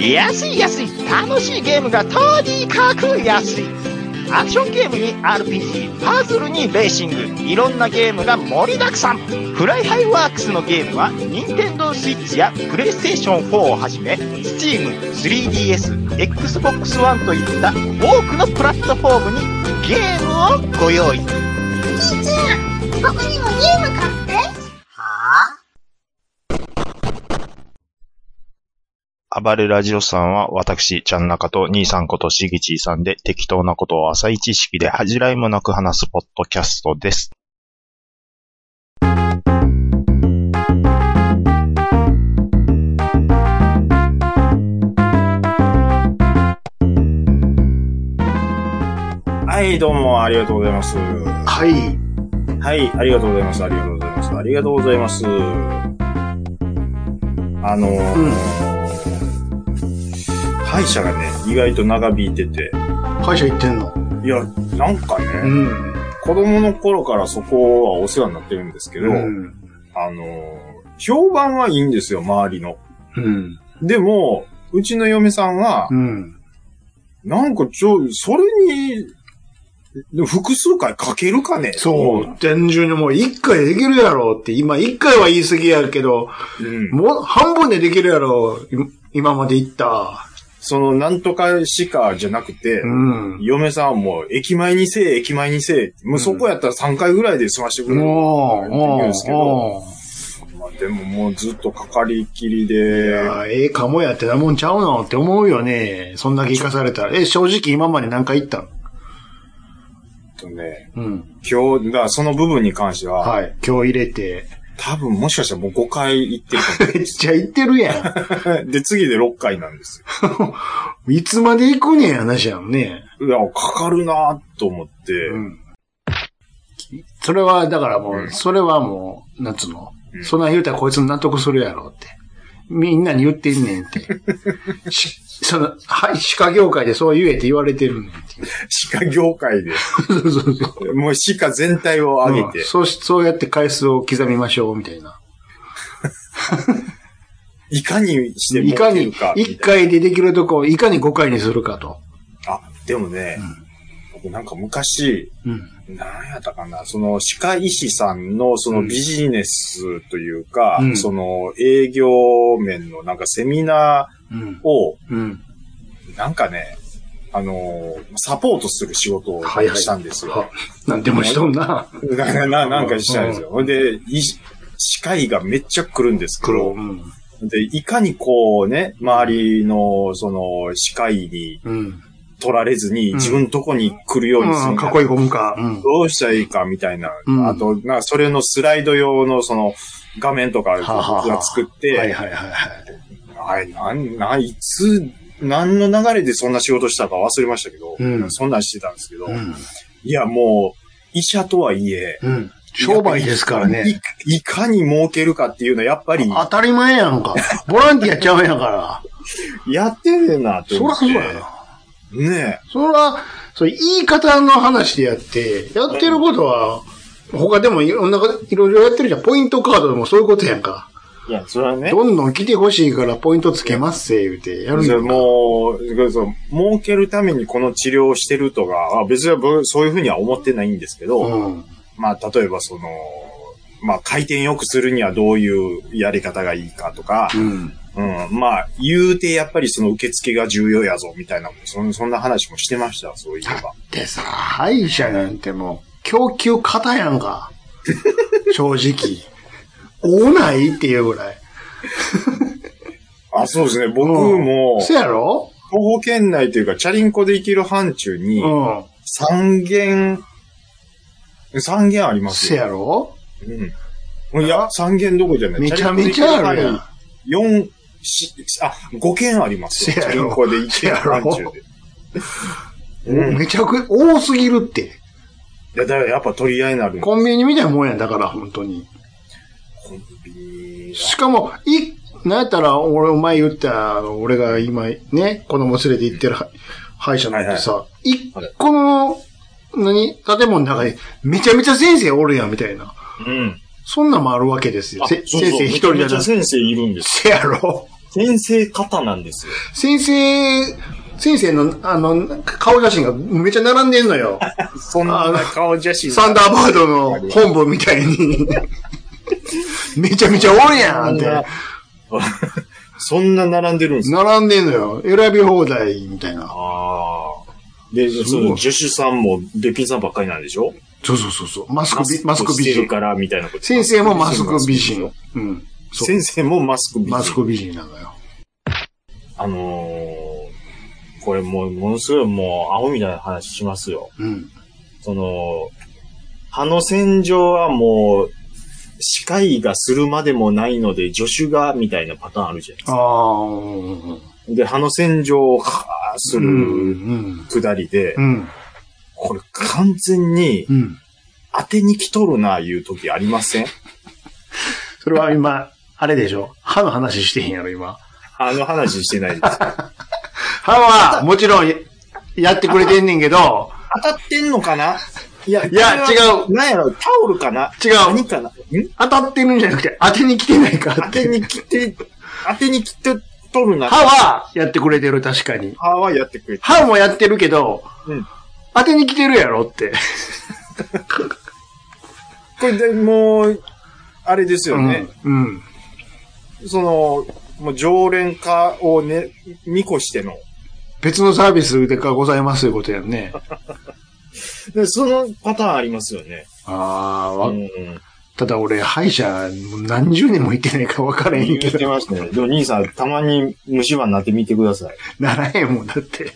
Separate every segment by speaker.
Speaker 1: 安い安い楽しいゲームがとにかく安いアクションゲームに RPG パズルにレーシングいろんなゲームが盛りだくさんフライハイワークスのゲームは NintendoSwitch や PlayStation4 をはじめ Steam3DSXbox One といった多くのプラットフォームにゲームをご用意
Speaker 2: 兄ちゃん、僕にもゲーム買って。
Speaker 3: 暴れラジオさんは私、ちゃん中と兄さんことしぎちいさんで適当なことを浅い知識で恥じらいもなく話すポッドキャストです。
Speaker 4: はい、どうもありがとうございます。は
Speaker 5: はい。
Speaker 4: い、ありがとうございます。ありがとうございます。ありがとうございます。あのー
Speaker 5: うん
Speaker 4: 歯医者がね、意外と長引いてて、
Speaker 5: 歯医者行ってんの
Speaker 4: いや、なんかね、
Speaker 5: うん。
Speaker 4: 子供の頃からそこはお世話になってるんですけど、
Speaker 5: うん。
Speaker 4: あのー評判はいいんですよ、周りの。
Speaker 5: うん。
Speaker 4: でも、うちの嫁さんは
Speaker 5: う、ん。
Speaker 4: なんかちょ、それに、でも複数回かけるかね
Speaker 5: そ
Speaker 4: と
Speaker 5: う。単純にもう一回できるやろって、今一回は言い過ぎやけど、
Speaker 4: 思う。うん。
Speaker 5: もう半分でできるやろ、い今まで行った。
Speaker 4: その、なんとかしかじゃなくて、
Speaker 5: うん。
Speaker 4: 嫁さんはもう、駅前にせえ、駅前にせえ、もうそこやったら3回ぐらいで済ましてくれる。
Speaker 5: も
Speaker 4: って
Speaker 5: う、
Speaker 4: 言うん
Speaker 5: も
Speaker 4: ですけど
Speaker 5: う、
Speaker 4: まあ、でももうずっとかかりきり
Speaker 5: い
Speaker 4: で、
Speaker 5: やええかもやってなもんちゃうのって思うよね。そんだけ聞かされたら。え、正直今まで何回行ったの
Speaker 4: えっとね、
Speaker 5: うん。
Speaker 4: 今日、だからその部分に関しては、
Speaker 5: はい。今日入れて。
Speaker 4: 多分もしかしたらもう5回行ってるかもしれ
Speaker 5: めっちゃ行ってるや
Speaker 4: ないで、次で6回なんです
Speaker 5: ん。いつまで行くねん話やもんね。
Speaker 4: よ。いや、かかるなぁと思って、
Speaker 5: うん。それは、だからもう、
Speaker 4: うん
Speaker 5: それはもう、なんつうの、
Speaker 4: うん
Speaker 5: そんなん言うたらこいつ納得するやろって。みんなに言ってんねんって。しその、はい、歯科業界でそう言えって言われてるねんっていう。
Speaker 4: 歯科業界で、
Speaker 5: そうそうそう。
Speaker 4: もう歯科全体を上げ
Speaker 5: う
Speaker 4: て
Speaker 5: ん、そうし、そうやって回数を刻みましょう、みたいな。
Speaker 4: いかにして
Speaker 5: い
Speaker 4: 儲
Speaker 5: か
Speaker 4: け
Speaker 5: に、
Speaker 4: るかみたい
Speaker 5: 1
Speaker 4: な。
Speaker 5: 回でできるとこをいかに5回にするかと。
Speaker 4: あ、でもね、僕なんか昔、
Speaker 5: うん。
Speaker 4: なんやったかな、その歯科医師さんのそのビジネスというか、
Speaker 5: うん
Speaker 4: その営業面のなんかセミナ
Speaker 5: う
Speaker 4: ー。
Speaker 5: ん
Speaker 4: を、
Speaker 5: うん。
Speaker 4: なんかね、あのーサポートする仕事を
Speaker 5: はいはい
Speaker 4: したんですよ。
Speaker 5: は なんでもしとんな。
Speaker 4: なななんかしたんですよ。ほんで、い歯科医がめっちゃ来るんですけど
Speaker 5: 黒。う、ん。
Speaker 4: で、いかにこうね、周りの、その、歯科医に
Speaker 5: うん。
Speaker 4: 取られずに、
Speaker 5: うん
Speaker 4: 自分とこに来るようにする
Speaker 5: うんん
Speaker 4: だ
Speaker 5: かっこいいゴムか。うん。
Speaker 4: どうしたらいいかみたいな。
Speaker 5: うん
Speaker 4: あと、なんかそれのスライド用のその画面とか
Speaker 5: ははは
Speaker 4: 僕が作って、
Speaker 5: はいはいはいはい。
Speaker 4: あれ、なん、なん、いつ、何の流れでそんな仕事したか忘れましたけど、
Speaker 5: うん
Speaker 4: そんなんしてたんですけど、
Speaker 5: うん。
Speaker 4: いや、もう、医者とはいえ、
Speaker 5: うん。商売ですから
Speaker 4: い
Speaker 5: ね。。
Speaker 4: いかに儲けるかっていうのはやっぱり、
Speaker 5: 当たり前やんか。ボランティアちゃうんやから。
Speaker 4: やってるなと
Speaker 5: そ
Speaker 4: 思
Speaker 5: ら
Speaker 4: って。
Speaker 5: そうやな。
Speaker 4: ね
Speaker 5: そら、そう、言い方の話でやって、やってることは、他でもいろんなこと、いろいろやってるじゃん。ポイントカードでもそういうことやんか。
Speaker 4: え。いや、それはね。
Speaker 5: どんどん来てほしいからポイントつけますせ、言うて、やるん
Speaker 4: そ
Speaker 5: や
Speaker 4: れ
Speaker 5: んか。
Speaker 4: もう、そう儲けるためにこの治療をしてるとか、あ別に僕そういうふうには思ってないんですけど、
Speaker 5: うん。
Speaker 4: まあ、例えばその、まあ、回転良くするにはどういうやり方がいいかとか
Speaker 5: う、ん。
Speaker 4: うん、まあ、言うてやっぱりその受付が重要やぞ、みたいなそん、そんな話もしてました、そういえば。
Speaker 5: でさ、歯医者なんてもう、供給型やんか。正直。 おないっていうぐらい。
Speaker 4: あ、そうですね。僕
Speaker 5: うん
Speaker 4: も、
Speaker 5: そ
Speaker 4: 徒
Speaker 5: やろ
Speaker 4: 歩圏内というか、チャリンコで行ける範疇に
Speaker 5: う、ん。
Speaker 4: 3軒、3軒あります
Speaker 5: せ
Speaker 4: よ。
Speaker 5: やろ
Speaker 4: うん。いや、3軒どころじゃない。
Speaker 5: めちゃめちゃあるやん。
Speaker 4: 4、し、あ、5軒ありますよ。
Speaker 5: せ
Speaker 4: チャ
Speaker 5: やろ
Speaker 4: リンコで行ける範
Speaker 5: せや
Speaker 4: 疇
Speaker 5: ろ
Speaker 4: で。うん
Speaker 5: めちゃく、多すぎるって。
Speaker 4: いや、だからやっぱ取り合いになる。
Speaker 5: コンビニみたいなもんやんだから、本当に。
Speaker 4: コンビニ
Speaker 5: しかも、い、なんやったら、俺、お前言った、俺が今、ね、子供連れて行ってる歯歯医者なんてさ、一個の、何建物の中に、めちゃめちゃ先生おるやん、みたいな。
Speaker 4: うん。
Speaker 5: そんなんもあるわけですよ。せ
Speaker 4: そう
Speaker 5: 先
Speaker 4: そう
Speaker 5: 生一人
Speaker 4: めち
Speaker 5: じ
Speaker 4: ゃ
Speaker 5: ゃ
Speaker 4: めち
Speaker 5: な
Speaker 4: ゃ
Speaker 5: くて。
Speaker 4: 先生いるんです
Speaker 5: せやろ。
Speaker 4: 先生方なんですよ。
Speaker 5: 先生、先生の、あの、顔写真がめっちゃ並んでんのよ。
Speaker 4: そんな顔写真。
Speaker 5: サンダーバードの本部みたいに。 めちゃめちゃおるやんって。
Speaker 4: そんな並んでるんですか
Speaker 5: 並んでんのよ。選び放題みたいな。
Speaker 4: ああ。で、
Speaker 5: ごい
Speaker 4: その、助手さんも、べっぴんさんばっかりなんでしょ
Speaker 5: そうそうそうそう。マスクび、マスク
Speaker 4: し
Speaker 5: 美
Speaker 4: てる
Speaker 5: 人。
Speaker 4: から、みたいなこと。
Speaker 5: 先生もマスク美人。。うん。そう
Speaker 4: 先生もマスク美人。
Speaker 5: マスク美人なのよ。
Speaker 4: あのー、これもう、ものすごいもう、アホみたいな話しますよ。
Speaker 5: うん。
Speaker 4: その、葉の洗浄はもう、歯科医がするまでもないので、助手が、みたいなパターンあるじゃないです
Speaker 5: あ
Speaker 4: か。
Speaker 5: あ、うん。
Speaker 4: で、葉の洗浄を、はーす
Speaker 5: う
Speaker 4: る、
Speaker 5: ん。
Speaker 4: くだりで、
Speaker 5: うん。
Speaker 4: これ完全に、
Speaker 5: うん。
Speaker 4: 当てに来とるな、いう時ありません
Speaker 5: それは今、あれでしょ歯の話してへんやろ、今。
Speaker 4: あの話して ないです。
Speaker 5: 歯は、もちろん、やってくれてんねんけど、
Speaker 4: 当たってんのかないや、
Speaker 5: いや
Speaker 4: これは
Speaker 5: 違。
Speaker 4: なんやろ、タオルかな
Speaker 5: 違う
Speaker 4: 何かなん
Speaker 5: 当たってるんじゃなくて、当てに来てないから
Speaker 4: 当
Speaker 5: ってて。
Speaker 4: に来て、当てに来てとるな。
Speaker 5: 歯は、やってくれてる、確かに。
Speaker 4: 歯はやってくれて。
Speaker 5: 歯もやってるけど、
Speaker 4: うん
Speaker 5: 当てに来てるやろって。
Speaker 4: これでもう、あれですよね。
Speaker 5: うん。うん。
Speaker 4: その、もう常連化をね、見越しての。
Speaker 5: 別のサービスでかございますということやん ね。
Speaker 4: で、そのパターンありますよね。
Speaker 5: ああ、
Speaker 4: う
Speaker 5: わ
Speaker 4: ん。
Speaker 5: ただ俺、歯医者、もう何十年も行ってないから分からへんけ
Speaker 4: 言って
Speaker 5: ど、
Speaker 4: ましたね。でも兄さん、たまに虫歯になってみてください。
Speaker 5: ならへんもんだって。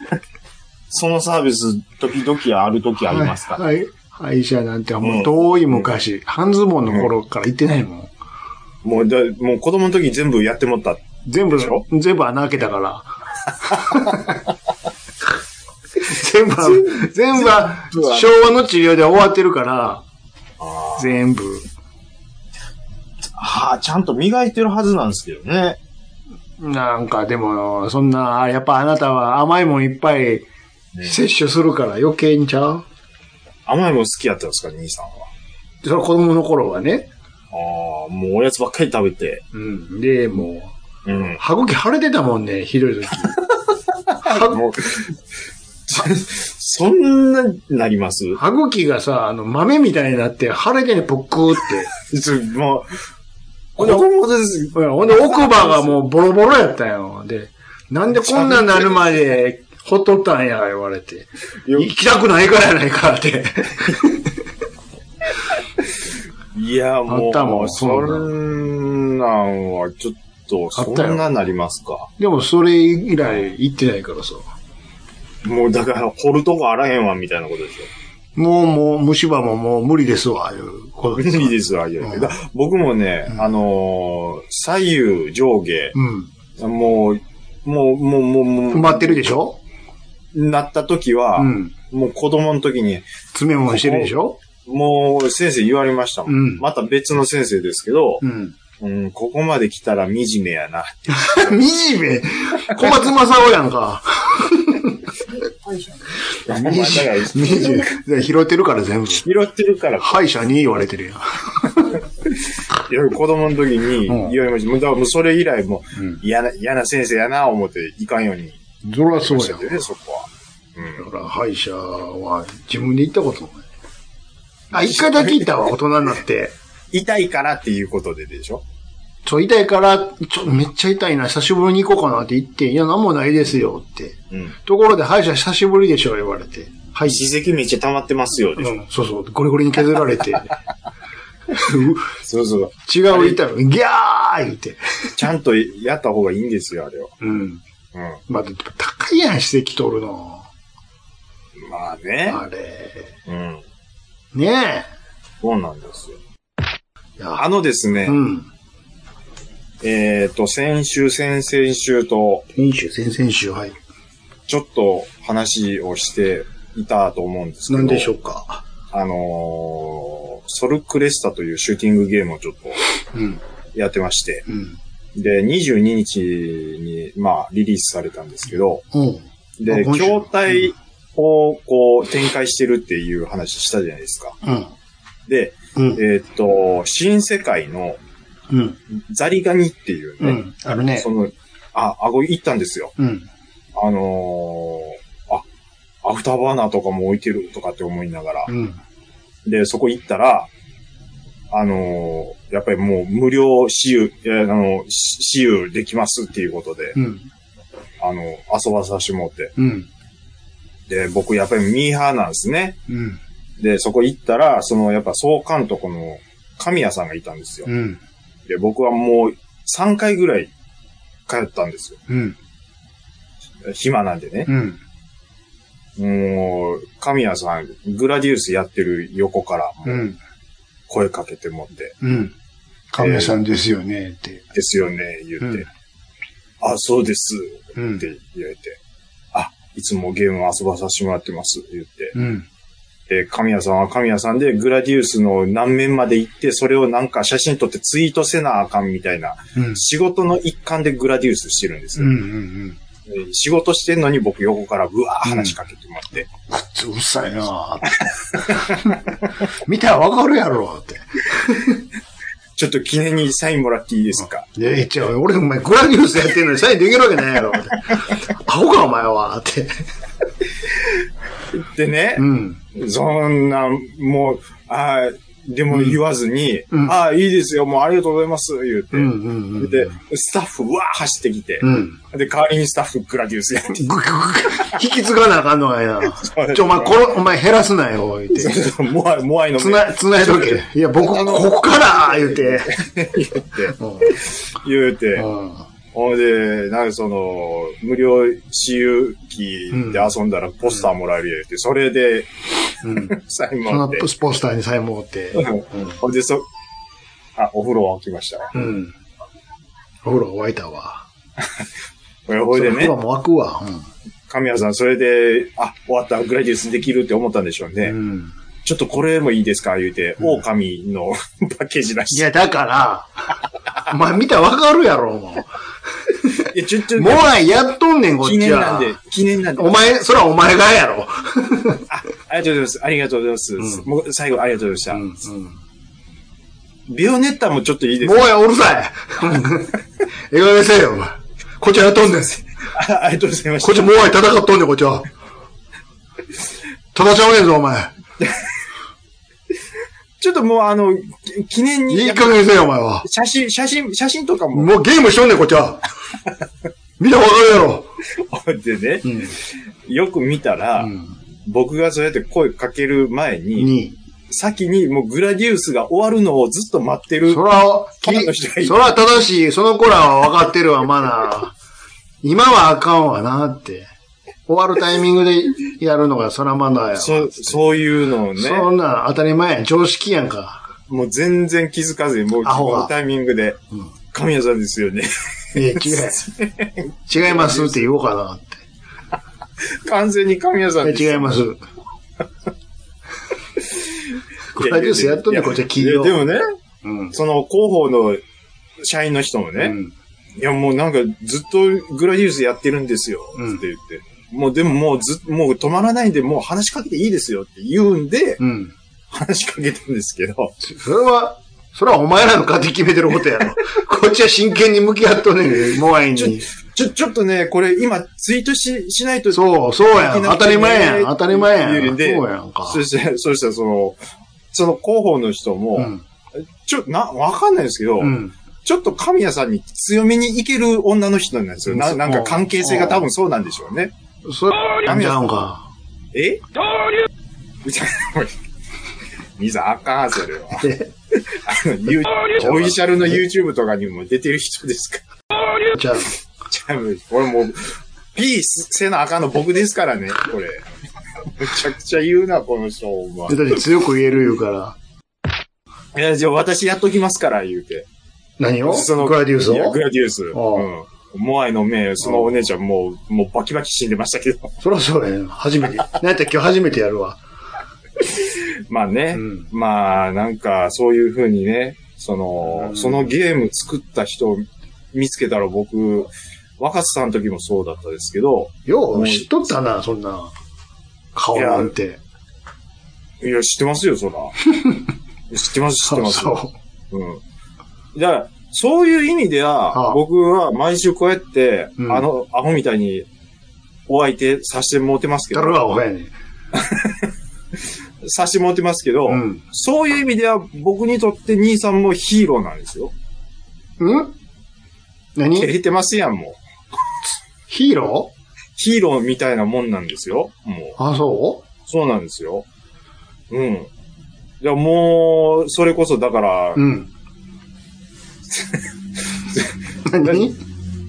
Speaker 4: そのサービス、時々ある時ありますから。
Speaker 5: はい。はい歯医者なんてもう遠い昔、半ズボンの頃から行ってないもん。
Speaker 4: もう、だもう子供の時全部やってもった。
Speaker 5: 全部
Speaker 4: でしょ、
Speaker 5: 全部穴開け たから。全部、全部は、
Speaker 4: 全部は
Speaker 5: 昭和の治療で終わってるから、全部。
Speaker 4: はあ、ちゃんと磨いてるはずなんですけどね。
Speaker 5: なんかでも、そんな、やっぱあなたは甘いもんいっぱい摂取するから余計にちゃう
Speaker 4: 甘いもん好きやったんですか、兄さんは。
Speaker 5: その子供の頃はね。
Speaker 4: ああ、もうおやつばっかり食べて。
Speaker 5: うん。で、も
Speaker 4: うん
Speaker 5: う、。歯茎腫れてたもんね、ひどい 時。歯
Speaker 4: もう、そんな、なります
Speaker 5: 歯茎がさ、あの、豆みたいになって腫れてね、ぽっくーって。
Speaker 4: もう、こ
Speaker 5: ほんで
Speaker 4: のもです。
Speaker 5: ほらほんで奥歯がもうボロボロやったんよ。で、なんでこんなんなるまでほっとったんや、言われて。行きたくないからやないかって。
Speaker 4: いや、も
Speaker 5: あったも
Speaker 4: う、
Speaker 5: ん
Speaker 4: そんなんは、ちょっと、
Speaker 5: あったよ
Speaker 4: そんななりますか。
Speaker 5: でもそれ以来行ってないからさ。
Speaker 4: もう、だから、掘るとこあらへんわ、みたいなことでしょ。
Speaker 5: もうもう虫歯ももう無理ですわ、いうこと
Speaker 4: 無
Speaker 5: です。
Speaker 4: 理ですわ、いや
Speaker 5: うん
Speaker 4: だ僕もね、
Speaker 5: うん
Speaker 4: あのー左右、上下、
Speaker 5: うん。
Speaker 4: もう、もう、もう、もう、もう、
Speaker 5: 埋まってるでしょ
Speaker 4: なった時は、
Speaker 5: うん。
Speaker 4: もう子供の時に、
Speaker 5: 詰め物してるでしょ
Speaker 4: もう先生言われましたもん。
Speaker 5: うん
Speaker 4: また別の先生ですけど、
Speaker 5: うん。
Speaker 4: うん、ここまで来たら惨めやな。
Speaker 5: 惨め小松正夫やんか。
Speaker 4: お前だから
Speaker 5: 惨め。拾ってるから全部。
Speaker 4: 拾ってるから、
Speaker 5: 歯医者に言われてるや
Speaker 4: い
Speaker 5: ん。
Speaker 4: や子供の時に
Speaker 5: うん
Speaker 4: 言われました。もうだからもうそれ以来もう
Speaker 5: うん。
Speaker 4: 嫌な、嫌な先生やな思っていかんように
Speaker 5: そらそ
Speaker 4: し
Speaker 5: う
Speaker 4: まし
Speaker 5: やん。
Speaker 4: たよね、そこは。
Speaker 5: だから歯医者は自分で行ったこともない。あ、一回だけ行ったわ、大人になって。
Speaker 4: 痛いからっていうことででしょ
Speaker 5: ちょ、痛いから、ちょ、めっちゃ痛いな、久しぶりに行こうかなって言って、いや、なんもないですよって。
Speaker 4: うん。
Speaker 5: ところで、歯医者久しぶりでしょ、言われて。はい。
Speaker 4: 歯石めっちゃ溜まってますよ、
Speaker 5: う
Speaker 4: でしょ、
Speaker 5: ん、そうそう、ゴリゴリに削られ て。う
Speaker 4: そうそう。
Speaker 5: 違う痛み、ギャー言って。
Speaker 4: ちゃんとやった方がいいんですよ、あれは。
Speaker 5: うん。
Speaker 4: う
Speaker 5: まあ、高いやん、指摘取るの。
Speaker 4: ん。まあね。
Speaker 5: あれ。
Speaker 4: うん。
Speaker 5: ね
Speaker 4: そうなんですよ。
Speaker 5: え。いや
Speaker 4: あのですね、
Speaker 5: うん。
Speaker 4: えっ、と、先週、先々週と、
Speaker 5: 先週、先々週、はい。
Speaker 4: ちょっと話をしていたと思うんですけど。
Speaker 5: 何でしょうか。
Speaker 4: あのーソルクレスタというシューティングゲームをちょっと
Speaker 5: うん。
Speaker 4: やってまして。
Speaker 5: うん。
Speaker 4: で、22日に、まあ、リリースされたんですけど、
Speaker 5: うん。あ
Speaker 4: で、
Speaker 5: 今週
Speaker 4: 筐体をこう、展開してるっていう話したじゃないですか。
Speaker 5: うん。
Speaker 4: で、
Speaker 5: うん。
Speaker 4: えっ、と、新世界の
Speaker 5: うん。
Speaker 4: ザリガニっていう
Speaker 5: う
Speaker 4: ね、
Speaker 5: ん。あるね。
Speaker 4: その、あ、顎行ったんですよ。
Speaker 5: うん。
Speaker 4: あのーあ、アフターバーナーとかも置いてるとかって思いながら。
Speaker 5: うん。
Speaker 4: で、そこ行ったら、あのーやっぱりもう無料私有、えーあの、し私有できますっていうことで、
Speaker 5: うん。
Speaker 4: あの、遊ばさしてもって。
Speaker 5: うん。
Speaker 4: で、僕やっぱりミーハーなんですね。
Speaker 5: うん。
Speaker 4: で、そこ行ったら、そのやっぱ総監督の神谷さんがいたんですよ。
Speaker 5: うん。
Speaker 4: で、僕はもう3回ぐらい通ったんですよ。
Speaker 5: うん。
Speaker 4: 暇なんでね。
Speaker 5: うん。
Speaker 4: もう、神谷さん、グラディウスやってる横から、
Speaker 5: う。
Speaker 4: もうん声かけてもって、
Speaker 5: うん。神谷さんですよね、って。
Speaker 4: ですよね、言って。
Speaker 5: うん
Speaker 4: あ、そうです、
Speaker 5: う
Speaker 4: っ
Speaker 5: ん。
Speaker 4: て言われて。あ、いつもゲーム遊ばさせてもらってます、言って。
Speaker 5: うん。
Speaker 4: で、神谷さんは神谷さんで、グラディウスの何面まで行って、それをなんか写真撮ってツイートせなあかんみたいな、
Speaker 5: うん。
Speaker 4: 仕事の一環でグラディウスしてるんです
Speaker 5: う
Speaker 4: よ。
Speaker 5: ん。うん。
Speaker 4: で仕事してんのに僕横からぐわー話しかけてもらって。
Speaker 5: こっちうっさいなぁ。見たらわかるやろって。
Speaker 4: ちょっと記念にサインもらっていいですか、
Speaker 5: で、え、違う、俺お前グラディウスやってんのにサインできるわけないやろって。アホかお前はって。
Speaker 4: でね
Speaker 5: う、ん。
Speaker 4: そんな、もう、あーでも言わずに、
Speaker 5: うん
Speaker 4: ああ、いいですよ、もうありがとうございます、言うて。
Speaker 5: うんうんうん。
Speaker 4: で、スタッフ、うわー走ってきて、
Speaker 5: うん。
Speaker 4: で、代わりにスタッフ、グラディウスやって。
Speaker 5: ぐぐぐ引き継がなあかんのかいな。ちょ、お前、これ、お前減らすなよ、言って。
Speaker 4: モアイ、モアイの
Speaker 5: つ
Speaker 4: 目
Speaker 5: な、つないとけ。いや、僕、ここから言うて。うん
Speaker 4: 言うて、
Speaker 5: うん
Speaker 4: ほんで、なんかその、無料私有機で遊んだらポスターもらえるやって、それで
Speaker 5: うん。
Speaker 4: サインも
Speaker 5: そ
Speaker 4: ら
Speaker 5: の
Speaker 4: って、
Speaker 5: ポスターにさえ持って。
Speaker 4: うんほんで、そ、あ、お風呂沸きました。
Speaker 5: うん。お風呂沸いたわ。
Speaker 4: ほいでね
Speaker 5: お風呂、も沸くわ。
Speaker 4: 神谷さん、それで、あ、終わった、グラディウスできるって思ったんでしょう
Speaker 5: う
Speaker 4: ね。
Speaker 5: ん。うん
Speaker 4: ちょっとこれもいいですか言うて、
Speaker 5: うん
Speaker 4: 狼の パッケージ出し
Speaker 5: い
Speaker 4: て。
Speaker 5: や、だから、お前見たらわかるやろ、も
Speaker 4: いや、ちょ、ち
Speaker 5: う。
Speaker 4: ょ、
Speaker 5: もうやっとんねん、こっ
Speaker 4: 記
Speaker 5: ち
Speaker 4: 念なん
Speaker 5: は
Speaker 4: で。、記念なんで。
Speaker 5: お前、そらお前がやろ。
Speaker 4: ありがとうございます。ありがとうございます。
Speaker 5: うん
Speaker 4: もう最後、ありがとうござ
Speaker 5: う
Speaker 4: い
Speaker 5: んう
Speaker 4: ま
Speaker 5: ん
Speaker 4: した。ビオネッタもちょっといいです
Speaker 5: もう
Speaker 4: か
Speaker 5: や、うるさい。えがめせえよ、お前。こっちはやっとんね ん。
Speaker 4: あありがとうございまし
Speaker 5: こ
Speaker 4: た
Speaker 5: っち。もう戦っとんねん、こっちは。戦っちゃうねんぞ、お前。
Speaker 4: ちょっともうあの、き記念に
Speaker 5: いい、加減にせえよ、お前は。
Speaker 4: 写真、写真、写真とかも、
Speaker 5: もうゲームしとんねん、こっちは。見たらわかるやろ。
Speaker 4: でね、
Speaker 5: うん。
Speaker 4: よく見たら、僕がそうやって声かける前に、
Speaker 5: に、
Speaker 4: 先にもうグラディウスが終わるのをずっと待ってる
Speaker 5: そ。ら、
Speaker 4: ただの人がい
Speaker 5: き
Speaker 4: る
Speaker 5: そら正しい、その子らは分かってるわ、マナー。今はあかんわなって。終わるタイミングでやるのがそらマナーやわ。
Speaker 4: そ、そういうのをね、
Speaker 5: そんなん当たり前やん、常識やんか。
Speaker 4: もう全然気づかずに、もう
Speaker 5: アホが
Speaker 4: このタイミングで、
Speaker 5: うん
Speaker 4: 神谷さんですよね。
Speaker 5: え、違う。違いますって言おうかなっ
Speaker 4: 完全に神谷さんで
Speaker 5: て。
Speaker 4: す。
Speaker 5: え違います。グラディウスやっとんねん、こっちは企業。
Speaker 4: いやでもね、
Speaker 5: うん。
Speaker 4: その広報の社員の人もね、
Speaker 5: うん
Speaker 4: いやもうなんかずっとグラディウスやってるんですよ、つって言って。もうでももうずっもう止まらないんで、もう話しかけていいですよって言うんで、
Speaker 5: うん。
Speaker 4: 話しかけたんですけど、
Speaker 5: それは、それはお前らの勝手に決めてることやろ。こっちは真剣に向き合っとんねん、モアイに。
Speaker 4: ちょ、ちょっとね、これ今ツイートし、しないと。
Speaker 5: そう、そうやん。当たり前やん。当たり前やん。
Speaker 4: で
Speaker 5: そうやんか。
Speaker 4: そして、そしたらその、その広報の人も、
Speaker 5: うん。
Speaker 4: ちょ、な、わかんないですけど、
Speaker 5: うん。
Speaker 4: ちょっと神谷さんに強めにいける女の人なんですよ。ななんか関係性が多分そうなんでしょうね。
Speaker 5: それ、なんちゃうんか。
Speaker 4: えみたいな。兄さん、あかん、それは。
Speaker 5: え
Speaker 4: あの、ユーオフィシャルの YouTube とかにも出てる人ですか
Speaker 5: じゃあ、
Speaker 4: ら。ちゃう、俺もう、ピースせなあかんの僕ですからね、これ。むちゃくちゃ言うな、この人、お前
Speaker 5: だ。って強く言える言うから。
Speaker 4: いや、じゃあ私やっときますから、言うて。
Speaker 5: 何を
Speaker 4: その
Speaker 5: グラディウス
Speaker 4: いや
Speaker 5: を
Speaker 4: グラディウス。
Speaker 5: あ
Speaker 4: うん。モアイの目、そのお姉ちゃんもう、もうバキバキ死んでましたけど。
Speaker 5: そらそうやん。初めて。なんやったら今日初めてやるわ。
Speaker 4: まあね。
Speaker 5: うん。
Speaker 4: まあ、なんか、そういうふうにね、その、
Speaker 5: うん
Speaker 4: そのゲーム作った人を見つけたら僕、若狭さんの時もそうだったですけど、
Speaker 5: よう知っとったな、そんな。顔なんて。
Speaker 4: い や、知ってますよ、そら。知ってます、知ってます。
Speaker 5: そう。
Speaker 4: うん。だから、そういう意味で
Speaker 5: は
Speaker 4: は、
Speaker 5: あ
Speaker 4: 僕は毎週こうやって、
Speaker 5: うん
Speaker 4: あの、アホみたいに、お相手させてもうてますけ
Speaker 5: だろ
Speaker 4: ど、
Speaker 5: はおやねん。
Speaker 4: させてもうてますけど、
Speaker 5: うん。
Speaker 4: そういう意味では僕にとって兄さんもヒーローなんですよ。
Speaker 5: うん
Speaker 4: 照
Speaker 5: 何
Speaker 4: れてますやん、もう。
Speaker 5: ヒーロ
Speaker 4: ヒーローみたいなもんなんですよ。もう。
Speaker 5: ーあ、そ
Speaker 4: そうなんですよ。うん。いや、もう、それこそだから
Speaker 5: う、 うん。何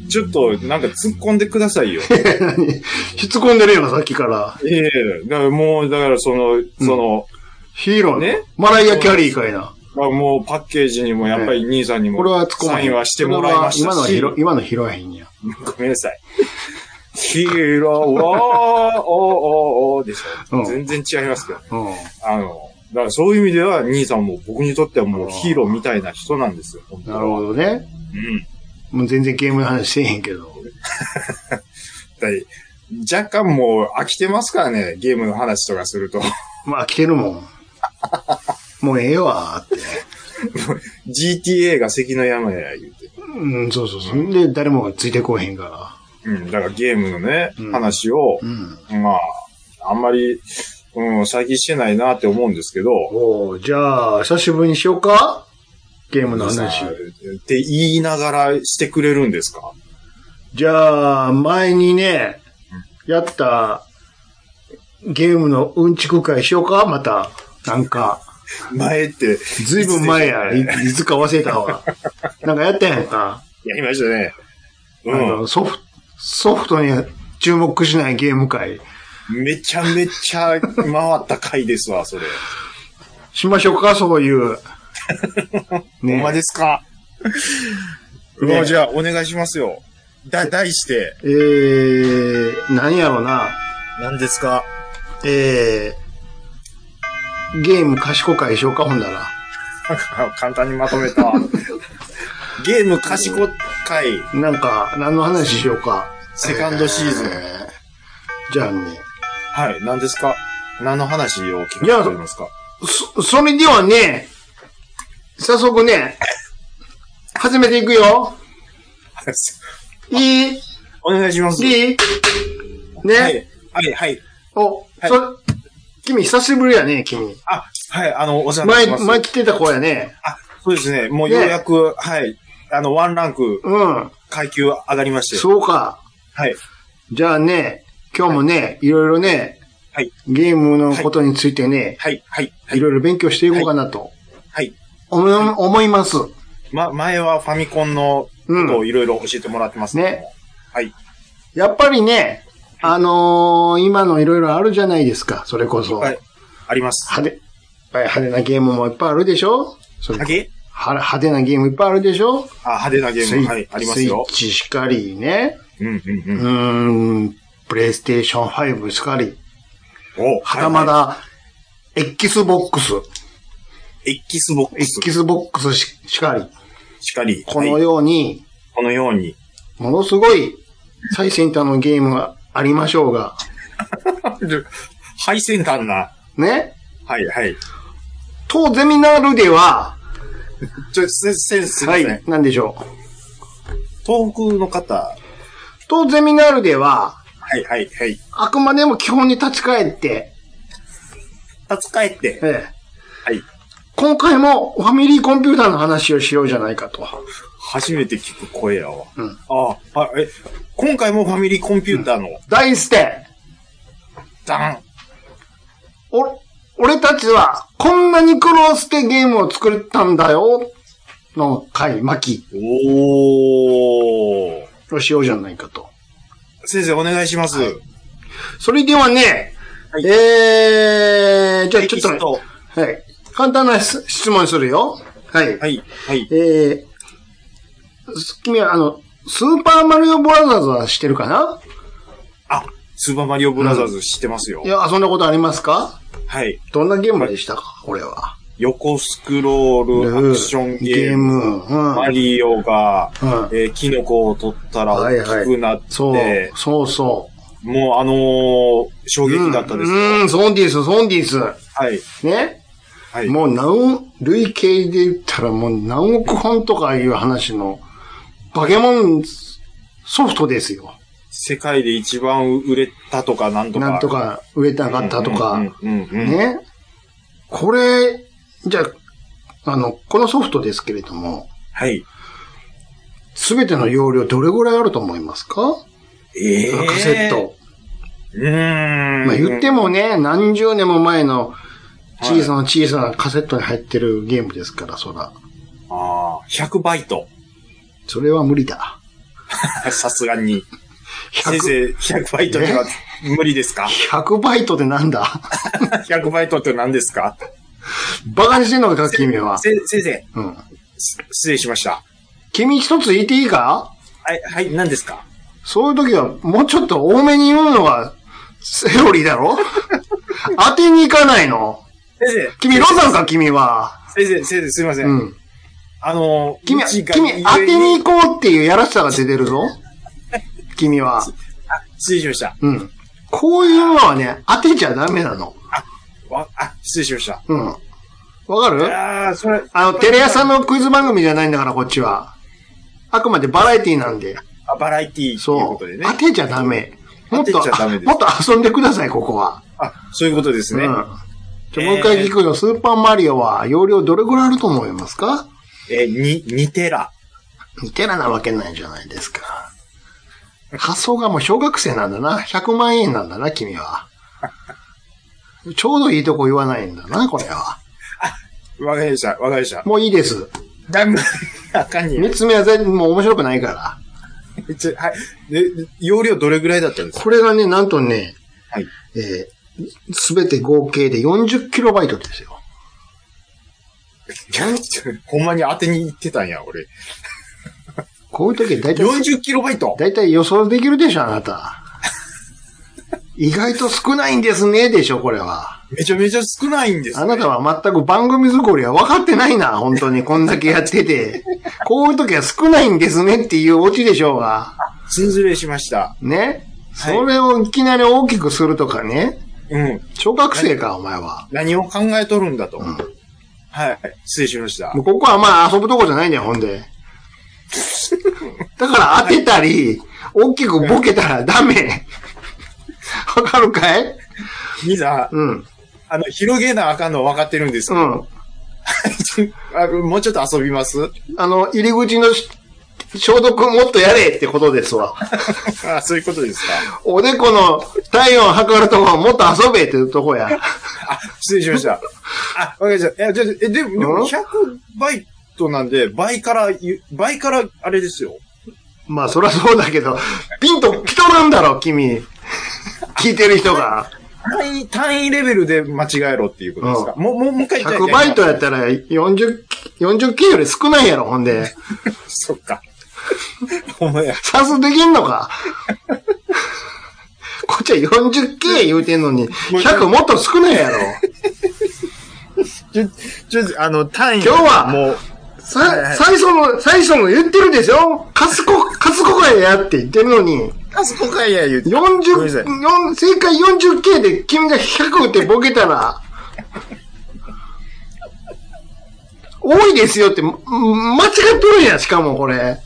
Speaker 4: ちょっとなんか突っ込んでくだ さいよ。
Speaker 5: 何しつこんでるよな、さっきから。
Speaker 4: ええだからもう、だからその、その、
Speaker 5: ヒーロー
Speaker 4: ね
Speaker 5: ね。マライア・キャリーかいな。
Speaker 4: まあもうパッケージにもやっぱり兄さんにも、
Speaker 5: これは突っ込ま
Speaker 4: サ
Speaker 5: へん
Speaker 4: インはしてもらいました
Speaker 5: これは
Speaker 4: し、
Speaker 5: 今のは拾、今の拾えへんや。
Speaker 4: ごめんなさい。ヒーロー、おー、おー、おー、おーでしょ。
Speaker 5: うん
Speaker 4: 全然違いますけど。
Speaker 5: うん。
Speaker 4: あの、だからそういう意味では、兄さんも僕にとってはもうヒーローみたいな人なんですよ。本当
Speaker 5: なるほどね。
Speaker 4: うん。
Speaker 5: もう全然ゲームの話せえへんけど。
Speaker 4: だい若干もう飽きてますからね、ゲームの話とかすると。
Speaker 5: まあ、来てるもん。もうええわーって。
Speaker 4: GTA が関の山や言うて。
Speaker 5: うん、そうそうそう。で、誰もついてこうへんか
Speaker 4: うん、だからゲームのね、
Speaker 5: うん
Speaker 4: 話を、
Speaker 5: ら。うん。
Speaker 4: まあ、あんまり、うん、最近してないなって思うんですけど、
Speaker 5: おうじゃあ、久しぶりにしようかゲームの話
Speaker 4: さ。あって言いながらしてくれるんですか
Speaker 5: じゃあ、前にね、やったゲームのうんちく会しようかまた。なんか、
Speaker 4: 前って、
Speaker 5: ずいぶん前や。いいつか忘れた わ。なんかやったやんか。
Speaker 4: やりましたね。
Speaker 5: あのソフト、ソフトに注目しないゲーム会。
Speaker 4: うん。めちゃめちゃ回った回ですわ、それ。
Speaker 5: しましょうかそう いう。
Speaker 4: ほんま
Speaker 5: ね。
Speaker 4: ですか、
Speaker 5: ね
Speaker 4: もうじゃあ、お願いしますよ。だ、題して、
Speaker 5: えー、何やろうな。
Speaker 4: 何ですか
Speaker 5: えー、ゲーム賢会しようかほんなら。
Speaker 4: 簡単にまとめた。ゲーム賢い会、
Speaker 5: なんか、何の話しようか。
Speaker 4: セカンドシーズン。
Speaker 5: えーじゃあね、
Speaker 4: はい、何ですか何の話を聞かれておりますか
Speaker 5: そ、それではね、早速ね、始めていくよ。いい
Speaker 4: お願いします。
Speaker 5: いいね、
Speaker 4: はい、はい、はい。
Speaker 5: お、
Speaker 4: はい
Speaker 5: そ、君久しぶりやね、君。
Speaker 4: あ、はい、あの、お世話にな
Speaker 5: 前
Speaker 4: ってま、す。
Speaker 5: 前来てた子やね。
Speaker 4: あ、そうですね。もうようやく、はい。あの、ワンランク
Speaker 5: うん。
Speaker 4: 階級上がりまして。
Speaker 5: そうか。
Speaker 4: はい。
Speaker 5: じゃあね、今日もね、い、ろいろね、
Speaker 4: はい
Speaker 5: ゲームのことについてね、、
Speaker 4: はい、はい、はいい。
Speaker 5: ろいろ勉強していこうかなと、
Speaker 4: はい。
Speaker 5: 思い思います。
Speaker 4: ま、前はファミコンのことをいろいろ教えてもらってますけども
Speaker 5: ね。
Speaker 4: はい。
Speaker 5: やっぱりね、あのー今のいろいろあるじゃないですか、それこそ。
Speaker 4: はいあります。
Speaker 5: 派手、いっぱい派手なゲームもいっぱいあるでしょそれ
Speaker 4: だけ
Speaker 5: は派手なゲームいっぱいあるでしょ
Speaker 4: あ、派手なゲ
Speaker 5: ス
Speaker 4: ー
Speaker 5: イ
Speaker 4: ム、はい、ありますよ
Speaker 5: スイッチしかりね。
Speaker 4: うん、うん、う。
Speaker 5: うんーん、プレイステーション5しかり。
Speaker 4: お
Speaker 5: はたまだ、Xbox、
Speaker 4: Xbox
Speaker 5: Xbox ししかり。
Speaker 4: しかり、
Speaker 5: こ
Speaker 4: は
Speaker 5: の
Speaker 4: い
Speaker 5: ように、
Speaker 4: このように、
Speaker 5: ものすごい最先端のゲームがありましょうが、
Speaker 4: ハイセンターな、
Speaker 5: ね。
Speaker 4: はいはい。
Speaker 5: 当ゼミナールでは、
Speaker 4: ちょ、せ、せ、すいま
Speaker 5: は
Speaker 4: せん。
Speaker 5: い、なんでしょう。
Speaker 4: 東北の方、は
Speaker 5: 当ゼミナールでは、
Speaker 4: いはいはい。立
Speaker 5: あくまでも基本に立ち返って、
Speaker 4: つ返って、
Speaker 5: ええ、
Speaker 4: はい。
Speaker 5: 今回もファミリーコンピューターの話をしようじゃないかと。
Speaker 4: 初めて聞く声やわ。
Speaker 5: うん
Speaker 4: ああ、あ、え、今回もファミリーコンピューターの、
Speaker 5: 題して、
Speaker 4: ダン
Speaker 5: お、俺たちはこんなに苦労してゲームを作ったんだよ、の回、巻
Speaker 4: おー。
Speaker 5: きをしようじゃないかと。
Speaker 4: 先生、お願いします。
Speaker 5: それではね、
Speaker 4: はい
Speaker 5: えー、じゃあ
Speaker 4: テ
Speaker 5: ち
Speaker 4: キ
Speaker 5: ょっとね、
Speaker 4: スト。
Speaker 5: はい。簡単な質質問するよ。はい。
Speaker 4: はい、はい。
Speaker 5: えー、す君はあの、スーパーマリオブラザーズは知ってるかな
Speaker 4: あ、スーパーマリオブラザーズ知ってますよ。
Speaker 5: いや、遊んだことありますか
Speaker 4: はい。
Speaker 5: どんなゲームでしたかこれは。
Speaker 4: 横スクロールアクションゲーム。
Speaker 5: ゲームうん。
Speaker 4: マリオが、
Speaker 5: うん。
Speaker 4: えーキノコを取ったら
Speaker 5: はい
Speaker 4: 大
Speaker 5: はい
Speaker 4: きくなって、
Speaker 5: そう、そうそう。
Speaker 4: もうあのー衝撃だったですよ、
Speaker 5: うん、うんそうです、そうです。
Speaker 4: はい。
Speaker 5: ね。
Speaker 4: はい
Speaker 5: もう何、累計で言ったらもう何億本とかいう話の、バケモンソフトですよ。
Speaker 4: 世界で一番売れたとか、なんとか。
Speaker 5: なんとか植えたかったとか。
Speaker 4: うんうんうんうん。
Speaker 5: ね。これ、じゃあ、あの、このソフトですけれども、
Speaker 4: はい。
Speaker 5: すべての容量どれぐらいあると思いますか、
Speaker 4: ええ
Speaker 5: カセッ。ト。
Speaker 4: うーん。
Speaker 5: まあ言ってもね、何十年も前の
Speaker 4: はい
Speaker 5: 小さな小さなカセットに入ってるゲームですから、そら。
Speaker 4: ああ、100バイト。
Speaker 5: それは無理だ。
Speaker 4: さすがに。先
Speaker 5: 100、
Speaker 4: 生、100バイトには無理ですか
Speaker 5: 100バイトってなんだ
Speaker 4: ?100 バイトって何ですか
Speaker 5: バカにしてんのか、君は。
Speaker 4: せ先生、
Speaker 5: うん。
Speaker 4: す失礼しました。
Speaker 5: 君一つ言っていいか
Speaker 4: はい、はい、何ですか
Speaker 5: そういう時は、もうちょっと多めに言うのが、セオリーだろ 当てに行かないの。
Speaker 4: 先生、
Speaker 5: 君、ロザンか、君は。
Speaker 4: 先生、先生、すいません。
Speaker 5: うん。
Speaker 4: あのー、
Speaker 5: 君は、
Speaker 4: うちが
Speaker 5: 君、当てに行こうっていうやらしさが出てるぞ。君は。
Speaker 4: 失礼しました。
Speaker 5: うん。こういうのはね、当てちゃダメなの。
Speaker 4: わ、あ、失礼しました。
Speaker 5: うん。わかる
Speaker 4: ああ、それ、
Speaker 5: あの、テレ朝のクイズ番組じゃないんだから、こっちは。あくまでバラエティなんで。
Speaker 4: あバラエティーという
Speaker 5: そ
Speaker 4: こと
Speaker 5: う。
Speaker 4: でね。
Speaker 5: 当てちゃダメ。も
Speaker 4: 当
Speaker 5: っ
Speaker 4: て
Speaker 5: と、
Speaker 4: ちゃダメです
Speaker 5: もっと遊んでください、ここは。
Speaker 4: あ、そういうことですね。
Speaker 5: うん。じゃあもう一回聞くよ。スーパーマリオは容量どれぐらいあると思いますか
Speaker 4: えー、に、2テラ。
Speaker 5: テラなわけないじゃないですか。発想がもう小学生なんだな。100万円なんだな、君は。ちょうどいいとこ言わないんだな、これは。
Speaker 4: わかりました、わかりました。
Speaker 5: もういいです。
Speaker 4: だんだん、 あかんに。
Speaker 5: 三つ目は全然もう面白くないから。
Speaker 4: ちょはい。で、容量どれぐらいだったんですか
Speaker 5: これがね、なんとね、
Speaker 4: はい
Speaker 5: えすべて合計で 40KB ですよ。
Speaker 4: いやほんまに当てに行ってたんや、俺。
Speaker 5: こういう時は大体、
Speaker 4: 40キロバイト
Speaker 5: 大体予想できるでしょ、あなた。意外と少ないんですね、でしょ、これは。
Speaker 4: めちゃめちゃ少ないんです、
Speaker 5: あなたは全く番組作りは分かってないな、本当に。こんだけやってて。こういう時は少ないんですねっていうオチでしょうが。
Speaker 4: 失礼しました。
Speaker 5: ね。
Speaker 4: はい
Speaker 5: それをいきなり大きくするとかね。
Speaker 4: うん。
Speaker 5: 小学生か、お前は。
Speaker 4: 何を考えとるんだと。
Speaker 5: ん
Speaker 4: はい。失礼しました
Speaker 5: も。うここはまあ遊ぶとこじゃないんだよ、ほんで。だから当てたり、大きくボケたらダメ。わかるかい
Speaker 4: 兄さん、
Speaker 5: うん。
Speaker 4: あの、広げなあかんの分かってるんです
Speaker 5: う
Speaker 4: けど、
Speaker 5: ん。
Speaker 4: あもうちょっと遊びます
Speaker 5: あの、入り口のし消毒もっとやれってことですわ。
Speaker 4: あそういうことですか。
Speaker 5: おでこの体温測るとこもっと遊べっていうとこや。
Speaker 4: あ、失礼しま した。あ、わかりました。え、じゃあえ、でも、で
Speaker 5: うん
Speaker 4: も100バイトなんで、倍からゆ、倍から、あれですよ。
Speaker 5: まあそりゃそうだけど、ピンと来とるんだろ、君。聞いてる人が。
Speaker 4: 単位、単位レベルで間違えろっていうことですか。もう、もう、もう一回
Speaker 5: 100バイトやったら40、40キロより少ないやろ、ほんで。
Speaker 4: そっか。 お前や。
Speaker 5: 算数できんのか こっちは 40K 言うてんのに、100もっと少ないやろ。
Speaker 4: ちょ、ちょ、あの、単位
Speaker 5: 今日は
Speaker 4: もう、はいは
Speaker 5: さ、
Speaker 4: い
Speaker 5: 最初の、最初の言ってるでしょカスコ、カスコがやって言ってるのに、
Speaker 4: あそこかいや言うて。ごめんなさ
Speaker 5: 40、
Speaker 4: い
Speaker 5: 4正解 40K で君が100ってボケたら、多いですよって、ん間違っとるんや、しかもこれ。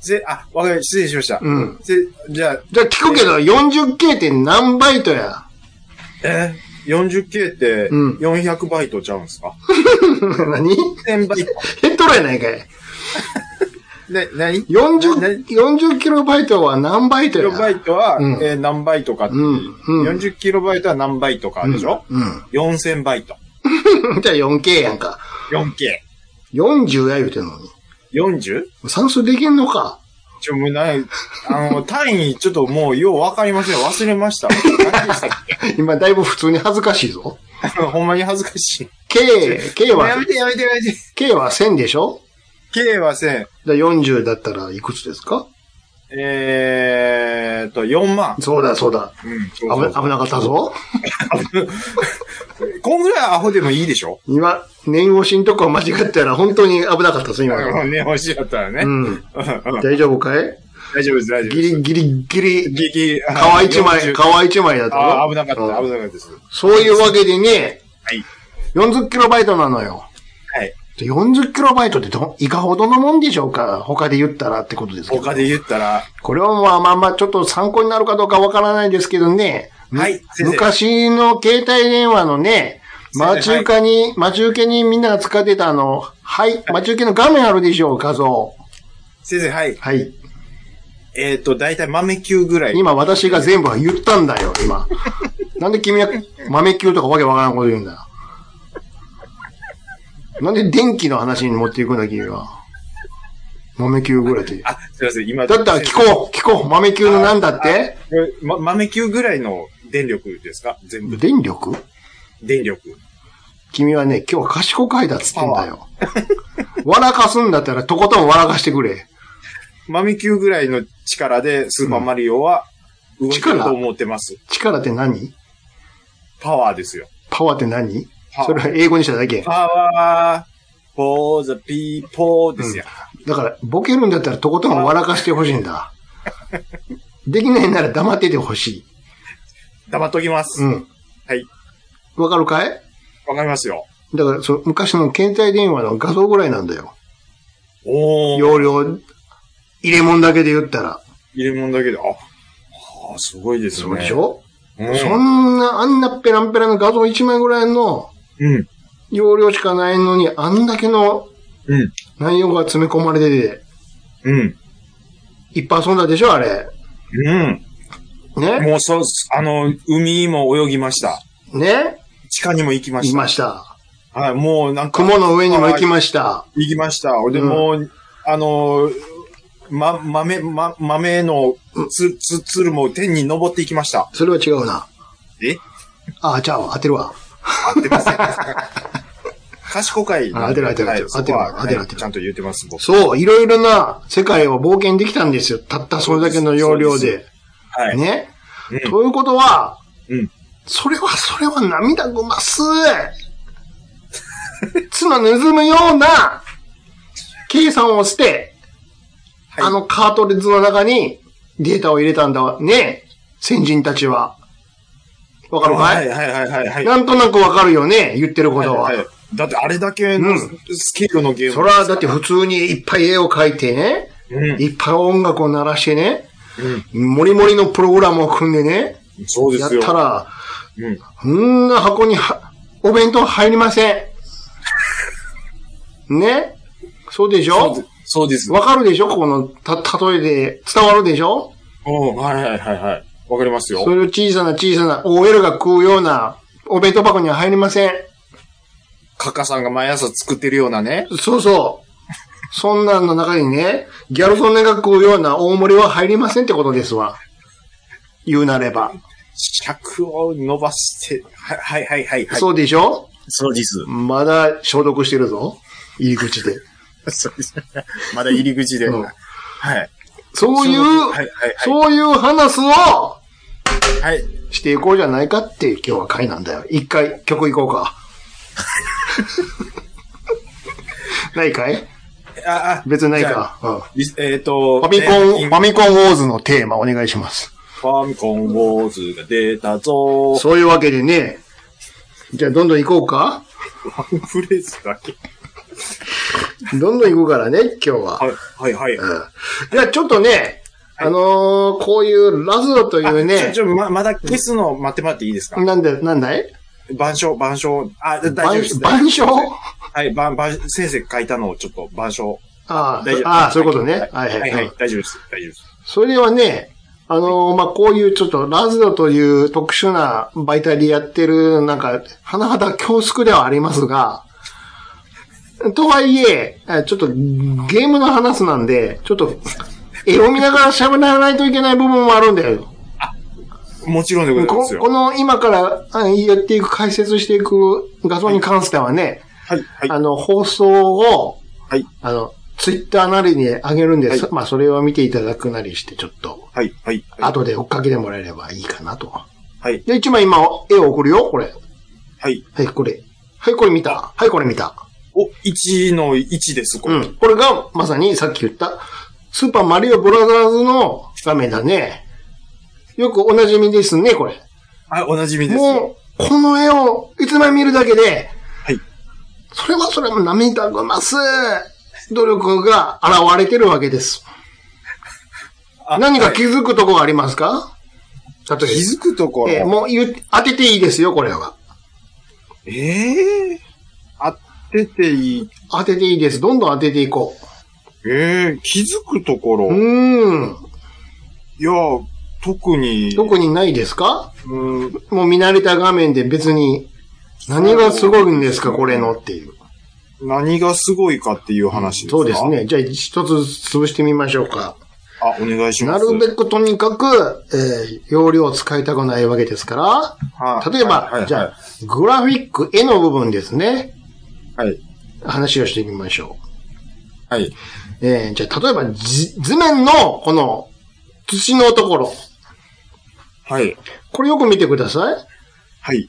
Speaker 4: せ、あ、わかり、失礼しました。
Speaker 5: うん。
Speaker 4: せ、じゃあ、
Speaker 5: じゃあ聞くけど、40K って何バイトや。
Speaker 4: えー、40K って、
Speaker 5: うん
Speaker 4: 400バイトちゃうんすか、
Speaker 5: 何
Speaker 4: ?1000 バイト。
Speaker 5: 減っとるやないかい。
Speaker 4: ね、何
Speaker 5: 40, 40キロバイトは何バイト
Speaker 4: キ
Speaker 5: や
Speaker 4: ロバイトは、
Speaker 5: うん
Speaker 4: えー何バイトかっていう、
Speaker 5: うんうん
Speaker 4: 40キロバイトは何バイトかでしょ、
Speaker 5: うん。
Speaker 4: ?4000 バイト。
Speaker 5: じゃあ 4K やんか。
Speaker 4: 4K。
Speaker 5: 40や言うてんのに。
Speaker 4: 40?
Speaker 5: 算数できんのか。
Speaker 4: ちょ、もうな、あ の、単位、ちょっともう、ようわかりません。忘れました。何でしたっ
Speaker 5: 今だいぶ普通に恥ずかしいぞ。
Speaker 4: け ほんまに恥ずかしい。
Speaker 5: K、K
Speaker 4: や
Speaker 5: は
Speaker 4: め、てやめてやめて。
Speaker 5: K は1000でしょ
Speaker 4: K は1000。
Speaker 5: じゃあ40だったらいくつですか
Speaker 4: えーっと、4万。
Speaker 5: そうだそうだ。
Speaker 4: うん。そ
Speaker 5: 危
Speaker 4: うそう
Speaker 5: 危なかったぞ。
Speaker 4: こんぐらいアホでもいいでしょ
Speaker 5: 今、念押しんとこ間違ったら本当に危なかったぞ、今の。
Speaker 4: ね、欲しかったらね。
Speaker 5: う
Speaker 4: うん
Speaker 5: ん。
Speaker 4: うん
Speaker 5: 大丈夫かい
Speaker 4: 大丈夫です、大丈夫
Speaker 5: ギ
Speaker 4: です。
Speaker 5: リギリギリ、
Speaker 4: ギリ、
Speaker 5: 皮一枚、
Speaker 4: 40
Speaker 5: 皮一枚だった
Speaker 4: あー
Speaker 5: ろ
Speaker 4: 危なかった、
Speaker 5: うん
Speaker 4: 危なかったです。
Speaker 5: そういうわけでね、
Speaker 4: はい
Speaker 5: 40kB なのよ。
Speaker 4: はい。
Speaker 5: 40kB ってど、いかほどのもんでしょうか他で言ったらってことですけど
Speaker 4: 他で言ったら、
Speaker 5: これはまあまあまあ、ちょっと参考になるかどうかわからないですけどね。
Speaker 4: はい先生
Speaker 5: 昔の携帯電話のね、
Speaker 4: 生
Speaker 5: 待ち受けに、待ち受けにみんなが使ってたあの、はい、待ち受けの画面あるでしょう、画像。
Speaker 4: 先生、はい。
Speaker 5: はい。
Speaker 4: えっ、と、だいたい豆球ぐらい。
Speaker 5: 今私が全部言ったんだよ、 今。なんで君は豆球とかわけわからんこと言うんだよ。なんで電気の話に持っていくんだ、君は。豆球ぐらいって。
Speaker 4: あ、すいません、今。
Speaker 5: だったら聞こう、聞こう、豆球のなんだって
Speaker 4: う。ま、豆球ぐらいの電力ですか全部。
Speaker 5: 電力
Speaker 4: 電力。
Speaker 5: 君はね、今日は賢くはいだっつってんだよ。笑かすんだったらとことん笑かしてくれ。
Speaker 4: 豆球ぐらいの力でスーパーマリオは動いてると思ってます。
Speaker 5: 力って何
Speaker 4: パワーですよ。
Speaker 5: パワーって何
Speaker 4: パワー
Speaker 5: それは英語にしただけ。
Speaker 4: パワー、for the people ですよ。
Speaker 5: だから、ボケるんだったらとことん笑かしてほしいんだ。できないなら黙っててほし
Speaker 4: 黙っときます。
Speaker 5: い。うん。
Speaker 4: はい。
Speaker 5: わかるかい
Speaker 4: わかりますよ。
Speaker 5: だから、そう、昔の携帯電話の画像ぐらいなんだよ。
Speaker 4: おー。
Speaker 5: 容量、入れ物だけで言ったら。
Speaker 4: 入れ物だけで、あ、はあ、すごいですね。
Speaker 5: そうでしょ、
Speaker 4: うん
Speaker 5: そんな、あんなペランペラの画像1枚ぐらいの
Speaker 4: うん。
Speaker 5: 容量しかないのに、あんだけの
Speaker 4: うん。
Speaker 5: 内容が詰め込まれて
Speaker 4: うん。
Speaker 5: て、いっぱい遊んだでしょあれ。
Speaker 4: うん。
Speaker 5: ね
Speaker 4: もうそう、あの、海も泳ぎました。
Speaker 5: ね
Speaker 4: 地下にも行きまし
Speaker 5: い
Speaker 4: た。
Speaker 5: ました。
Speaker 4: はい、もうなんか。
Speaker 5: 雲の上にも行き
Speaker 4: し
Speaker 5: ました。
Speaker 4: た。行きました。で、
Speaker 5: うん
Speaker 4: もう、あの、ま、豆、ま、豆のつ、つ、つるも天に登っていきました。
Speaker 5: それは違うな。
Speaker 4: え
Speaker 5: ああ、ちゃうわ。当てるわ。
Speaker 4: 合ってます。 賢かい。
Speaker 5: あ合ってる合ってる
Speaker 4: はい
Speaker 5: 合ってる
Speaker 4: そこは
Speaker 5: 合ってる
Speaker 4: はい
Speaker 5: 合ってる
Speaker 4: ちゃんと言ってます、僕。
Speaker 5: そう、いろいろな世界を冒険できたんですよ。たったそれだけの容量
Speaker 4: そう
Speaker 5: で。
Speaker 4: はい。
Speaker 5: ね、
Speaker 4: うん
Speaker 5: ということは、
Speaker 4: うん
Speaker 5: それはそれは涙ぐます。 妻盗むような計算をして、
Speaker 4: はい
Speaker 5: あのカートレッジの中にデータを入れたんだわね。先人たちは。わかるか、
Speaker 4: はいいはいはいはいはい。
Speaker 5: なんとなくわかるよね。言ってることは。
Speaker 4: はいはいはいだってあれだけ
Speaker 5: う
Speaker 4: の
Speaker 5: ん
Speaker 4: スケールのゲーム。
Speaker 5: それはだって普通にいっぱい絵を描いてね。
Speaker 4: うん
Speaker 5: いっぱい音楽を鳴らしてね。もりもりのプログラムを組んでね。
Speaker 4: そうで
Speaker 5: やっ
Speaker 4: すよ。
Speaker 5: たら、
Speaker 4: うん。
Speaker 5: そんな箱には、お弁当入りません。ねそうでし
Speaker 4: そう
Speaker 5: ょ
Speaker 4: でそうです。
Speaker 5: わかるでしょこの、た、例えで伝わるでしょ
Speaker 4: うん、はいはいはいはい。わかりますよ
Speaker 5: そ。れを小さな小さな OL が食うようなお弁当箱には入りません。
Speaker 4: カカさんが毎朝作ってるようなね。
Speaker 5: そうそう。そんなんの中にね、ギャル曽根が食うような大盛りは入りませんってことですわ。言うなれば。
Speaker 4: 尺を伸ばして、はいはいはいはいはい。
Speaker 5: そうでしょ
Speaker 4: そうです。
Speaker 5: まだ消毒してるぞ。入り口で。
Speaker 4: そうです。まだ入り口で。
Speaker 5: うん
Speaker 4: はい。
Speaker 5: そういう、
Speaker 4: はいはいはい。
Speaker 5: そういう話を
Speaker 4: はい。
Speaker 5: していこうじゃないかっていう今日は回なんだよ。一回曲いこうか。 ないかい
Speaker 4: あ、あ、
Speaker 5: 別にない
Speaker 4: じゃあ。
Speaker 5: か。うん
Speaker 4: リスえっと、
Speaker 5: ファミコン、ファミコンウォーズのテーマお願いします。
Speaker 4: ファミコンウォーズが出たぞ
Speaker 5: そういうわけでね、じゃあどんどん行こうか
Speaker 4: ワンフレーズだけ。
Speaker 5: どんどん行くからね、今日は。
Speaker 4: はい、はい、はい。
Speaker 5: うんじゃあちょっとね、あのーこういうラズロという
Speaker 4: ちょ、
Speaker 5: ね
Speaker 4: ち、ょ、ま、まだ消すの待ってもらっていいですか
Speaker 5: なんで、なんだい
Speaker 4: 板書、板書。あ、大丈夫
Speaker 5: 板
Speaker 4: です。
Speaker 5: 板書
Speaker 4: はい、板、板、先生書いたのをちょっと板書。
Speaker 5: ああ
Speaker 4: 大丈夫
Speaker 5: ああ、そういうことね。は
Speaker 4: はいい、
Speaker 5: は
Speaker 4: はいい、
Speaker 5: は
Speaker 4: はいい。。大丈夫です。大丈夫です。
Speaker 5: それはね、あのーまあ、こういうちょっとラズドという特殊な媒体でやってる、なんか、甚だ恐縮ではありますが、とはいえ、えちょっとゲームの話なんで、ちょっと、絵を見ながら喋らないといけない部分もあるんだよ。
Speaker 4: もちろんでございま
Speaker 5: こ
Speaker 4: すよ。
Speaker 5: この今からあやっていく、解説していく画像に関してはね、
Speaker 4: はい、はい。
Speaker 5: あの、放送を、
Speaker 4: はい
Speaker 5: あの、ツイッターなりに上げるんで、
Speaker 4: はい
Speaker 5: そまあ、それを見ていただくなりして、ちょっと、
Speaker 4: はい、はい。はい
Speaker 5: 後で追っかけてもらえればいいかなと。
Speaker 4: はい、
Speaker 5: で、一枚今、絵を送るよ、これ。
Speaker 4: はい。
Speaker 5: はい、これ。はい、これ見た。はい、これ見た。
Speaker 4: お、1の1です、こ
Speaker 5: う
Speaker 4: れ。
Speaker 5: ん。これが、まさにさっき言った、スーパーマリオブラザーズの画面だね。よくお馴染みですね、これ。
Speaker 4: はい、おなじみですよ。
Speaker 5: もう、この絵を一枚見るだけで、それはそれも涙ぐます。努力が現れてるわけです。
Speaker 6: あ
Speaker 5: 何か気づくとこがありますか例
Speaker 4: 気づくところ。
Speaker 5: ええ
Speaker 4: え
Speaker 5: ーもう言う、当てていいですよ、これは。
Speaker 4: え当てていい。
Speaker 5: 当てていいです。どんどん当てていこ
Speaker 4: ええ気づくところ。
Speaker 5: う。う
Speaker 4: い
Speaker 5: ーん。
Speaker 4: や、特に。
Speaker 5: 特にないですか
Speaker 4: うん
Speaker 5: もう見慣れた画面で別に、何がすごいんですか、これのっていう。
Speaker 4: 何がすごいかっていう話ですか、
Speaker 5: そうです。ね。じゃあ一つ潰してみましょうか。
Speaker 4: あ、お願いし
Speaker 5: な
Speaker 4: ます。
Speaker 5: るべくとにかく、えー容量を使いたくないわけですか
Speaker 4: は
Speaker 5: ら、
Speaker 4: い
Speaker 5: 例えば、
Speaker 4: はいはい
Speaker 5: じゃあ、グラフィック、絵の部分ですね。
Speaker 4: はい。
Speaker 5: 話をしてみましょ
Speaker 4: はい。
Speaker 5: う。えーじゃあ、例えば、じ図面の、この、土のところ。
Speaker 4: はい。
Speaker 5: これよく見てください。
Speaker 4: はい。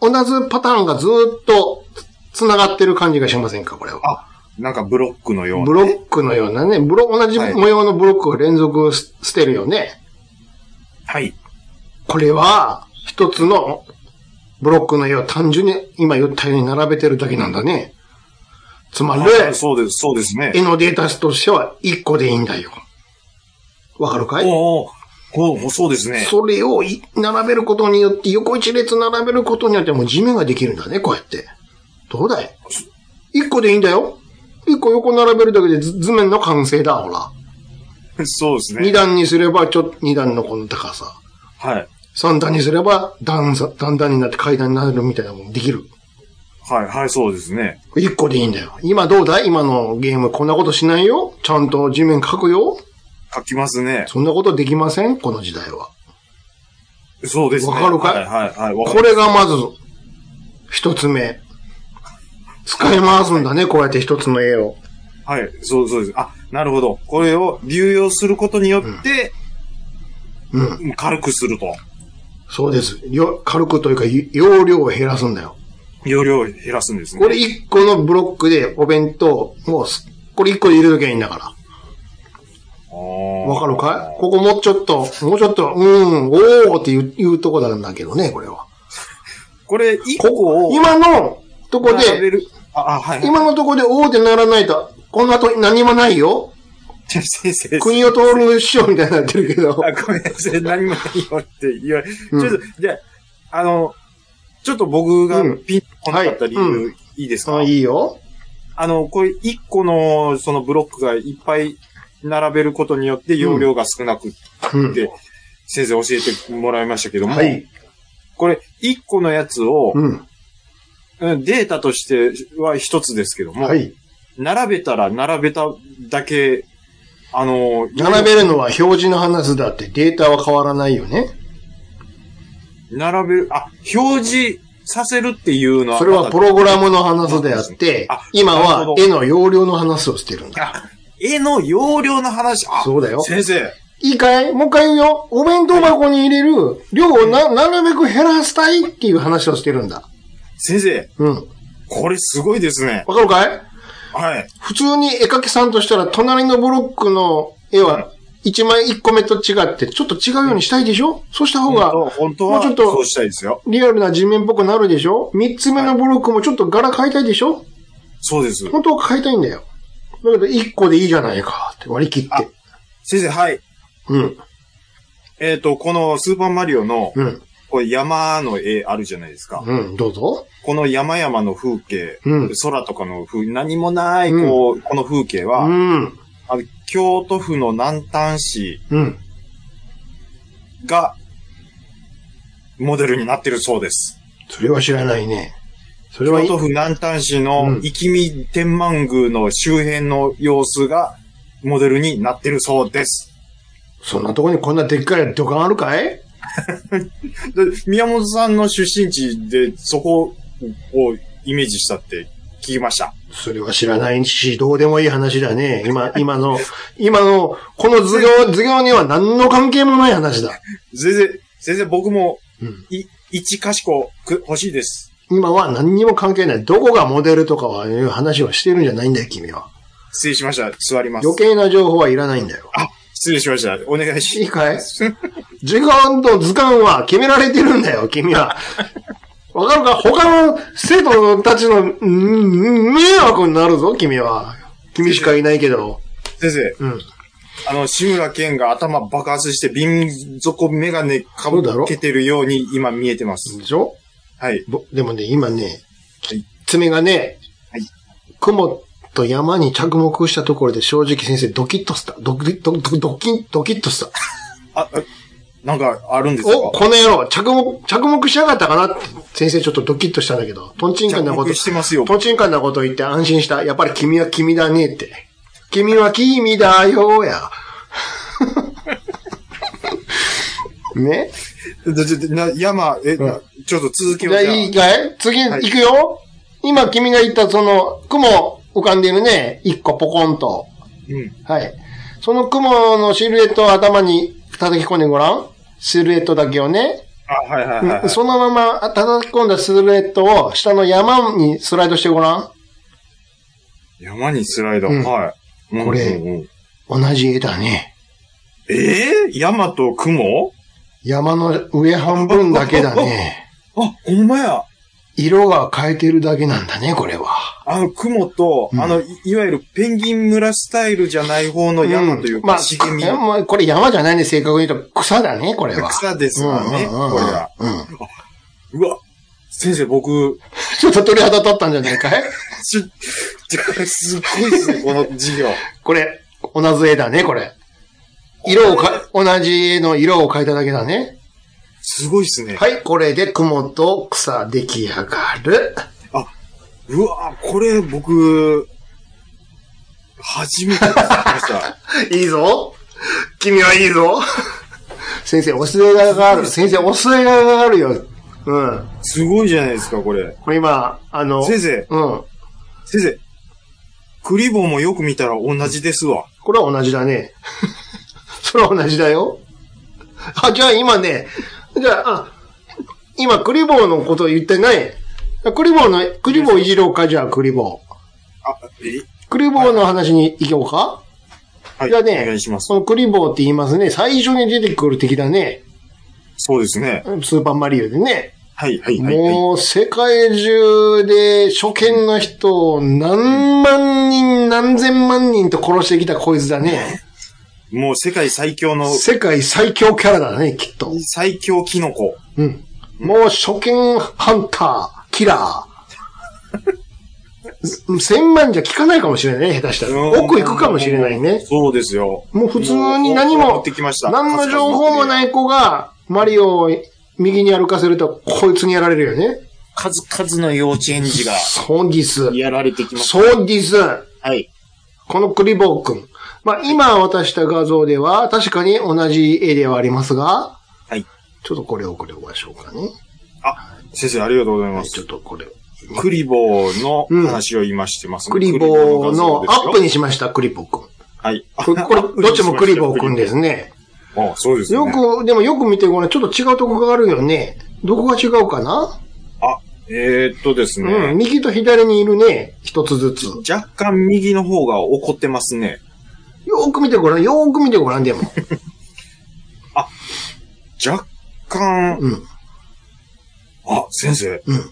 Speaker 5: 同じパターンがずーっと、つ繋がってる感じがしませんか、これは。
Speaker 4: なんかブロックのような。
Speaker 5: ブロックのようなね、ブロ同じ
Speaker 4: はい
Speaker 5: 模様のブロックを連続す捨てるよね。
Speaker 4: はい。
Speaker 5: これは、一つのブロックの絵を単純に今言ったように並べてるだけなんだね。つまり、
Speaker 4: あそうです、そうですね。
Speaker 5: 絵のデータとしては1個でいいんだよ。わかるかい
Speaker 4: おうおうおうそうですね。
Speaker 5: それをい並べることによって、横一列並べることによってもう地面ができるんだね、こうやって。どうだい ?1 個でいいんだよ。1個横並べるだけで図図面の完成だ、ほら。
Speaker 4: そうです
Speaker 5: 2
Speaker 4: ね。
Speaker 5: 段にすれば、ちょっと2段のこの高さ。
Speaker 4: はい。
Speaker 5: 三段にすれば段差、段々になって階段になるみたいなもんできる。
Speaker 4: はい、はい、そうですね。
Speaker 5: 一個でいいんだよ。今どうだい今のゲームこんなことしないよちゃんと地面書くよ
Speaker 4: 書きますね。
Speaker 5: そんなことできませんこの時代は。
Speaker 4: そうですね。
Speaker 5: わかるか
Speaker 4: は
Speaker 5: い
Speaker 4: い、はい、はい。わか
Speaker 5: これがまず、一つ目。使い回すんだね、こうやって一つの絵を。
Speaker 4: はい、そう、そうです。あ、なるほど。これを流用することによって、
Speaker 5: うん。
Speaker 4: 軽くすると。
Speaker 5: そうです。よ、軽くというか、ゆ容量を減らすんだよ。
Speaker 4: 容量を減らすんですね。
Speaker 5: これ一個のブロックでお弁当、もうす、これ一個で入れるきゃいいんだから。わ
Speaker 4: わ
Speaker 5: かるかいここもうちょっと、もうちょっと、うーん、おーって言う言うとこなんだけどね、これは。
Speaker 4: これ、一個を、
Speaker 5: 今のとこ
Speaker 4: 並べ
Speaker 5: で、
Speaker 4: る。あ、あはい。
Speaker 5: 今のとこでおーってならないと、この後何もないよ。
Speaker 4: 先生、
Speaker 5: 国を通る師匠みたいになってるけど。
Speaker 4: あ、ごめんなさい。何もないよって言われ、
Speaker 5: うん
Speaker 4: ちょっと、じゃあ、あの、ちょっと僕が
Speaker 5: うん
Speaker 4: ピンとこなかった理由、
Speaker 5: はい
Speaker 4: いいですか
Speaker 5: あいいよ。
Speaker 4: あの、これ一個のそのブロックがいっぱい並べることによって容量が少なく、
Speaker 5: うん。
Speaker 4: で先生教えてもらいましたけども、
Speaker 5: はい。
Speaker 4: これ一個のやつを、
Speaker 5: うん。
Speaker 4: うんデータとしては一つですけども、
Speaker 5: はい。
Speaker 4: 並べたら並べただけ、あの、
Speaker 5: 並べるのは表示の話だってデータは変わらないよね。
Speaker 4: 並べる、あ、表示させるっていうのは、
Speaker 5: それはプログラムの話であって
Speaker 4: あ、
Speaker 5: 今
Speaker 4: なる
Speaker 5: は
Speaker 4: ほど
Speaker 5: 絵の容量の話をしてるんだ。
Speaker 4: あ、絵の容量の話。あ、
Speaker 5: そうだよ。
Speaker 4: 先生。
Speaker 5: いいかいもう一回言うよ。お弁当箱に入れる量をな、なるべく減らしたいっていう話をしてるんだ。
Speaker 4: 先生、
Speaker 5: うん。
Speaker 4: これすごいですね。
Speaker 5: わかるかい
Speaker 4: はい。
Speaker 5: 普通に絵描きさんとしたら、隣のブロックの絵は、一枚一個目と違って、ちょっと違うようにしたいでしょそうした方が、
Speaker 4: 本当本当
Speaker 5: もうちょっ
Speaker 4: は、
Speaker 5: と
Speaker 4: そうしたいですよ。
Speaker 5: リアルな地面っぽくなるでしょ三つ目のブロックもちょっと柄変えたいでしょ
Speaker 4: そうです。
Speaker 5: 本当は変えたいんだよ。だけど、一個でいいじゃないかって割り切って。
Speaker 4: 先生、はい。
Speaker 5: うん、
Speaker 4: えっ、と、このスーパーマリオの、
Speaker 5: うん、
Speaker 4: これ山の絵あるじゃないですか。
Speaker 5: うん、どうぞ。
Speaker 4: この山々の風景、
Speaker 5: うん
Speaker 4: 空とかの風、何もない、
Speaker 5: うん
Speaker 4: こう、この風景
Speaker 5: う
Speaker 4: は、
Speaker 5: ん、
Speaker 4: あの京都府の南丹市
Speaker 5: うん。
Speaker 4: が、モデルになってるそうです。
Speaker 5: それは知らないね。それは
Speaker 4: 京都府南丹市の
Speaker 5: うん
Speaker 4: 生き見天満宮の周辺の様子がモデルになってるそうです。
Speaker 5: そんなとこにこんなでっかい土管あるかい
Speaker 4: で宮本さんの出身地でそこをイメージしたって聞きました。
Speaker 5: それは知らないし、どうでもいい話だね。今、今の、 今の、この図業、図業には何の関係もない話だ。
Speaker 4: 先生、先生僕も
Speaker 5: うん
Speaker 4: い、一かしこく欲しいです。
Speaker 5: 今は何にも関係ない。どこがモデルとかはいう話をしてるんじゃないんだよ、君は。
Speaker 4: 失礼しました。座ります。
Speaker 5: 余計な情報はいらないんだよ。
Speaker 4: 失礼しました。お願い
Speaker 5: いい
Speaker 4: し
Speaker 5: かい時間と図鑑は決められてるんだよ、君は。わかるか他の生徒たちの、うん迷惑になるぞ、君は。君しかいないけど。
Speaker 4: 先生、
Speaker 5: うん。
Speaker 4: あの、志村けんが頭爆発して、瓶底メガネかぶけてるように今見えてます。
Speaker 5: でしょ
Speaker 4: はい。
Speaker 5: ぼでもね、今ね
Speaker 4: はい、
Speaker 5: 爪がね、
Speaker 4: はい
Speaker 5: 雲と山に着目したところで正直先生ドキッとした。ドキッ、ドドドキッ、ドキッとした。
Speaker 4: あ、あなんかあるんですか
Speaker 5: お、この野郎、着目、着目しやがったかなって先生ちょっとドキッとしたんだけど、トンチンカンなこ
Speaker 4: 着
Speaker 5: と
Speaker 4: 目、してますよ。
Speaker 5: トンチンカンなこと言って安心した。やっぱり君は君だねって。君は君だよや。 ね
Speaker 4: だだだな山、え、
Speaker 5: ん
Speaker 4: なちょっと続き
Speaker 5: じ
Speaker 4: を
Speaker 5: ゃあ
Speaker 4: じゃあ
Speaker 5: いいかい次、
Speaker 4: はい
Speaker 5: 行くよ今君が言ったその、雲浮かんでるね。一個ポコンと。
Speaker 4: うん。
Speaker 5: はい。その雲のシルエットを頭に叩き込んでごらん。シルエットだけをね。
Speaker 4: あ、はいはいはい、はい。
Speaker 5: そのまま叩き込んだシルエットを下の山にスライドしてごらん。
Speaker 4: 山にスライド。
Speaker 5: うん
Speaker 4: はい。うん
Speaker 5: これ
Speaker 4: うんうん
Speaker 5: 同じ絵だね。
Speaker 4: えー、山と雲
Speaker 5: 山の上半分だけ だね。
Speaker 4: あ、ほんまや。
Speaker 5: 色が変えてるだけなんだね、これは。
Speaker 4: あの雲と、
Speaker 5: うん
Speaker 4: あのい、いわゆるペンギン村スタイルじゃない方の山というか、
Speaker 5: まあ、
Speaker 4: 茂み
Speaker 5: え
Speaker 4: の
Speaker 5: もうこれ山じゃないね、正確に言うと草だね、これは。
Speaker 4: 草ですわね、
Speaker 5: うんうんうん
Speaker 4: これは。
Speaker 5: うん。
Speaker 4: うわ、先生僕、
Speaker 5: ちょっと鳥肌立ったんじゃないかい
Speaker 4: ち ょ、ちょすっごいですね、この授業。
Speaker 5: これ、同じ絵だね、これ。色をか、同じ絵の色を変えただけだね。
Speaker 4: すごいですね。
Speaker 5: はい、これで雲と草出来上がる。
Speaker 4: うわ、これ僕、初めて聞きました。
Speaker 5: いいぞ。君はいいぞ。 先生、お末ががある。先生、お末ががあるよ。うん。
Speaker 4: すごいじゃないですか、これ。
Speaker 5: これ今、あの、
Speaker 4: 先生、
Speaker 5: うん。
Speaker 4: 先生、クリボーもよく見たら同じですわ。
Speaker 5: これは同じだね。 それは同じだよ。あ、じゃあ今ね、じゃあ、あ今、クリボーのこと言ってない。クリボーの、クリボーいじろうか、じゃあ、クリボー。
Speaker 4: あ、え
Speaker 5: クリボーの話に行こうか
Speaker 4: はい、
Speaker 5: じゃあね
Speaker 4: お願いします
Speaker 5: そ。のクリボーって言いますね。最初に出てくる敵だね。
Speaker 4: そうですね。
Speaker 5: スーパーマリオでね。
Speaker 4: はい、はい、はい。はい
Speaker 5: もう世界中で初見の人を何万人、何千万人と殺してきたこいつだね。
Speaker 4: もう世界最強の、
Speaker 5: 世界最強キャラだね、きっと。
Speaker 4: 最強キノコ。
Speaker 5: うん。もう初見ハンター、キラー。 千万じゃ効かないかもしれないね、下手したら。
Speaker 4: うん
Speaker 5: 奥行くかもしれないね。
Speaker 4: そうですよ。
Speaker 5: もう普通に何
Speaker 4: う持
Speaker 5: も
Speaker 4: って、きました。。
Speaker 5: 何の情報もないい子が、マリオを右に歩かせると、こいつにやられるよね。
Speaker 7: 数々の幼稚園児が
Speaker 5: そうです。
Speaker 7: やられてきます。
Speaker 5: そうです。
Speaker 7: はい。
Speaker 5: このクリボー君。まあ、今渡した画像では、確かに同じ絵ではありますが、
Speaker 4: はい。
Speaker 5: ちょっとこれをこれをましょうかね。
Speaker 4: 先生、ありがとうござい
Speaker 5: は
Speaker 4: ま
Speaker 5: い、ちょ
Speaker 4: す
Speaker 5: っ。とこれを。
Speaker 4: クリボーの話を今してます。
Speaker 5: クリボーのアップ
Speaker 4: に。
Speaker 5: にしました、クリボー
Speaker 4: はい。
Speaker 5: 君。これ、これどっちもクリボー君ですね。
Speaker 4: あ、そうですね。
Speaker 5: よく、でもよく見てごらん。ちょっと違うとこがあるよね。どこが違うかな、
Speaker 4: えーっとです
Speaker 5: うん。
Speaker 4: ね。
Speaker 5: 右と左にいるね。一つずつ。よ
Speaker 4: 若干右の方が怒ってますね。
Speaker 5: ーく見てごらん。よーく見てごらん、でも。
Speaker 4: 若干、
Speaker 5: うん。
Speaker 4: あ、先生。
Speaker 5: うん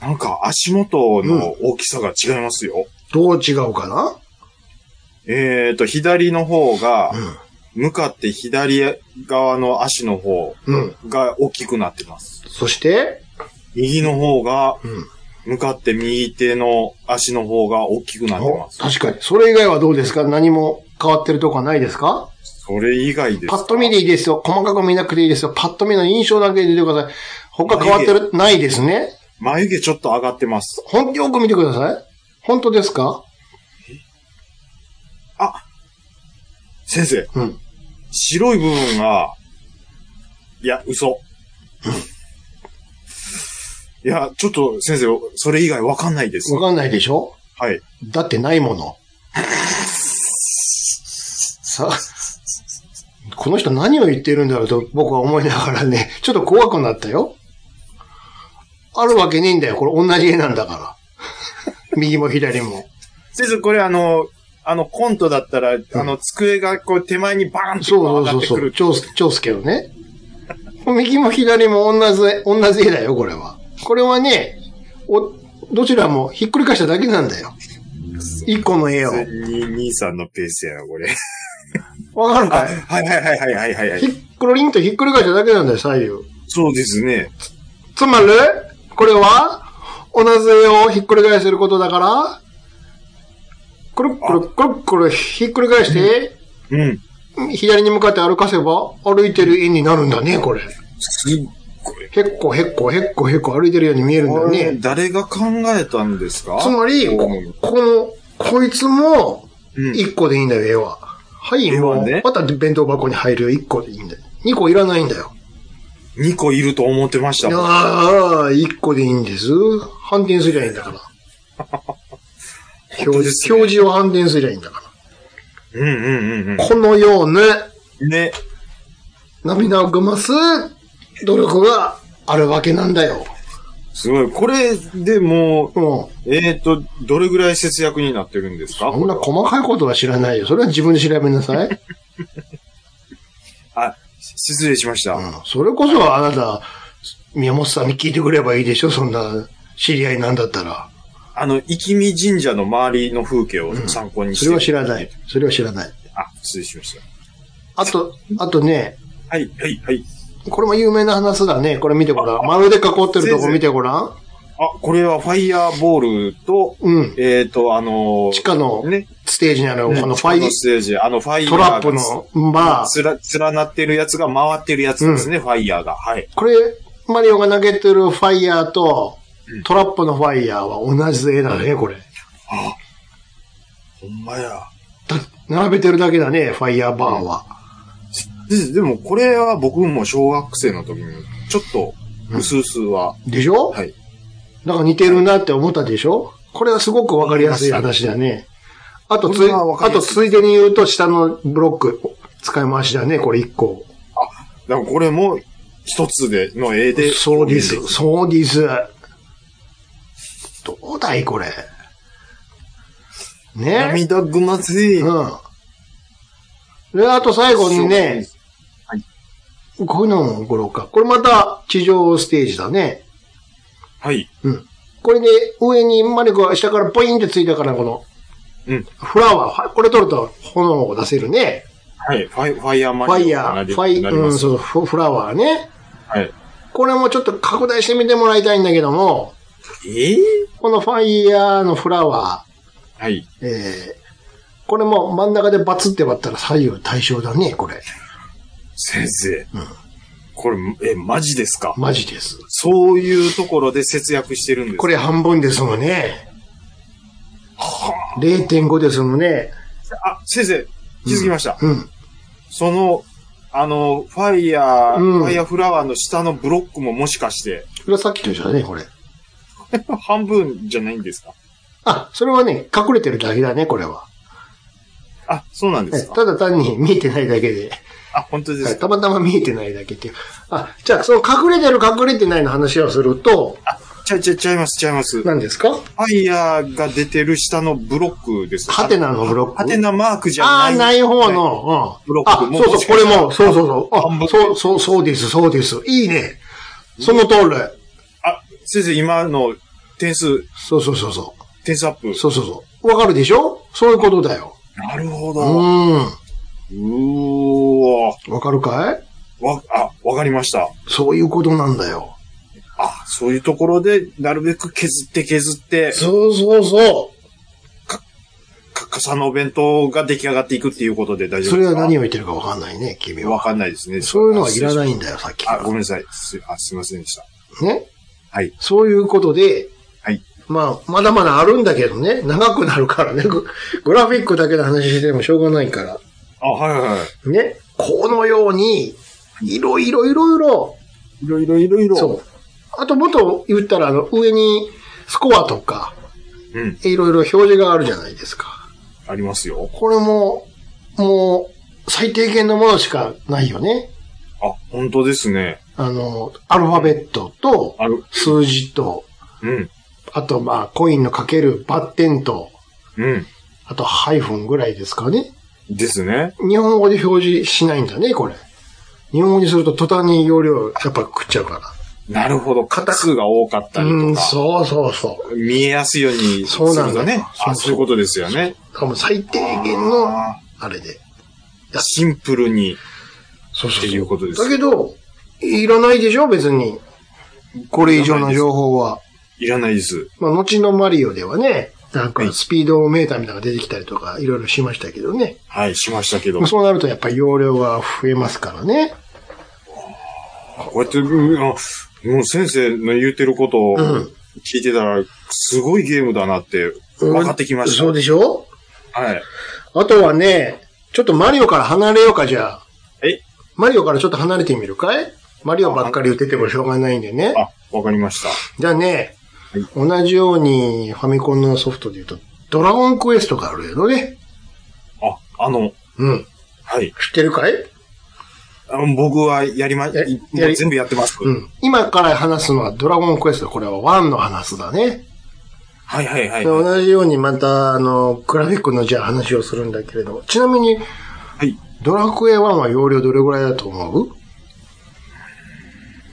Speaker 4: なんか足元の大きさが違いますよ。
Speaker 5: どう違うかな
Speaker 4: えーっと、左の方が、
Speaker 5: う
Speaker 4: 向かって左側の足の方
Speaker 5: ん。うん。
Speaker 4: が大きくなってます。
Speaker 5: そして、
Speaker 4: 右の方が、
Speaker 5: うん。
Speaker 4: 向かって右手の足の方が大きくなってま
Speaker 5: お
Speaker 4: す。
Speaker 5: 確かに。それ以外はどうですか何も変わってるとこはないですか
Speaker 4: それ以外ですか
Speaker 5: パッと見でいいですよ。細かく見なくていいですよ。パッと見の印象だけで出てください。他変わってる、ないですね。
Speaker 4: 眉毛ちょっと上がってます。
Speaker 5: ほん、よく見てください。本当ですか
Speaker 4: 先生。
Speaker 5: うん
Speaker 4: 白い部分が、いや、嘘。いや、ちょっと先生、それ以外わかんないです
Speaker 5: わ。かんないでしょ
Speaker 4: はい。
Speaker 5: だってないもの。さ、この人何を言ってるんだろうと僕は思いながらね、ちょっと怖くなったよ。あるわけねえんだよ。これ同じ絵なんだから。 右も左も。
Speaker 4: 先生、これあの、あの、コントだったら、あの、机がこう手前にバーンってこ
Speaker 5: そう
Speaker 4: う上
Speaker 5: そ
Speaker 4: がっ
Speaker 5: う
Speaker 4: て
Speaker 5: そ
Speaker 4: く
Speaker 5: うそう。
Speaker 4: る。
Speaker 5: 長介のね。右も左も同じ、同じ絵だよ、これは。これはね、お、どちらもひっくり返しただけなんだよ。一個の絵を。
Speaker 4: に、兄さんのペースやな、これ。
Speaker 5: わかるかい
Speaker 4: はいはいはいはいはいはいはい。
Speaker 5: ひっくりんとひっくり返しただけなんだよ、左右。
Speaker 4: そうですね。
Speaker 5: つまり、これは、同じ絵をひっくり返せることだから、くるっくるっくるっくるひっくり返して、
Speaker 4: うん。
Speaker 5: 左に向かって歩かせば、歩いてる絵になるんだね、これ。
Speaker 4: すっごい。
Speaker 5: へっこへっこへっこへっこ歩いてるように見えるんだよ
Speaker 4: これ
Speaker 5: ね。
Speaker 4: 誰が考えたんですか
Speaker 5: つまり、こ
Speaker 4: うん
Speaker 5: この、こいつも、
Speaker 4: うん
Speaker 5: 1個でいいんだよ、絵は。はい、
Speaker 4: 絵は
Speaker 5: もう
Speaker 4: ね
Speaker 5: また弁当箱に入るよ、1個でいいんだよ。2個いらないんだよ。
Speaker 4: 2個いると思ってましたもん。
Speaker 5: ああ、1個でいいんです。反転すりゃいいんだから。
Speaker 4: 当
Speaker 5: 表
Speaker 4: です
Speaker 5: 示、
Speaker 4: ね
Speaker 5: 表示を反転すりゃいいんだか
Speaker 4: うんうんうん
Speaker 5: ら。このような
Speaker 4: うん。ね。
Speaker 5: 涙をぐます努力があるわけなんだよ。
Speaker 4: すごい。これでも
Speaker 5: うん。
Speaker 4: う、えっ、ー、と、どれぐらい節約になってるんですか
Speaker 5: そんな細かいことは知らないよ。それは自分で調べなさい。うん。
Speaker 4: あ、失礼しました。
Speaker 5: それこそあなた、宮本さんに聞いてくればいいでしょそんな知り合いなんだったら。
Speaker 4: あの、生き見神社の周りの風景を参考にして、
Speaker 5: それは知らない。。それは知らない。
Speaker 4: あ、失礼しました。
Speaker 5: あと、あとね、
Speaker 4: はい、はい、はい。
Speaker 5: これも有名な話だね。これ見てごらん。丸で囲ってるとこ見てごらん。
Speaker 4: あ、これはファイヤーボールと、
Speaker 5: うん。
Speaker 4: えっ、ー、と、あのー
Speaker 5: 地下の
Speaker 4: ね、
Speaker 5: ステージにある、こ
Speaker 4: ね
Speaker 5: のファイ
Speaker 4: 地下、ステージ、あのファイヤー
Speaker 5: ト
Speaker 4: が
Speaker 5: ラップの、まあ、
Speaker 4: つら、連なってるやつが回ってるやつですね、ファイヤーが。はい。
Speaker 5: これ、マリオが投げてるファイヤーと、トラップのファイヤーは同じ絵だね、これ。
Speaker 4: ほんまや。
Speaker 5: だ並べてるだけだね、ファイヤーバーは。
Speaker 4: ででも、これは僕も小学生の時に、ちょっと、うすうすは、
Speaker 5: でしょ
Speaker 4: はい。
Speaker 5: なんか似てるなって思ったでしょこれはすごくわかりやすい話だね。あとつい、
Speaker 4: これはわか
Speaker 5: あ
Speaker 4: りや
Speaker 5: と
Speaker 4: すい
Speaker 5: ついでに言うと、下のブロック、使い回しだね、これ一個。
Speaker 4: でもこれも、一つで、の絵で。
Speaker 5: そうです、そうです。どうだい、これ。ね
Speaker 4: 涙ぐましい。
Speaker 5: うん。で、あと最後にね、こういうのも送ろうか。これまた地上ステージだね。
Speaker 4: はい。
Speaker 5: これで上にマリコが下からポインってついたから、この、
Speaker 4: うん
Speaker 5: フラワー、これ取ると炎を出せるね。
Speaker 4: はい。ファイファイヤーマ
Speaker 5: ファイヤ
Speaker 4: な
Speaker 5: ー、
Speaker 4: り
Speaker 5: ファイ、
Speaker 4: なり
Speaker 5: う
Speaker 4: ま
Speaker 5: ん、
Speaker 4: す
Speaker 5: そう、フフラワーね。
Speaker 4: はい。
Speaker 5: これもちょっと拡大してみてもらいたいんだけども、
Speaker 4: ええ
Speaker 5: このファイヤーのフラワ
Speaker 4: はい。
Speaker 5: ー、えー、これも真ん中でバツって割ったら左右対称だね、これ。
Speaker 4: 先生。これ、え、マジですか
Speaker 5: マジです。
Speaker 4: そういうところで節約してるんです
Speaker 5: これ半分ですもんね。0.5ですもんね。
Speaker 4: あ、先生、気づきました。
Speaker 5: うん。
Speaker 4: その、あの、ファイヤー、
Speaker 5: うん
Speaker 4: ファイヤーフラワーの下のブロックももしかして、
Speaker 5: これはさっきと一緒だね、これ。
Speaker 4: 半分じゃないんですか
Speaker 5: あ、それはね、隠れてるだけだね、これは。
Speaker 4: あ、そうなんで
Speaker 5: え
Speaker 4: すか
Speaker 5: ただ単に見えてないだけで。
Speaker 4: あ、本当で
Speaker 5: は
Speaker 4: す
Speaker 5: い
Speaker 4: か
Speaker 5: たまたま見えてないだけっていう。あ、じゃあ、その隠れてる隠れてないの話をすると、
Speaker 4: ちゃ、ちゃ、ちゃいます、ちゃいます。フ
Speaker 5: 何ですか
Speaker 4: ァイヤーが出てる下のブロックです。
Speaker 5: ハテナのブロック
Speaker 4: ハテナマークじゃ
Speaker 5: あ
Speaker 4: な
Speaker 5: あ
Speaker 4: い。
Speaker 5: ー、ない方の、うん。
Speaker 4: ブロックも
Speaker 5: あ、そう
Speaker 4: も
Speaker 5: そ
Speaker 4: し
Speaker 5: う、
Speaker 4: かし
Speaker 5: これ
Speaker 4: たら
Speaker 5: も、そうそうそう。
Speaker 4: 半分
Speaker 5: あ、そう、そう、そうです、そうです。いいね。その通り。
Speaker 4: あ、先生、今の点数、
Speaker 5: そうそうそうそ
Speaker 4: 点数アップ
Speaker 5: う。。そうそうそう。わかるでしょそういうことだよ。
Speaker 4: なるほ
Speaker 5: う
Speaker 4: ど。
Speaker 5: ん。
Speaker 4: うーわ
Speaker 5: わかるかい
Speaker 4: わ、あ、わかりました。
Speaker 5: そういうことなんだよ。
Speaker 4: あ、そういうところで、なるべく削って削って、
Speaker 5: そうそうそ
Speaker 4: カッカさんのお弁当が出来上がっていくっていうことで大丈夫ですか
Speaker 5: それは何を言ってるかわかんないね、君
Speaker 4: わ
Speaker 5: は。
Speaker 4: かんないですね。
Speaker 5: そういうのはいら
Speaker 4: い。
Speaker 5: ないんだよ、さっきか
Speaker 4: あ、
Speaker 5: ら
Speaker 4: ごめんなさい。す、あ、すいませんでした。
Speaker 5: ね。
Speaker 4: はい。
Speaker 5: そういうことで、
Speaker 4: はい。
Speaker 5: まあ、まだまだあるんだけどね、長くなるからね、ググラフィックだけで話してもしょうがないから、
Speaker 4: あ、はいはいはい。
Speaker 5: ね。このように、いろいろいろいろ、
Speaker 4: いろいろいろいろ。
Speaker 5: そう。あと、もっと言ったら、あの、上にスコアとか、
Speaker 4: うん。
Speaker 5: いろいろ表示があるじゃないですか。
Speaker 4: ありますよ。
Speaker 5: これも、もう、最低限のものしかないよね。
Speaker 4: あ、本当ですね。
Speaker 5: あの、アルファベットと、
Speaker 4: ある。
Speaker 5: 数字と、
Speaker 4: うん。
Speaker 5: あと、まあ、コインのかけるバッテンと、
Speaker 4: うん。
Speaker 5: あと、ハイフンぐらいですかね。
Speaker 4: ですね。
Speaker 5: 日本語で表示しないんだね、これ。日本語にすると途端に容量、やっぱ食っちゃうから。
Speaker 4: なるほど。
Speaker 5: 硬
Speaker 4: 硬
Speaker 5: く
Speaker 4: くが多かったり
Speaker 5: う
Speaker 4: と
Speaker 5: ん、
Speaker 4: か、
Speaker 5: そうそうそう。
Speaker 4: 見えやすいようにす
Speaker 5: そうなん
Speaker 4: る
Speaker 5: だ
Speaker 4: とね。
Speaker 5: そうそう
Speaker 4: あ、そういうことですよね。
Speaker 5: だからもう最低限の、あれで。
Speaker 4: シンプルにっ
Speaker 5: そうそ
Speaker 4: て
Speaker 5: う
Speaker 4: い
Speaker 5: そうう。
Speaker 4: ことです
Speaker 5: だ。けど、いらないでしょ別に。これ以上の情報は。
Speaker 4: いらないです。
Speaker 5: まあ、後のマリオではね、なん
Speaker 4: は
Speaker 5: か
Speaker 4: い
Speaker 5: スピードメーターみたいなのが出てきたりとか、いろいろしましたけどね。
Speaker 4: はい、しましたけど。
Speaker 5: そうなるとやっぱり容量が増えますからね。
Speaker 4: こうやって、うんあもう先生の言ってることを
Speaker 5: うん
Speaker 4: 聞いてたら、すごいゲームだなって分かってきました。
Speaker 5: そうでしょ
Speaker 4: はい。
Speaker 5: あとはね、ちょっとマリオから離れようか、じゃあ。
Speaker 4: え
Speaker 5: マリオからちょっと離れてみるかいマリオばっかり打っててもしょうがないんでね。
Speaker 4: あ、わかりました。
Speaker 5: じゃあね、同じようにファミコンのソフトで言うと、ドラゴンクエストがあるよね。
Speaker 4: あ、あの、
Speaker 5: うん。
Speaker 4: はい。
Speaker 5: 知ってるかい
Speaker 4: あの僕はやりま、
Speaker 5: や
Speaker 4: い
Speaker 5: やり
Speaker 4: 全部やってます。
Speaker 5: うん。今から話すのはドラゴンクエスト。これは1の話だね。
Speaker 4: はいはいはい。
Speaker 5: で同じようにまた、あの、グラフィックのじゃあ話をするんだけれども。ちなみに、
Speaker 4: い
Speaker 5: ドラクエ1は容量どれぐらいだと思う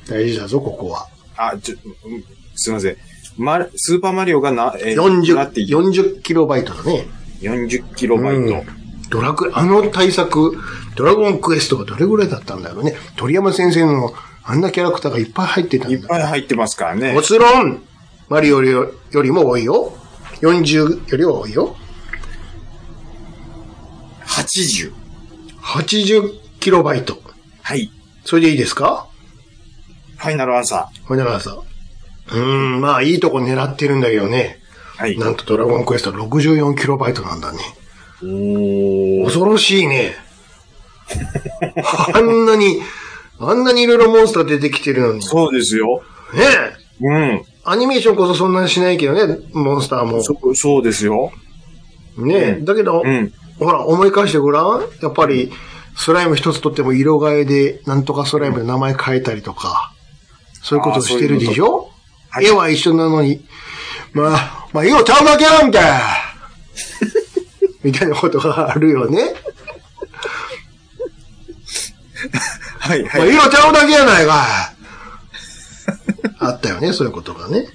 Speaker 5: 大事だぞ、ここは。
Speaker 4: あ、ちょ、うんすいません。ま、スーパーマリオがな、えーなっ
Speaker 5: 40
Speaker 4: て、
Speaker 5: 40キロバイトだね。
Speaker 4: 40キロバイト。
Speaker 5: うんドラクエ、あの対策、ドラゴンクエストはどれぐらいだったんだろうね。鳥山先生のあんなキャラクターがいっぱい入ってたん
Speaker 4: い
Speaker 5: だ
Speaker 4: っぱい入ってますからね
Speaker 5: も。ちろん、マリオよりも多いよ。40よりは多いよ。
Speaker 4: 80。
Speaker 5: 80キロバイト。
Speaker 4: はい。
Speaker 5: それでいいですか
Speaker 4: ファイナルアンサ
Speaker 5: ほいならさん。うーん、まあいいとこ狙ってるんだけどね。
Speaker 4: ー。はい。
Speaker 5: なんとドラゴンクエスト64キロバイトなんだね。
Speaker 4: おー
Speaker 5: 恐ろしいね。 あんなに、あんなにいろいろモンスター出てきてるのに。ね
Speaker 4: そうですよ。
Speaker 5: え。
Speaker 4: うん。
Speaker 5: アニメーションこそそんなにしないけどね、モンスターも。
Speaker 4: そ、そうですよ。
Speaker 5: ねえ。だけど、
Speaker 4: うん。
Speaker 5: ほら、思い返してごらん。やっぱり、スライム一つとっても色替えで、なんとかスライムの名前変えたりとか、そういうことをしてるでし
Speaker 4: う
Speaker 5: ょ
Speaker 4: いうことはい
Speaker 5: 絵は一緒なのに、まあ、まあ、色ちゃうだけ やんけみたいなことがあるよね。
Speaker 4: はい
Speaker 5: まあ、
Speaker 4: はい。
Speaker 5: 色ちゃうだけやないかいあったよね、そういうことがね。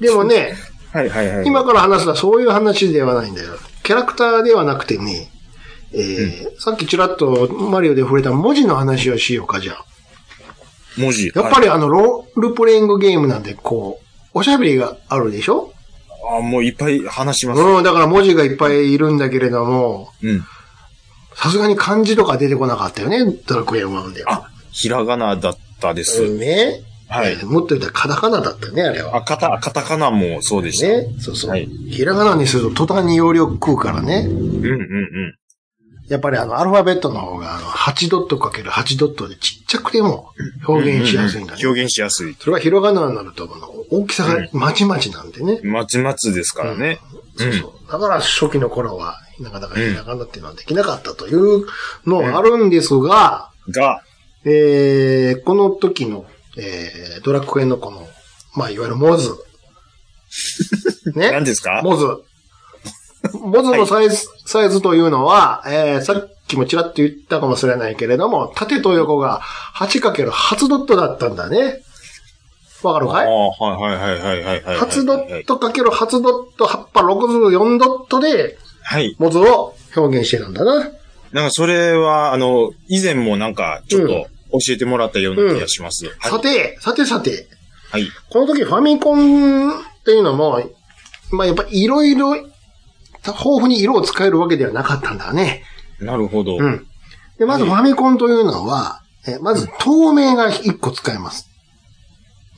Speaker 5: でもね、
Speaker 4: はいはいはい。
Speaker 5: 今から話すのはそういう話ではないんだよ。キャラクターではなくてね、えーさっきちらっとマリオで触れた文字の話をしようか、じゃあ。
Speaker 4: 文字。
Speaker 5: やっぱりあの、ロールプレイングゲームなんで、こう、おしゃべりがあるでしょ
Speaker 4: あ、もういっぱい話します。
Speaker 5: うん、だから文字がいっぱいいるんだけれども、
Speaker 4: うん。
Speaker 5: さすがに漢字とか出てこなかったよね、ドラクエ1では。
Speaker 4: あ、ひらがなだったです。
Speaker 5: うんね。
Speaker 4: はい。
Speaker 5: もっと言ったらカタカナだったね、あれは。
Speaker 4: あ、カタ、カタカナもそうでした。
Speaker 5: ね。そうそう。
Speaker 4: はい
Speaker 5: ひらがなにすると途端に容量食うからね。
Speaker 4: うんうんうん。
Speaker 5: やっぱりあの、アルファベットの方が、あの、8ドットかける8ドットでちっちゃくても表現しやすいんだね。
Speaker 4: 表現しやすい。
Speaker 5: それがひらがなになると、あの、大きさがまちまちなんでね。
Speaker 4: まちまちですからね。
Speaker 5: そうそう。だから初期の頃は、なかなかひらがなっていうのはできなかったというのはあるんですが、
Speaker 4: が、
Speaker 5: えー、この時の、えー、ドラクエのこの、まあ、いわゆるモズ。 ね。
Speaker 4: 何ですか
Speaker 5: モズ。モズのサイズ、サイズというのは、えー、さっきもちらっと言ったかもしれないけれども、縦と横が 8×8 ドットだったんだね。わかる
Speaker 4: あ
Speaker 5: かい
Speaker 4: あ、はいはいはいはいはい。
Speaker 5: 8ドッ
Speaker 4: はい
Speaker 5: ト ×8 ドット、葉っぱ64ドットで、
Speaker 4: はい。
Speaker 5: モズを表現してるんだな。
Speaker 4: なんかそれは、あの、以前もなんか、ちょっと教えてもらったような気がします。
Speaker 5: さ
Speaker 4: は
Speaker 5: て、さてさて、
Speaker 4: い。はい。
Speaker 5: この時ファミコンっていうのも、まあやっぱいろいろ、豊富に色を使えるわけではなかったんだね。
Speaker 4: なるほど。
Speaker 5: うん。で、まずファミコンというのは、えまず透明が1個使えます。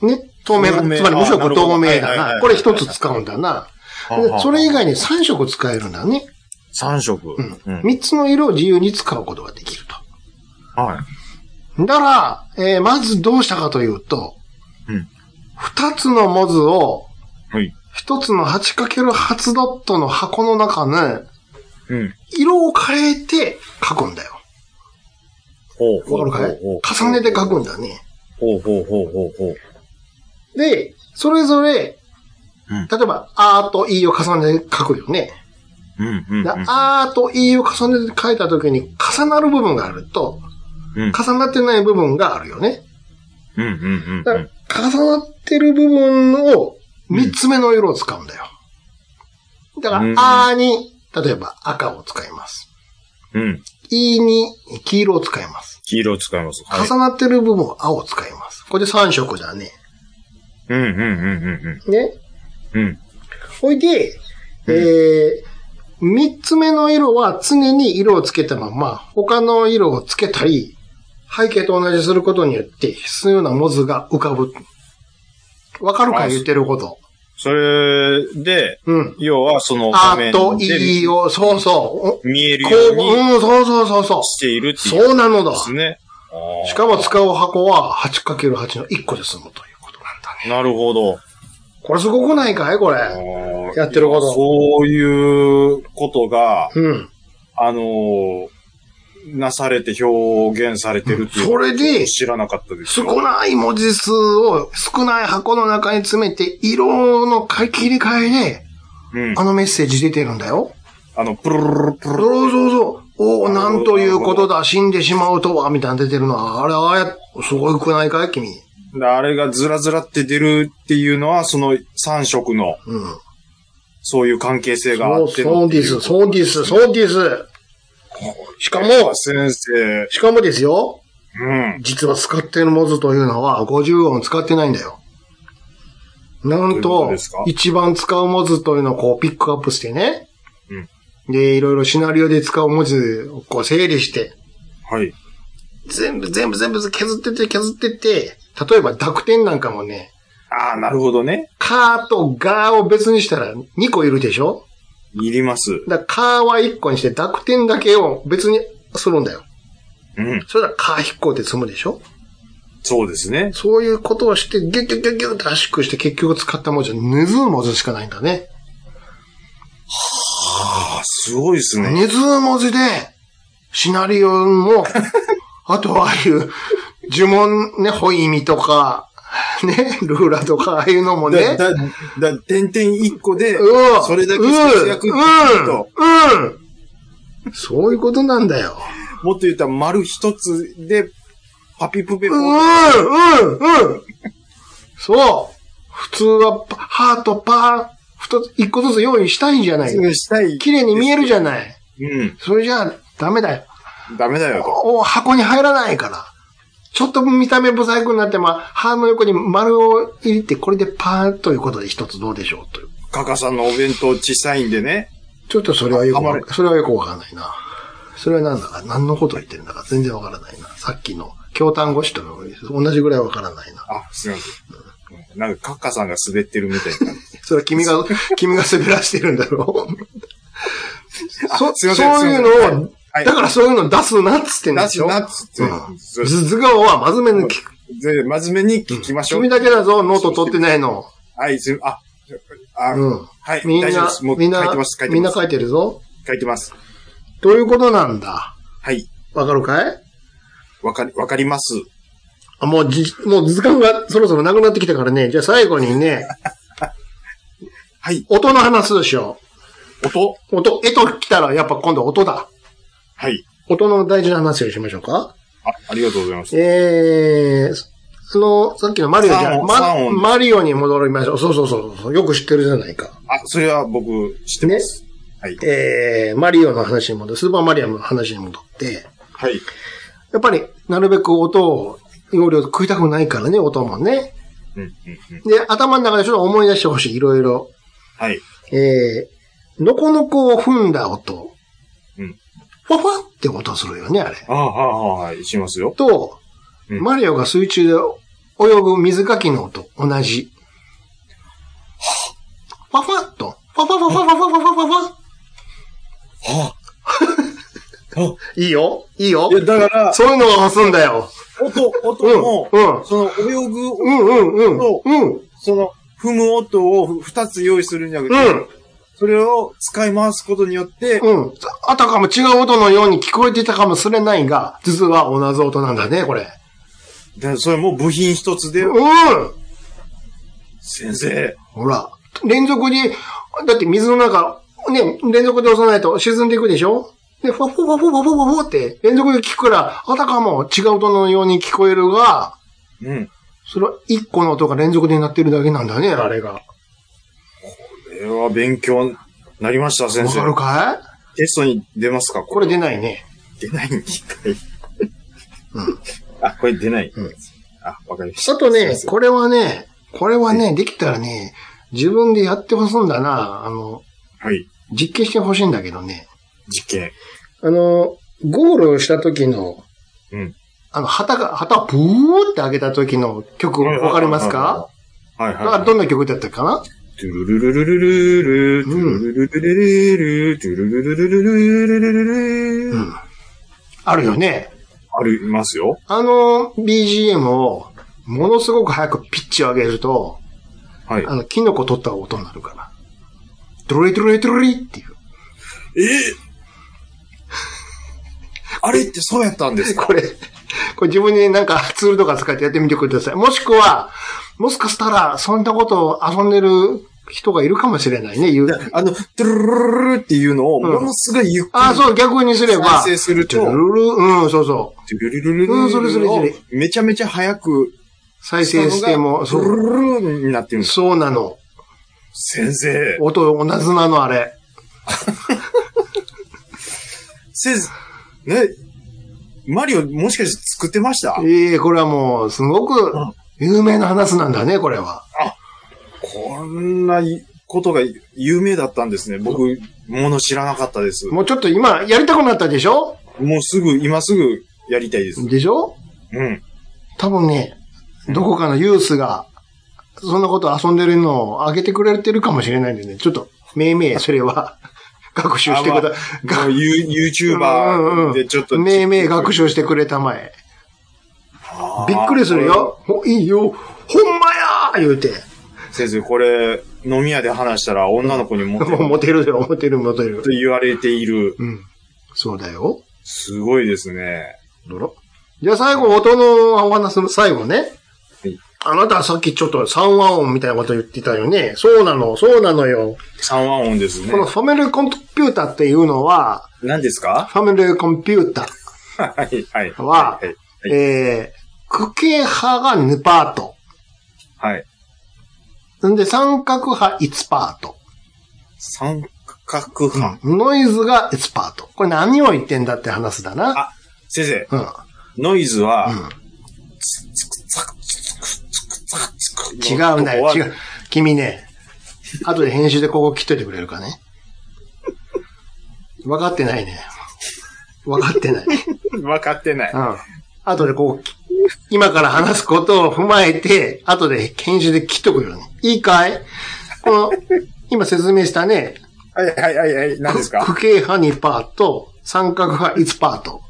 Speaker 5: ね透明が、
Speaker 4: 透明
Speaker 5: つまり無色
Speaker 4: あなるほど
Speaker 5: 透明
Speaker 4: はいはいは
Speaker 5: だ
Speaker 4: いは
Speaker 5: な。
Speaker 4: い
Speaker 5: これ1つ使うんだな。
Speaker 4: は
Speaker 5: で
Speaker 4: は
Speaker 5: それ以外に3色使えるんだね。
Speaker 4: 三色。
Speaker 5: う
Speaker 4: うんん。
Speaker 5: 3つの色を自由に使うことができる
Speaker 4: は
Speaker 5: と。だから、えーまずどうしたかというと、
Speaker 4: うん
Speaker 5: 2つのモズを
Speaker 4: い。はい。
Speaker 5: 1つの 8×8 ドットの箱の中の
Speaker 4: うん。
Speaker 5: 色を変えて書くんだよ。
Speaker 4: ほう。
Speaker 5: わかるかい重ねて書くんだね。
Speaker 4: ほうほうほうほうほう。
Speaker 5: で、それぞれ、
Speaker 4: うん
Speaker 5: 例えば、あーと E を重ねて書くよね。
Speaker 4: うんうんうん。
Speaker 5: であーと E を重ねて書いた時に重なる部分があると、
Speaker 4: うん
Speaker 5: 重なってない部分があるよね。
Speaker 4: うんうん
Speaker 5: だから重なってる部分を三つ目の色を使うんだよ。だから、
Speaker 4: うん
Speaker 5: あーに、例えば赤を使います。
Speaker 4: うん。うん。
Speaker 5: いに黄色を使います。
Speaker 4: 黄色を使います。はい。
Speaker 5: 重なってる部分は青を使います。これで三色だね。
Speaker 4: うんうんうん
Speaker 5: ね。
Speaker 4: うんうん。うん。
Speaker 5: ほいで、えー、三つ目の色は常に色をつけたまま、他の色をつけたり、背景と同じすることによって、必要な文字が浮かぶ。わかるか
Speaker 4: あ
Speaker 5: 言ってること。
Speaker 4: それで、
Speaker 5: うん。
Speaker 4: 要はその画
Speaker 5: あ
Speaker 4: 面
Speaker 5: と、い
Speaker 4: で
Speaker 5: いよ、そうそう。
Speaker 4: 見える
Speaker 5: こ
Speaker 4: よ
Speaker 5: う、
Speaker 4: うに
Speaker 5: うん、そうそうそうそう。
Speaker 4: しているっていう
Speaker 5: そうなのだ
Speaker 4: で。すね。あー
Speaker 5: しかも使う箱は 8×8 の1個で済むということなんだね。
Speaker 4: なるほど。
Speaker 5: これすごくないかいこ
Speaker 4: あ
Speaker 5: れ。
Speaker 4: ー
Speaker 5: やってること
Speaker 4: そういうことが、
Speaker 5: うん。
Speaker 4: あのーなされて表現されてるっていう。
Speaker 5: それで
Speaker 4: 知らなかったです
Speaker 5: 少
Speaker 4: よ。
Speaker 5: ない文字数を少ない箱の中に詰めて、色の切り替えで、
Speaker 4: うん。
Speaker 5: あのメッセージ出てるんだよ。
Speaker 4: あの、プルルルルプルルル。
Speaker 5: そうそうそう。おお、なんということだ、死んでしまうとは、みたいなの出てるのは、あれ、あれ、すごくないかい君。
Speaker 4: であれがずらずらって出るっていうのは、その3色の、
Speaker 5: うん。
Speaker 4: そういう関係性が
Speaker 5: そ
Speaker 4: あ
Speaker 5: う、
Speaker 4: って
Speaker 5: そうです、そうです、そうです。しかも、
Speaker 4: 先生、
Speaker 5: しかもですよ、
Speaker 4: うん。
Speaker 5: 実は使ってるモズというのは50音使ってないんだよ。なん
Speaker 4: どういうこと
Speaker 5: と
Speaker 4: ですか、
Speaker 5: 一番使うモズというのをこうピックアップしてね。で、いろいろシナリオで使う文字をこう整理して、
Speaker 4: はい。
Speaker 5: 全部全部全部削ってって削ってって、例えば濁点なんかもね、
Speaker 4: ああ、なるほどね。
Speaker 5: カーとガーを別にしたら2個いるでしょ
Speaker 4: いります。
Speaker 5: だからカーは1個にして濁点だけを別にするんだよ。
Speaker 4: うん。
Speaker 5: それだらカー引っこで済むでしょ
Speaker 4: そうですね。
Speaker 5: そういうことをして、ギュッギュッギュッギュッと圧縮して、結局使った文字はねず文字しかないんだね。
Speaker 4: ああ、すごいですね。
Speaker 5: ねず文字で、シナリオも、 あとはああいう、呪文ね、ホイミとか、ね、ルーラとか、ああいうのもね
Speaker 4: だ、、だ、だ、点々一個で、
Speaker 5: うん
Speaker 4: それだけ
Speaker 5: うん
Speaker 4: 節約って言う
Speaker 5: うん
Speaker 4: と、
Speaker 5: うんそういうことなんだよ。
Speaker 4: もっと言ったら丸一つで、パピプペポ
Speaker 5: うん、うん、うん。そう。普通はパ、ハート、パー、二つ、一個ずつ用意したいんじゃない
Speaker 4: したい。
Speaker 5: 綺麗に見えるじゃない。
Speaker 4: うん。
Speaker 5: それじゃあ、ダメだよ。
Speaker 4: ダメだよと。
Speaker 5: お箱に入らないから。ちょっと見た目不細工になって、まあ、歯の横に丸を入れて、これでパーということで一つどうでしょうという。
Speaker 4: カカさんのお弁当小さいんでね。
Speaker 5: ちょっとそれはよく
Speaker 4: ああ
Speaker 5: わ
Speaker 4: まり
Speaker 5: か、それはよくわかんないな。それはなんだか、何のことを言ってるんだか全然わからないな。さっきの、京丹後市と同じぐらいわからないな。
Speaker 4: あ、すいません。なんかカカさんが滑ってるみたいな 感じ。
Speaker 5: そ れは君が、君が滑らしてるんだろう。そ、
Speaker 4: あすいません
Speaker 5: そういう
Speaker 4: すいませ
Speaker 5: のを、
Speaker 4: はい
Speaker 5: だからそういうのを出すなっつってんで
Speaker 4: ナ
Speaker 5: し
Speaker 4: ス、
Speaker 5: ょ
Speaker 4: ナッツって
Speaker 5: うん。ず図顔は真面目に聞く。
Speaker 4: で、真面目に聞きましょう
Speaker 5: 君。だけだぞ、ノート取ってないの。
Speaker 4: はい、すみ、あ、あ、
Speaker 5: うん。
Speaker 4: はい、
Speaker 5: みん
Speaker 4: 大丈夫
Speaker 5: な
Speaker 4: です。も、う書
Speaker 5: み
Speaker 4: い
Speaker 5: ん
Speaker 4: て
Speaker 5: な
Speaker 4: ます、書い、て
Speaker 5: みん
Speaker 4: ま
Speaker 5: な
Speaker 4: す。
Speaker 5: 書いてるぞ。
Speaker 4: 書いてます。
Speaker 5: ということなんだ。
Speaker 4: はい。
Speaker 5: わかるかい
Speaker 4: わかり、わかります。
Speaker 5: あもうじ、もう図鑑がそろそろなくなってきたからね。じゃあ最後 にね、
Speaker 4: はい。
Speaker 5: 音の話をしよ
Speaker 4: 音
Speaker 5: う。音、絵と来たらやっぱ今度音だ。
Speaker 4: はい。
Speaker 5: 音の大事な話をしましょうか。
Speaker 4: あ、ありがとうございます。
Speaker 5: えー、その、さっきのマリオじゃ
Speaker 4: 三
Speaker 5: ん、
Speaker 4: 音
Speaker 5: ま
Speaker 4: 三、音
Speaker 5: マリオに戻りましょう。そうそうそうそう。よく知ってるじゃないか。
Speaker 4: あ、それは僕知ってます。はい。
Speaker 5: えー、マリオの話に戻る、スーパーマリオの話に戻って、
Speaker 4: はい。
Speaker 5: やっぱりなるべく音を、容量食いたくないからね、音もね。
Speaker 4: うん、うん、うん。
Speaker 5: で、頭の中でちょっと思い出してほしい、いろいろ。
Speaker 4: はい。
Speaker 5: えー、のこのこを踏んだ音。
Speaker 4: うん。
Speaker 5: ファファって音するよね、あれ。
Speaker 4: ああ、はい、はい、しますよ。
Speaker 5: と、
Speaker 4: うん
Speaker 5: マリオが水中で泳ぐ水かきの音、同じ。ファファっと。ファファファファファファファファファ
Speaker 4: はい
Speaker 5: いよいいよ
Speaker 4: いや、だから、
Speaker 5: そういうのが欲すんだよ。
Speaker 4: 音、
Speaker 5: うん、
Speaker 4: 音も、
Speaker 5: うん。
Speaker 4: その、泳ぐ、
Speaker 5: うん、うん、うん
Speaker 4: そ。
Speaker 5: うん、
Speaker 4: その、踏む音を二つ用意するんじゃなく
Speaker 5: う
Speaker 4: て、
Speaker 5: ん、
Speaker 4: それを使い回すことによって、
Speaker 5: うん。あたかも違う音のように聞こえてたかもしれないが、実は同じ音なんだね、これ。
Speaker 4: でそれも部品一つで、
Speaker 5: うん
Speaker 4: 先生、
Speaker 5: ほら、連続に、だって水の中、ね、連続で押さないと沈んでいくでしょで、ファフォファフォファフォフォフォって連続で聞くから、あたかも違う音のように聞こえるが、
Speaker 4: うん。
Speaker 5: それは一個の音が連続でなってるだけなんだね、あれが。
Speaker 4: これは勉強になりました、先
Speaker 5: わかる
Speaker 4: 生。
Speaker 5: かい
Speaker 4: テストに出ますか
Speaker 5: これ出ないね。
Speaker 4: 出ないんかい。あ、これ出ない。
Speaker 5: うん
Speaker 4: あ、わかりました。
Speaker 5: あとね
Speaker 4: すい、ま
Speaker 5: これはね、これはね、できたらね、自分でやってほしいんだな。あの、
Speaker 4: せんはい。
Speaker 5: 実験してほしいんだけどね。
Speaker 4: 実験。
Speaker 5: あの、ゴールをした時の、
Speaker 4: うん
Speaker 5: あの、旗が、旗をブーって上げた時の曲、わかりますか
Speaker 4: はいはい
Speaker 5: あ
Speaker 4: はい。
Speaker 5: どんな曲だったかな
Speaker 4: トゥルルルルルルル、トゥルルルルルル、トゥルルルルルルルル
Speaker 5: うん。あるよね。
Speaker 4: ありますよ。
Speaker 5: あの、BGM を、ものすごく早くピッチを上げると、
Speaker 4: はい
Speaker 5: あの、キノコ取った音になるから。ドロリドロリドロリっていう。
Speaker 4: えあれってそうやったんですか
Speaker 5: これ、これ自分になんかツールとか使ってやってみてください。もしくは、もしかしたら、そんなことを遊んでる人がいるかもしれないね、言う。
Speaker 4: あの、トゥルルルルルっていうのを、ものすごいゆっくり
Speaker 5: ああ、そう、逆にすれば。
Speaker 4: 再生する
Speaker 5: ル
Speaker 4: と、
Speaker 5: ルルうん、そうそう。
Speaker 4: トゥルルルルルめちゃめちゃ早く、
Speaker 5: 再生しても、
Speaker 4: ト
Speaker 5: そ
Speaker 4: ゥル
Speaker 5: う。
Speaker 4: ルルルになってるんです。
Speaker 5: そうなの。
Speaker 4: 先生。
Speaker 5: 音同じなの、あれ。
Speaker 4: 先生、ね、マリオもしかして作ってました
Speaker 5: ええこれはもう、すごく有名な話なんだね、これは。
Speaker 4: こんなことが有名だったんですね。僕、もの知らなかったです。
Speaker 5: もうちょっと今、やりたくなったでしょ
Speaker 4: もうすぐ、今すぐやりたいです。
Speaker 5: でしょ
Speaker 4: うん。
Speaker 5: 多分ね、どこかのユースが、そんなこと遊んでるのを上げてくれてるかもしれないんでね、ちょっと、めいめい、それは、 学習してくだ、
Speaker 4: もうユー YouTuber でちょっと。
Speaker 5: めいめい学習してくれたまえ。
Speaker 4: あー
Speaker 5: びっくりする。よ。ほいいよ。ほんまやー言うて。
Speaker 4: 先生、これ、飲み屋で話したら女の子にモ テ
Speaker 5: もう
Speaker 4: る
Speaker 5: モテるよ、モテる、モテる
Speaker 4: と。言われている。
Speaker 5: うん。そうだよ。
Speaker 4: すごいですね。
Speaker 5: どろじゃあ最後、音のお話の最後ね
Speaker 4: はい。
Speaker 5: あなたさっきちょっと三和音みたいなこと言ってたよね。そうなの、そうなのよ。
Speaker 4: 三和音ですね
Speaker 5: こ。のファミリーコンピュータっていうのは、
Speaker 4: 何ですか
Speaker 5: ファミリーコンピュータ
Speaker 4: はい、 はい。
Speaker 5: は
Speaker 4: はい、
Speaker 5: ー、えー、区形派が2パート。
Speaker 4: はい。
Speaker 5: んで、三角派1パート。
Speaker 4: 三角派。
Speaker 5: ノイズが1パート。これ何を言ってんだって話だな。
Speaker 4: あ先生、
Speaker 5: うん。うん。
Speaker 4: ノイズは、
Speaker 5: 違うんだよ、違う。君ね、後で編集でここ切っといてくれるかね。分かってないね。分かってない。
Speaker 4: う。 分かってない。
Speaker 5: うん。後でこう、今から話すことを踏まえて、後で研修で切っとくよね。いいかいこの、今説明したね、
Speaker 4: はいはいはいはい。何ですか
Speaker 5: 区形派2パート、三角派1パート、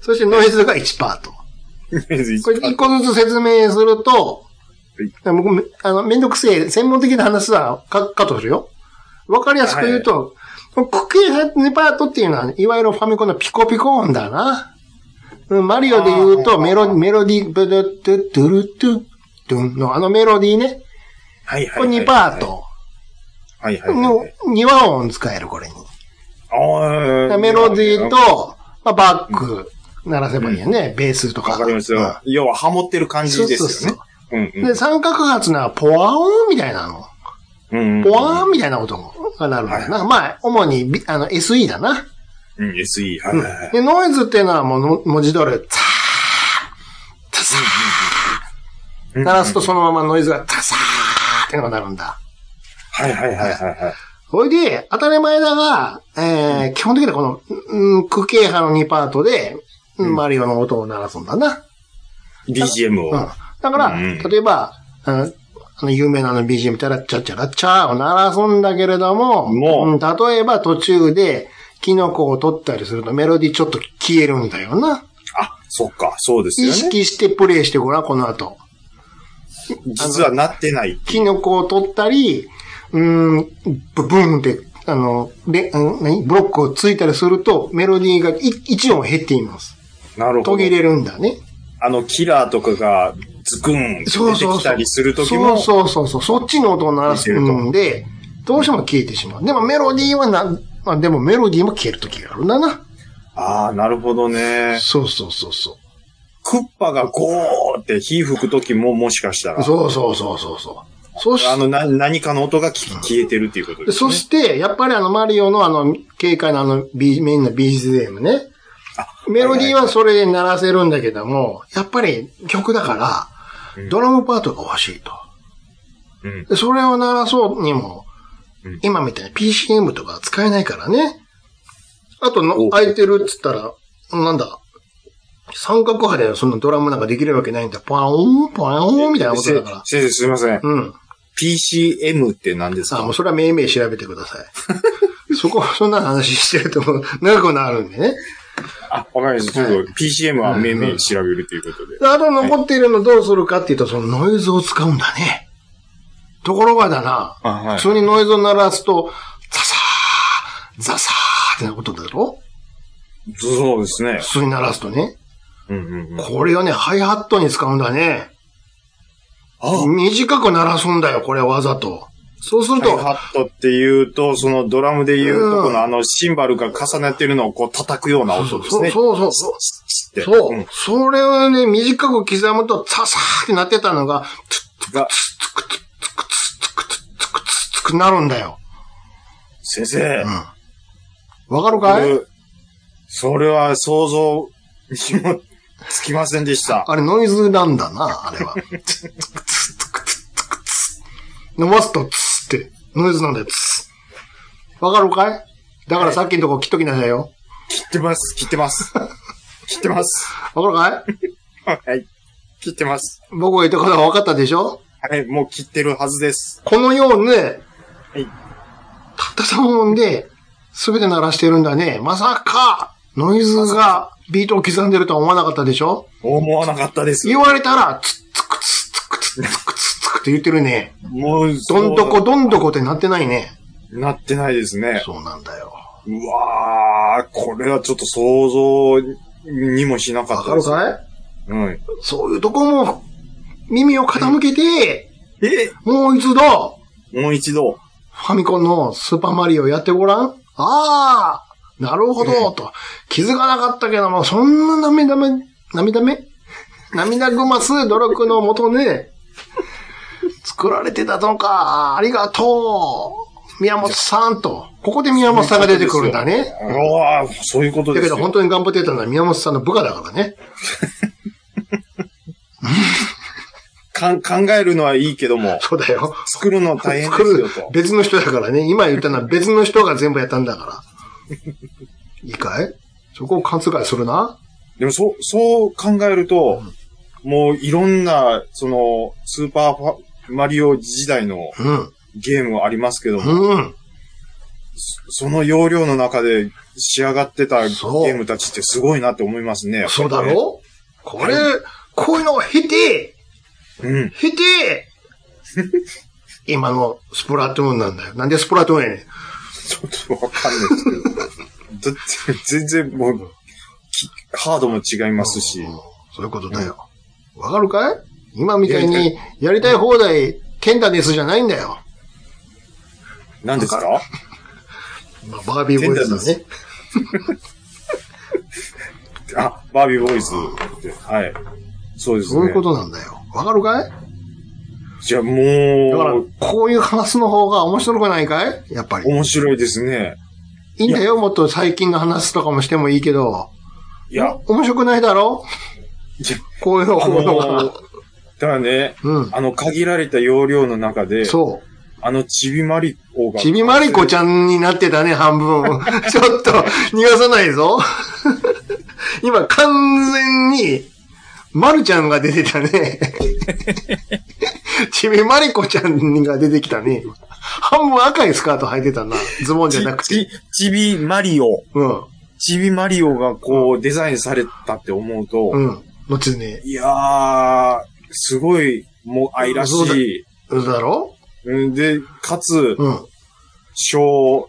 Speaker 5: そしてノイズが1パート。これ一個ずつ説明すると、僕めあのめんどくせえ、専門的な話はカカットするよ。わかりやすく言うと、区形派2パートっていうのは、いわゆるファミコンのピコピコ音だな。うんマリオで言うと、メロ、メロディ、ブドゥドゥドゥルトゥドゥンのあのメロディーね。
Speaker 4: はいは
Speaker 5: これ2パー。ト
Speaker 4: はいはいはい
Speaker 5: の
Speaker 4: はい。
Speaker 5: 2話音使える、これに。
Speaker 4: あー
Speaker 5: メロディー、と、まあ、バック鳴らせばいいよね。ベースとか。
Speaker 4: わかりますよ。要はハモってる感じですよね。うん
Speaker 5: う。
Speaker 4: うん
Speaker 5: で、三角発なのはポワオンみたいなの。
Speaker 4: ん。
Speaker 5: ポワーンみたいな音がなるんだよな。まあ、主に、ビあの、SE だな。
Speaker 4: うん、SE。はいはいはい。
Speaker 5: で、ノイズっていうのはもうの文字通り、ザーッザサー鳴らすとそのままノイズがザサーってのがなるんだ。
Speaker 4: はいはいはいはいはい。
Speaker 5: ほいで、当たり前だが、えー、基本的にはこの、うん、区形派の2パートで、うんマリオの音を鳴らすんだな。
Speaker 4: BGM
Speaker 5: う
Speaker 4: を。
Speaker 5: ん。だから、
Speaker 4: うん
Speaker 5: 例えば、うんあの、有名なあの BGM みたいな、チャチャラチャーを鳴らすんだけれども、
Speaker 4: もうん
Speaker 5: 例えば途中で、キノコを取ったりするとメロディちょっと消えるんだよな。
Speaker 4: あ、そっか、そうです
Speaker 5: 意
Speaker 4: よね。
Speaker 5: 識してプレイしてごらん、この後。
Speaker 4: 実はなってない。
Speaker 5: キノコを取ったり、うーん、ブブーンって、あの、で、うん何ブロックをついたりすると、メロディーがい一音減っています。
Speaker 4: なる
Speaker 5: 途
Speaker 4: ほど
Speaker 5: 切。れるんだね。
Speaker 4: あの、キラーとかがズクンって
Speaker 5: そう
Speaker 4: 出て
Speaker 5: そう
Speaker 4: き
Speaker 5: そ
Speaker 4: た
Speaker 5: う。
Speaker 4: りするときも、
Speaker 5: そうそうそうそう。そっちの音を鳴らすんで、どうしても消えてしまう。でもメロディーはな、まあでもメロディーも消える時があるんだな。
Speaker 4: ああ、なるほどね。
Speaker 5: そうそうそうそう。
Speaker 4: クッパがゴーって火吹くときももしかしたら、
Speaker 5: そうそうそうそうそう。そし
Speaker 4: あの、な、何かの音が聞消えてるっていうことで
Speaker 5: です
Speaker 4: ね。
Speaker 5: そして、やっぱりあの、マリオのあの、軽快なあの、B、メインの BGM ね。メロディーはそれで鳴らせるんだけども、やっぱり曲だから、ドラムパートが欲しいと。
Speaker 4: うん
Speaker 5: でそれを鳴らそうにも、
Speaker 4: うん
Speaker 5: 今みたいに PCM とか使えないからね。あとの、空いてるっつったら、なんだ、三角波でそんなドラムなんかできるわけないんだ。パオン、パオンみたいなことだから。
Speaker 4: せ先生すいません。
Speaker 5: うん。
Speaker 4: PCM って何です
Speaker 5: あ、も
Speaker 4: か
Speaker 5: うそれは命名調べてください。 そこ、そんな話してるともう長くなるんでね。
Speaker 4: あ、わかりました。ちょっと PCM はめめ調べるということで。
Speaker 5: であと残っているのどうするかっていうと、そのノイズを使うんだね。ところがだな、
Speaker 4: あ、は
Speaker 5: 普通にノイズを鳴らすと、ザサー、ザサーってなことだろ
Speaker 4: そうですね。
Speaker 5: 普通に鳴らすとね。
Speaker 4: うんうんうん。
Speaker 5: これをね、ハイハットに使うんだね。
Speaker 4: あ
Speaker 5: 短く鳴らすんだよ、これはわざと。そうすると、
Speaker 4: ハイハットっていうと、そのドラムでいうとこのあのシンバルが重なってるのをこう叩くような音ですね。
Speaker 5: そうそうそう
Speaker 4: う
Speaker 5: そう、
Speaker 4: ん
Speaker 5: それをね、短く刻むと、ザサーってなってたのが、
Speaker 4: が、
Speaker 5: つくなるんだよ。
Speaker 4: 先生、
Speaker 5: わかるかい
Speaker 4: これそれは想像にもつきませんでした。
Speaker 5: あれノイズなんだな、あれは。伸ばすとツって、ノイズなんだよ、ツわかるかいだからさっきのとこ切っときなさいよ。
Speaker 4: 切ってます、切ってます。切ってます。
Speaker 5: わかるかい
Speaker 4: はい。切ってます。
Speaker 5: 僕が言ったことは分かったでしょ
Speaker 4: はい、もう切ってるはずです。
Speaker 5: このようにね
Speaker 4: い、
Speaker 5: たった3音で、すべて鳴らしてるんだね。まさか、ノイズがビートを刻んでるとは思わなかったでしょ
Speaker 4: 思わなかったです。
Speaker 5: 言われたら、ツッツクツッツクツッツクツッツクって言ってるね。
Speaker 4: もう、
Speaker 5: どんどこ
Speaker 4: そう
Speaker 5: どんどこってなってないね。
Speaker 4: なってないですね。
Speaker 5: そうなんだよ。
Speaker 4: うわー、これはちょっと想像にもしなか
Speaker 5: わ
Speaker 4: っ
Speaker 5: か
Speaker 4: た
Speaker 5: る
Speaker 4: です。
Speaker 5: かい
Speaker 4: うん。
Speaker 5: そういうとこも耳を傾けて、もう一度、
Speaker 4: え、もう一度。
Speaker 5: ファミコンのスーパーマリオやってごらん。ああ、なる ほど、と。気づかなかったけども、そんな涙目、涙目涙ぐます努力のもと ね、作られてたのか、ありがとう、宮本さんと。ここで宮本さんが出てくるんだね。
Speaker 4: うわー、そういうことで
Speaker 5: だけ
Speaker 4: す
Speaker 5: ど
Speaker 4: よ。
Speaker 5: 本当に頑張ってたのは宮本さんの部下だからね。
Speaker 4: かん考えるのはいいけども、
Speaker 5: そうだよ。
Speaker 4: 作るの大変で
Speaker 5: 作
Speaker 4: す
Speaker 5: る
Speaker 4: よと。
Speaker 5: 別の人だからね。今言ったのは別の人が全部やったんだから。いいかいそこを勘違いするな。
Speaker 4: でも、そう、そう考えると、もういろんな、その、スーパーファマリオ時代の
Speaker 5: うん。
Speaker 4: ゲームありますけども、
Speaker 5: うん。
Speaker 4: その容量の中で仕上がってたゲ
Speaker 5: そう
Speaker 4: ームたちってすごいなって思いますね。やっぱ
Speaker 5: そう
Speaker 4: りね
Speaker 5: だろこれ、こういうのを経て、
Speaker 4: うん。
Speaker 5: 経て、今のスプラトゥーンなんだよ。なんでスプラトゥーンやねん。
Speaker 4: ちょっとわかんないですけど。だって、全然もう、きハードも違いますし
Speaker 5: うん。そういうことだよ。わかるかい今みたいに、やりたい放題、テンダネスじゃないんだよ。
Speaker 4: 何ですか
Speaker 5: まあ、バービーボーイズだ
Speaker 4: テンダ
Speaker 5: ね。
Speaker 4: あ、バービーボーイズって。はい。そうですね。
Speaker 5: そういうことなんだよ。わかるかい
Speaker 4: じゃあも
Speaker 5: だから
Speaker 4: う、、
Speaker 5: こういう話の方が面白くないかいやっぱり。
Speaker 4: 面白いですね。
Speaker 5: いいんだよ、もっと最近の話とかもしてもいいけど。
Speaker 4: いや、
Speaker 5: 面白くないだろ
Speaker 4: いや
Speaker 5: こういうの
Speaker 4: あのー、だ
Speaker 5: が。
Speaker 4: からね、
Speaker 5: うん。
Speaker 4: あの限られた容量の中で、
Speaker 5: そ
Speaker 4: あのちびまりこ
Speaker 5: う。
Speaker 4: が、
Speaker 5: ちびまりこちゃんになって たね、半分。ちょっと、逃がさないぞ。今、完全に、まるちゃんが出て たね。ちびまりこちゃんが出てきたね。今半分赤いスカート履いてたな。ズボンじゃなくて。
Speaker 4: ち、ちびマリオ、
Speaker 5: うん。
Speaker 4: ちびマリオがこうデザインされたって思うと、
Speaker 5: うん。後にね、
Speaker 4: いやー、すごい、もう愛らしい。
Speaker 5: そうだろ
Speaker 4: うんで、かつ、
Speaker 5: うん。
Speaker 4: 小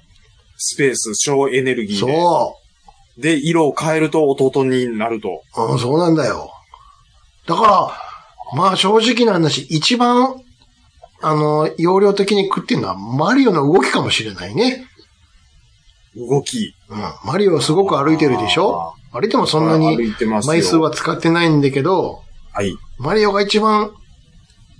Speaker 4: スペース、小エネルギーで。
Speaker 5: そ
Speaker 4: で、色を変えると弟になると。
Speaker 5: う。うん、そうなんだよ。だから、まあ正直な話、一番、あの、容量的に食ってるのはマリオの動きかもしれないね。
Speaker 4: 動き。
Speaker 5: うん。マリオはすごく歩いてるでしょああれでもそんな
Speaker 4: 歩
Speaker 5: に
Speaker 4: いてますよ。
Speaker 5: 枚数は使ってないんだけど、
Speaker 4: はい。
Speaker 5: マリオが一番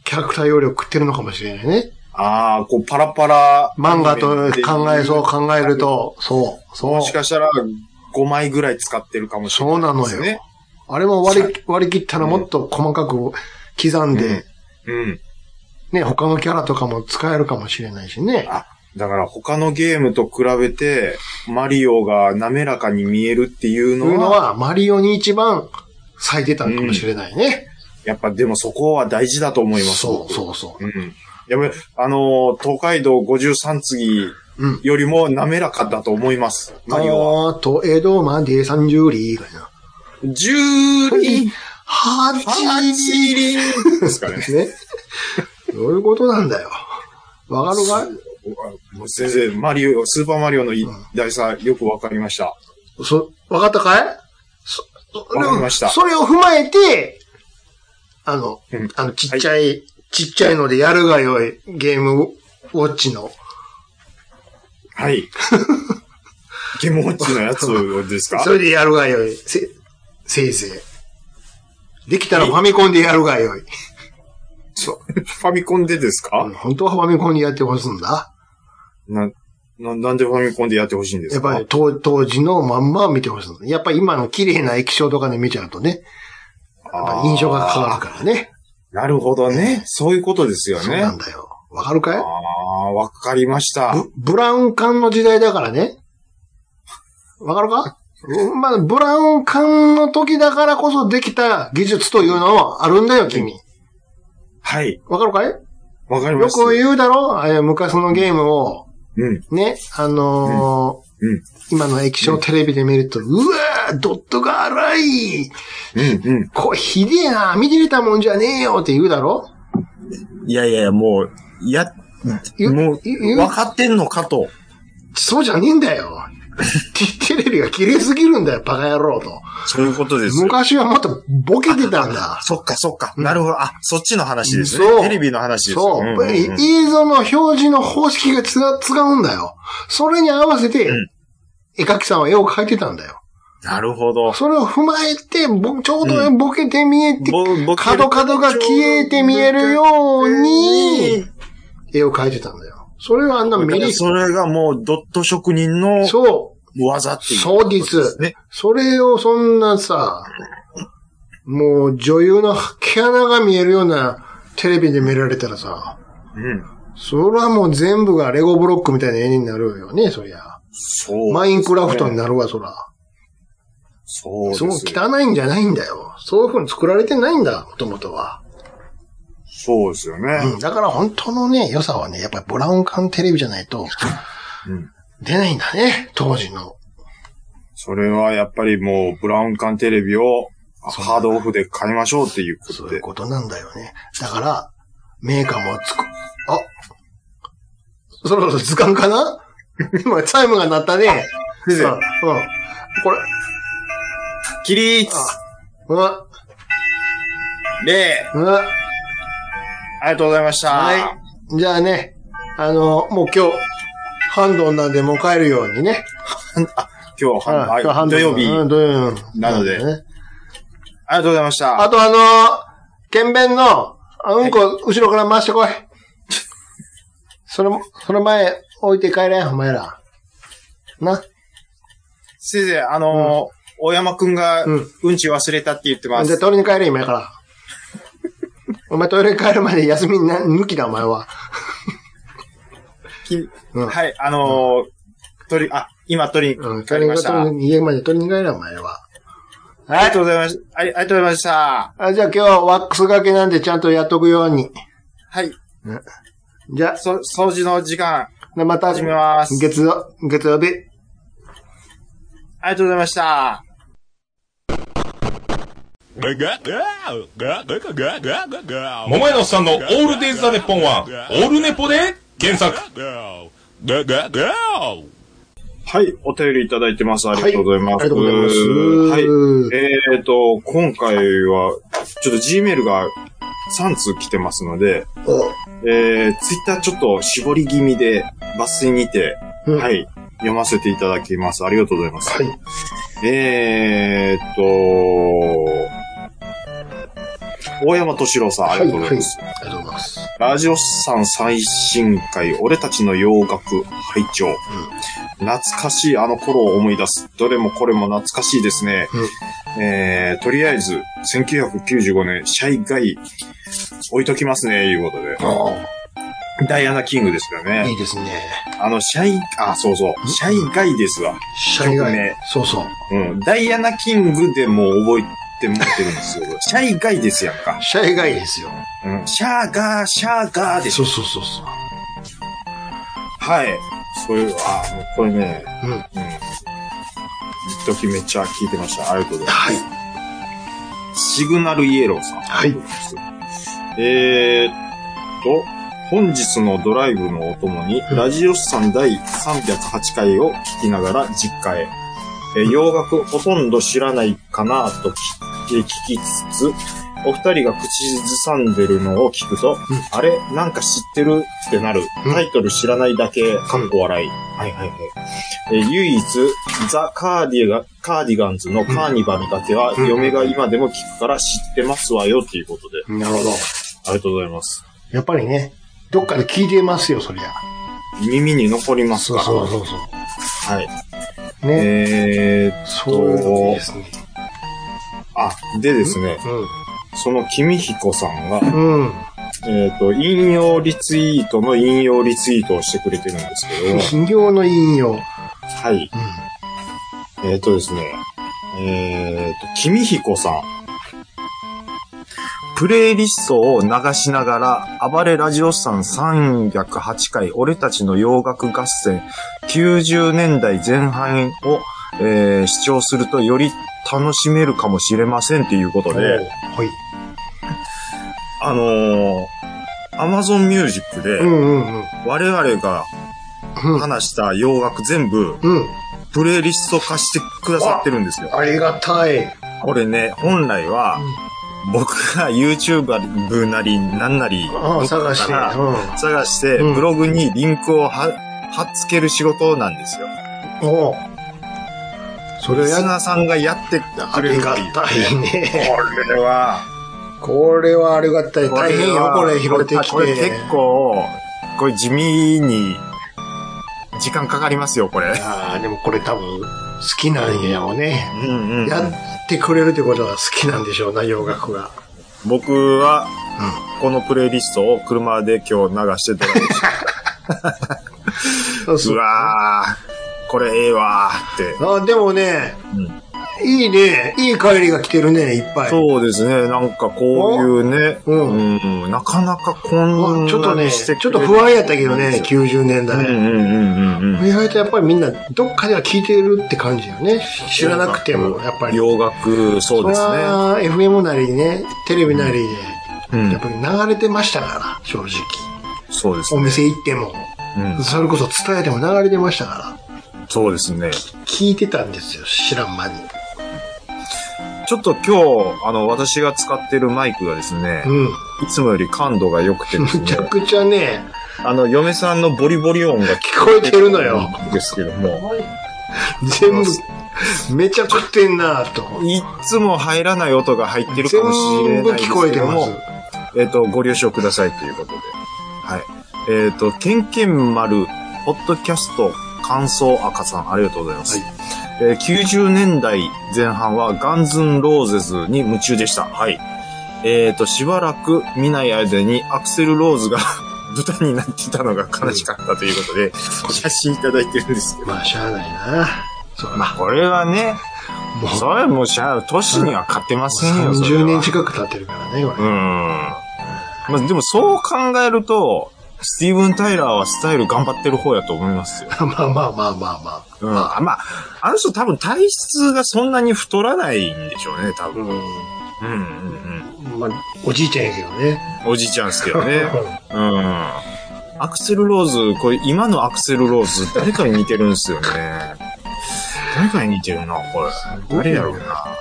Speaker 5: キャラクター容量食ってるのかもしれないね。
Speaker 4: ああ、こう、パラパラ。
Speaker 5: 漫画と考え、そう考えると、そう、そう
Speaker 4: も。しかしたら、5枚ぐらい使ってるかもしれない、
Speaker 5: そうなのよ。あれも割り割り切ったらもっと細かく刻んで、
Speaker 4: うん。
Speaker 5: ね、他のキャラとかも使えるかもしれないしね。
Speaker 4: だから他のゲームと比べて、マリオが滑らかに見えるっていう
Speaker 5: という
Speaker 4: の
Speaker 5: の
Speaker 4: は、
Speaker 5: は、マリオに一番咲いてたのかもしれないね。
Speaker 4: やっぱでもそこは大事だと思います。
Speaker 5: そう、
Speaker 4: う。
Speaker 5: そうそう。
Speaker 4: うん。やっぱり、あのー東海道53次
Speaker 5: うん
Speaker 4: よりも滑らかだと思います。マリオは。
Speaker 5: あーと、江戸まで30里かな。
Speaker 4: 10輪、
Speaker 5: 8
Speaker 4: 8
Speaker 5: 里
Speaker 4: 輪ですかね。
Speaker 5: ね。どういうことなんだよ。わかるか
Speaker 4: もう先生、マリオ、スーパーマリオの偉大さ、よくわかりました。
Speaker 5: そ、わかったかいそそ
Speaker 4: わかりました
Speaker 5: それを踏まえて、あの、
Speaker 4: うん
Speaker 5: あの、ちっちゃい,、ちっちゃいのでやるがよいゲームウォッチの。
Speaker 4: はい。ゲームウォッチのやつですか
Speaker 5: それでやるがよい。せ、せいぜい。できたらファミコンでやるがよい。
Speaker 4: ファミコンでですか、
Speaker 5: うん本当はファミコンでやってほしいんだ。
Speaker 4: な、な、なんでファミコンでやってほしいんで
Speaker 5: や
Speaker 4: す
Speaker 5: っぱ
Speaker 4: か
Speaker 5: り当当時のまんま見てほしいんだ。やっぱり今の綺麗な液晶とかで見ちゃうとね、やっぱ印象が変わるからね。
Speaker 4: なるほどね。そういうことですよ
Speaker 5: そう
Speaker 4: ね
Speaker 5: な。んだよ。わかるかい
Speaker 4: ああー、わかりました。
Speaker 5: ブブラウン管の時代だからね。わかるかうんまあ、ブラウン管の時だからこそできた技術というのはあるんだよ、君。
Speaker 4: はい。
Speaker 5: わかるかい
Speaker 4: わかりま
Speaker 5: よ
Speaker 4: した。
Speaker 5: く言うだろあれ昔のゲームを、
Speaker 4: うん。
Speaker 5: ね、あのー
Speaker 4: うんうん
Speaker 5: 今の液晶テレビで見ると、うわードットが荒い
Speaker 4: うん、
Speaker 5: これひでえな見てれたもんじゃねえよって言うだろ
Speaker 8: いやいやいや、もう、や、
Speaker 5: 言
Speaker 8: もう
Speaker 5: 言、う
Speaker 8: 分かってんのかと。
Speaker 5: そうじゃねえんだよテテレビが綺麗すぎるんだよ、バカ野郎と。
Speaker 8: そういうことですよ。
Speaker 5: 昔はもっとボケてたんだ。
Speaker 8: そっかそっか。
Speaker 5: うん
Speaker 8: なるほど。あ、そっちの話です
Speaker 5: そう
Speaker 8: ね。テレビの話ですよ
Speaker 5: そう、
Speaker 8: んんん
Speaker 5: 映像の表示の方式がつが違うんだよ。それに合わせて、
Speaker 8: うん
Speaker 5: 絵描きさんは絵を描いてたんだよ。
Speaker 8: なるほど。
Speaker 5: それを踏まえて、ぼちょうどボケて見えて、
Speaker 8: ぼ僕
Speaker 5: 角角が消えて見えるように、絵を描いてたんだよ。それはあんなメリッ
Speaker 8: それがもうドット職人の
Speaker 5: ト。そう。
Speaker 8: 技っていう。
Speaker 5: そうです。
Speaker 8: ね。
Speaker 5: それをそんなさ、もう女優の毛穴が見えるようなテレビで見られたらさ、
Speaker 4: うん。
Speaker 5: それはもう全部がレゴブロックみたいな絵になるよね、そりゃ。
Speaker 4: そう。
Speaker 5: マインクラフトになるわ、そら。
Speaker 4: そうですす
Speaker 5: ごい汚いんじゃないんだよ。そういう風に作られてないんだ、もともとは。
Speaker 4: そうですよね。
Speaker 5: うん。だから本当のね、良さはね、やっぱりブラウン管テレビじゃないと、
Speaker 4: うん
Speaker 5: 出ないんだね、当時の。
Speaker 4: それはやっぱりもう、ブラウン管テレビを、
Speaker 5: そう
Speaker 4: ハードオフで買いましょうっていうこと
Speaker 5: そういう
Speaker 4: で。
Speaker 5: ことなんだよね。だから、メーカーもつく、あそろそろ図鑑 かな今、チャイムが鳴ったね。
Speaker 4: 先
Speaker 5: う
Speaker 4: 生
Speaker 5: ん。うん、これ、
Speaker 4: 起立
Speaker 5: うわ、
Speaker 4: 礼
Speaker 5: うわ、
Speaker 4: ありがとうございました。
Speaker 5: はい。じゃあね、あの、もう今日、ハンドンなんでもう帰るようにね。
Speaker 4: 今日、
Speaker 5: うん
Speaker 4: は
Speaker 5: 今日ハ
Speaker 4: い
Speaker 5: ン
Speaker 4: 土
Speaker 5: ドン
Speaker 4: 曜日、
Speaker 5: う
Speaker 4: あ
Speaker 5: ん土曜日。
Speaker 4: なので
Speaker 5: んね
Speaker 4: りがとうございました。
Speaker 5: あとあの、剣弁の、あうんこ、後ろから回してこい。それも、その前、置いて帰れ、お前ら。な。
Speaker 4: 先生、あのー、大山くんが、
Speaker 5: うん
Speaker 4: うんち忘れたって言ってま
Speaker 5: じゃあ、
Speaker 4: す。
Speaker 5: トイレに帰れ、今やから。お前トイレに帰るまで休みな抜きだ、お前は。
Speaker 4: き
Speaker 5: うん。
Speaker 4: はい、あのー、取り、あ、今取り
Speaker 5: う
Speaker 4: に
Speaker 5: ん、
Speaker 4: 帰
Speaker 5: トイ
Speaker 4: り
Speaker 5: レ
Speaker 4: ま
Speaker 5: に
Speaker 4: した。
Speaker 5: 取りに家まで取りに帰れ、お前は。
Speaker 4: ありがとうございました。ありありがとうございました。
Speaker 5: あ、じゃあ今日はワックス掛けなんでちゃんとやっとくように。
Speaker 4: はい、
Speaker 5: じゃ
Speaker 4: そ、掃除の時間、
Speaker 5: あ、また
Speaker 4: 始めます。
Speaker 5: 月曜、月曜日。
Speaker 4: ありがとうございました。
Speaker 9: 桃屋のおっさんのオールデイズ・ザ・ネッポンは、オールネポで検索。
Speaker 4: はい、お便りいただいてます。ありがとうございます。
Speaker 5: ありがとうございます。
Speaker 4: はい。えっ、と、今回は、ちょっと G メールが3通来てますので、えー、Twitter ちょっと絞り気味で抜粋にて、
Speaker 5: うん
Speaker 4: はい、読ませていただきます。ありがとうございます。
Speaker 5: はい。
Speaker 4: えーっと、大山敏郎さん、ありがとうございます。
Speaker 5: ありがとうございます。
Speaker 4: ラジオさん最新回、俺たちの洋楽拝聴、懐かしいあの頃を思い出す。どれもこれも懐かしいですね。えー、とりあえず、1995年、シャイガイ、置いときますね、いうことで。ダイアナ・キングですよ
Speaker 5: い
Speaker 4: ね
Speaker 5: い。ですね。
Speaker 4: あの、シャイ、あ、そうそう、シャイガイですわ。
Speaker 5: シャイガ
Speaker 4: 曲
Speaker 5: イ
Speaker 4: 名。
Speaker 5: そうそう。
Speaker 4: うん。ダイアナ・キングでも覚えてもらってるんですよ。シャイガイですやんか。
Speaker 5: シャイガイですよ。
Speaker 4: うん。シャーガー、シャーガーでしょ
Speaker 5: そうそうそうそう。
Speaker 4: はい。そういう、あーもうこれね、
Speaker 5: うん
Speaker 4: うん。ずっときめっちゃ聞いてました。ありがとうございます。
Speaker 5: はい。
Speaker 4: シグナルイエローさん。
Speaker 5: はい。
Speaker 4: えーっと、本日のドライブのお供に、ラジオスさん第308回を聞きながら実家へ。えー洋楽ほとんど知らないかなと聞き聞きつつ、お二人が口ずさんでるのを聞くと、あれなんか知ってるってなる。タイトル知らないだけ、かっこ笑い。はいはいはい。えー唯一、ザ・カーディガン、カーディガンズのカーニバルだけは、嫁が今でも聞くから知ってますわよっていうことで。
Speaker 5: なるほど。
Speaker 4: ありがとうございます。
Speaker 5: やっぱりね、どっかで聞いてますよ、そりゃ。
Speaker 4: 耳に残ります
Speaker 5: そ
Speaker 4: か
Speaker 5: う
Speaker 4: ら。
Speaker 5: そうそう
Speaker 4: はい。
Speaker 5: そう。ね。
Speaker 4: えー、
Speaker 5: そういうのいいですね。
Speaker 4: あ、でですね、その君彦さんが、
Speaker 5: うん。うん。、
Speaker 4: えっ、と、引用リツイートの引用リツイートをしてくれてるんですけど
Speaker 5: 企業の引用。うん。
Speaker 4: はい。えっ、とですね、えっ、と、君彦さん。プレイリストを流しながら、暴れラジオさん308回、俺たちの洋楽合戦、90年代前半を、えー視聴するとより楽しめるかもしれませんっていうことで、
Speaker 5: はい。
Speaker 4: あのー、Amazon Music
Speaker 5: う
Speaker 4: で、
Speaker 5: んうんうん。
Speaker 4: 我々が
Speaker 5: うん。
Speaker 4: 話した洋楽全部、
Speaker 5: うん。
Speaker 4: プレイリスト化してくださってるんですよ。
Speaker 5: ありがたい。
Speaker 4: これね、本来は、僕が YouTuber なり、なんなり、
Speaker 5: うん、探して。
Speaker 4: から
Speaker 5: う
Speaker 4: 探して、
Speaker 5: うん
Speaker 4: ブログにリンクをは、はっつける仕事なんですよ。
Speaker 5: ん。おうそれを
Speaker 4: リ
Speaker 5: や
Speaker 4: ス
Speaker 5: っ
Speaker 4: ナーさんがやって
Speaker 5: あ
Speaker 4: くれる
Speaker 5: り
Speaker 4: って
Speaker 5: が
Speaker 4: いう。
Speaker 5: たいね。
Speaker 4: これは、
Speaker 5: これはありがたい。大変よ、こ
Speaker 4: は
Speaker 5: れ拾ってき
Speaker 4: これこれ
Speaker 5: て。
Speaker 4: 結構、これ地味に、時間かかりますよ、これ。
Speaker 5: ああ、でもこれ多分、好きなんやろうね。
Speaker 4: うんうん
Speaker 5: やってくれるってことは好きなんでしょうな、洋楽が。
Speaker 4: 僕は、このプレイリストを車で今日流してたら、
Speaker 5: そう
Speaker 4: うわー、これええわーって。
Speaker 5: あでもね、いいね。いい帰りが来てるね、いっぱい。
Speaker 4: そうですね。なんかこういうね、
Speaker 5: おう
Speaker 4: うん、なかなかこんな
Speaker 5: あちょっとね、
Speaker 4: に
Speaker 5: ち
Speaker 4: して
Speaker 5: ょっ
Speaker 4: くれ
Speaker 5: と不安やったけどね、90年
Speaker 4: うんう
Speaker 5: 代。
Speaker 4: んうんうんうん。
Speaker 5: 意外とやっぱりみんな、どっかでは聞いてるって感じよね。知らなくても、やっぱり。
Speaker 4: 洋楽、そうです
Speaker 5: れ
Speaker 4: ね。
Speaker 5: は FM なりね、テレビなりで、
Speaker 4: うん
Speaker 5: やっ、ぱり流れてましたから、正直。
Speaker 4: そうです
Speaker 5: お
Speaker 4: ね。
Speaker 5: 店行っても、
Speaker 4: うん、
Speaker 5: それこそ伝えても流れてましたから、
Speaker 4: そうですね。
Speaker 5: 聞いてたんですよ、知らん間に。
Speaker 4: ちょっと今日、あの、私が使ってるマイクがですね、
Speaker 5: うん。
Speaker 4: いつもより感度が良くてです
Speaker 5: む
Speaker 4: ね
Speaker 5: ちゃくちゃね、
Speaker 4: あの、嫁さんのボリボリ音が聞
Speaker 5: 聞こえてるのよ。
Speaker 4: こえてるんですけども、
Speaker 5: 全部、めちゃ食ってんなぁと。
Speaker 4: いつも入らない音が入ってるかもしれ
Speaker 5: 全部
Speaker 4: ないんです
Speaker 5: 聞こえ
Speaker 4: け
Speaker 5: て
Speaker 4: ど
Speaker 5: ま
Speaker 4: も
Speaker 5: す。、
Speaker 4: えっ、と、ご了承くださいということで。はい。えっ、と、けんけん丸、ポッドキャスト、感想赤さん、ありがとうございます。えー90年代前半はガンズンローゼズに夢中でした。はい。えっ、と、しばらく見ない間にアクセルローズが 豚になっていたのが悲しかったということで、写真いただいてるんですけど。
Speaker 5: まあ、しゃあないなそう
Speaker 4: まあ、これはね、
Speaker 5: もう
Speaker 4: それはもうしゃあ、年には勝てませんよ。それは
Speaker 5: 30年近く経ってるからね、こ
Speaker 4: う
Speaker 5: れ。
Speaker 4: ん。まあ、でもそう考えると、スティーブン・タイラーはスタイル頑張ってる方やと思いますよ。
Speaker 5: まあまあまあまあま
Speaker 4: うん。あまあ、あの人多分体質がそんなに太らないんでしょうね、多
Speaker 5: あ。
Speaker 4: 分。うんうん
Speaker 5: うん。まあ、おじいちゃんやけどね。
Speaker 4: うん。おじいちゃんですけど ね。うん。アクセルローズ、これ今のアクセルローズ、誰かに似てるんですよね。誰かに似てるな、これ。誰やろうな。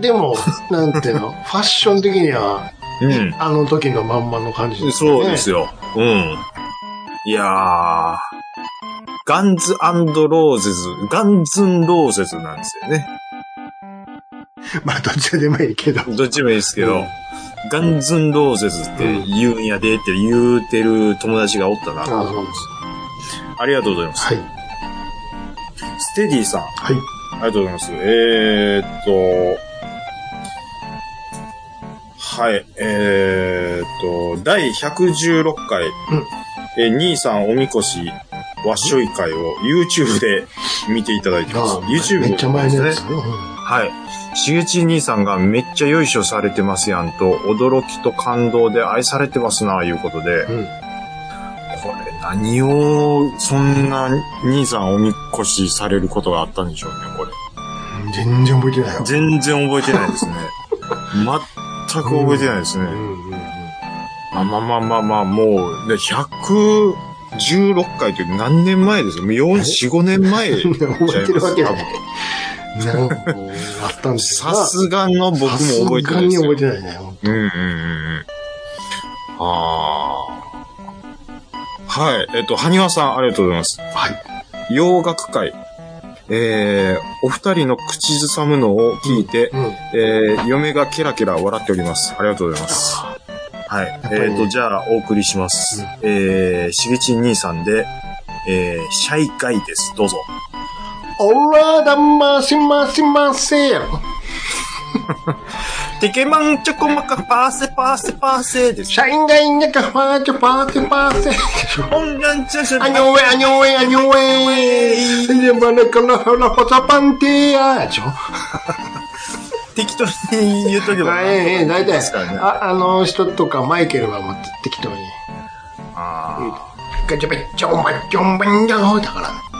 Speaker 5: でも、なんていうの、ファッション的には、
Speaker 4: うん。
Speaker 5: あの時のまんまの感じですね。
Speaker 4: そうですよ。うん。いやー。ガンズローゼズ、ガンズンローゼズなんですよね。
Speaker 5: まあ、どっちでもいいけど。
Speaker 4: どっちもいいですけど、ガンズンローゼズって言うんやでって言うてる友達がおったな。
Speaker 5: あそうです。
Speaker 4: ありがとうございます。
Speaker 5: はい。
Speaker 4: ステディさん、あ
Speaker 5: はい。
Speaker 4: りがとうございます。えー、っと、はい、えー、っと、第116回、えー兄さんおみこし、わっしょい会を YouTube で見ていただいてます。YouTube
Speaker 5: めっちゃ前のやつ
Speaker 4: ですね
Speaker 5: ね。
Speaker 4: はい。しげち兄さんがめっちゃよいしょされてますやんと、驚きと感動で愛されてますな、いうことで。
Speaker 5: うん
Speaker 4: これ何を、そんな兄さんおみっこしされることがあったんでしょうね、これ。
Speaker 5: うん全然覚えてないよ。
Speaker 4: 全然覚えてないですね。全く覚えてないですね。
Speaker 5: うんうん
Speaker 4: あまあまあまあまあ、もう、で116回って何年前ですよ ?4、5年前。
Speaker 5: 覚えてるわけない。なんかあったんです
Speaker 4: さすがの僕も
Speaker 5: さす
Speaker 4: 覚えてな
Speaker 5: が
Speaker 4: いで
Speaker 5: に
Speaker 4: すよ
Speaker 5: 覚えてないね。
Speaker 4: うんうんうんうん。ああ。はい。えっと、はにわさん、ありがとうございます。はい。洋楽会。えー、お二人の口ずさむのを聞いて、
Speaker 5: うん。
Speaker 4: えー、嫁がケラケラ笑っております。ありがとうございます。はい。え
Speaker 5: ぱりね
Speaker 4: っ、と、じゃあ、お送りします。えー、しげちん兄さんで、えー、シャイガイです。どうぞ。
Speaker 5: オラだましましません。
Speaker 4: テケマンチョコマカパーセパーセパーセです。
Speaker 5: シャインがいんがかファーチョパーセパーセ。
Speaker 4: オンランチャシャ
Speaker 5: あにょえあにょえあにょえ。でもね、このほらほらパンティアでしょ。
Speaker 4: 適当に言うとけば。
Speaker 5: ええ、大体
Speaker 4: ですからね。、あ
Speaker 5: ああの人とかマイケルはもう適当に。
Speaker 4: あ
Speaker 5: ガチャベン、ジョンバン、ジョンバンジョーだから。
Speaker 4: ー。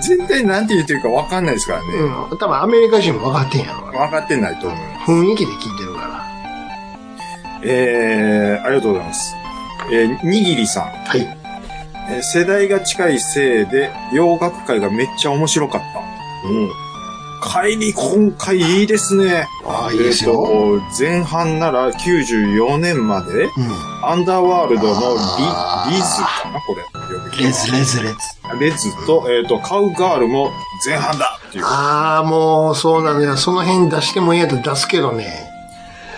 Speaker 4: 全体なんて言ってるかわかんないですからね。
Speaker 5: うん。多分アメリカ人も分かってんやろ。
Speaker 4: 分かってないと思う。
Speaker 5: 雰囲気で聞いてるから。
Speaker 4: えー、ありがとうございます。えー、にぎりさん。
Speaker 5: はい。
Speaker 4: えー世代が近いせいで、洋楽会がめっちゃ面白かった。うん。帰り、今回いいですね。
Speaker 5: ああ、いいですよ。
Speaker 4: えーと前半なら94年まで、
Speaker 5: うん。
Speaker 4: アンダーワールドの
Speaker 5: あー
Speaker 4: リ、リズかなこれ。呼び方
Speaker 5: レズレズレズ。
Speaker 4: レズと、えっ、と、カウガールも前半だっていう。
Speaker 5: ああ、もう、そうなのよ。その辺出してもいいやつ出すけどね。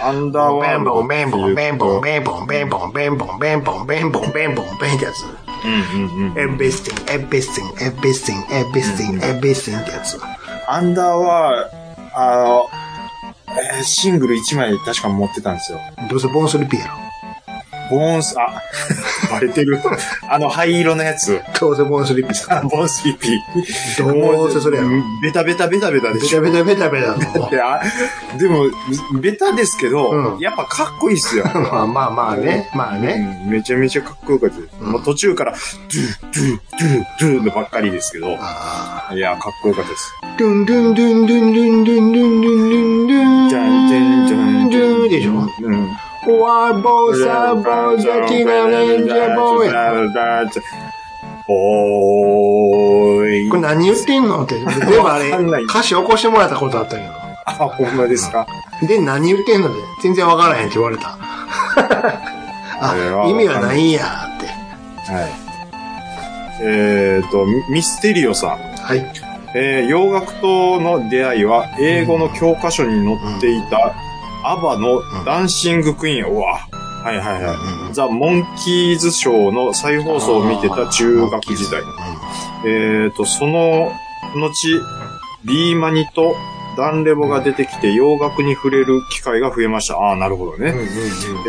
Speaker 4: アンダーワ
Speaker 5: ベ
Speaker 4: ー
Speaker 5: ン
Speaker 4: ル
Speaker 5: ボ
Speaker 4: ド
Speaker 5: ン、
Speaker 4: って
Speaker 5: ベ
Speaker 4: い
Speaker 5: ン
Speaker 4: う
Speaker 5: ボン、ベンボン、
Speaker 4: と
Speaker 5: ベンボン、ベンボン、ベンボン、ベンボン、ベンボン、ベンボン、ベンってやつ。
Speaker 4: うんうんうん。
Speaker 5: everything, everything, everything, everything, everything ってやつ。
Speaker 4: アンダーワー、あの、えーシングル1枚確か持ってたんですよ。
Speaker 5: どうせボンスルピエロ。
Speaker 4: ボーンス、あ、 バレてる。あの灰色のやつ。
Speaker 5: どうせボンスルピエ
Speaker 4: あボーンスリッピー。
Speaker 5: ロ。どうせそれやろ。
Speaker 4: ベタベタベタベタで
Speaker 5: ベ
Speaker 4: し
Speaker 5: タ
Speaker 4: ょ。
Speaker 5: ベタベタベタの。
Speaker 4: であでも、ベタですけど、
Speaker 5: うん
Speaker 4: やっぱかっこいいっすよ。
Speaker 5: まあまあまあね。まあね。
Speaker 4: うんめちゃめちゃかっこよかったです。もう途中から、ドゥ、ドゥ、ドゥ、ドゥのばっかりですけど、
Speaker 5: あ
Speaker 4: いや、かっこよかったです。
Speaker 5: あ。ドゥンドゥンドゥンドゥンドゥンドゥンドゥンドゥンドゥン
Speaker 4: じゃんじゃんじゃん
Speaker 5: ドゥンでしょ
Speaker 4: うん。
Speaker 5: ワーボーサーボーザキナレンジャーボーイ。
Speaker 4: おーい。
Speaker 5: これ何言ってんのって。でもあれ
Speaker 4: わかんない、
Speaker 5: 歌詞起こしてもらったことあったけ
Speaker 4: あ、ほんまですか
Speaker 5: ど。で、何言ってんのって。全然わからへんって言われた。
Speaker 4: あれは
Speaker 5: あ、意味はないんやって。
Speaker 4: はい。えっ、と、ミミステリオさん。
Speaker 5: はい。
Speaker 4: えー洋楽との出会いは、英語の教科書に載っていた、アバのダンシングクイーン。うわ。はいはいはい。ザ・モンキーズショーの再放送を見てた中学時代。えっ、と、その後、ビーマニとダンレボが出てきて洋楽に触れる機会が増えました。ああ、なるほどね。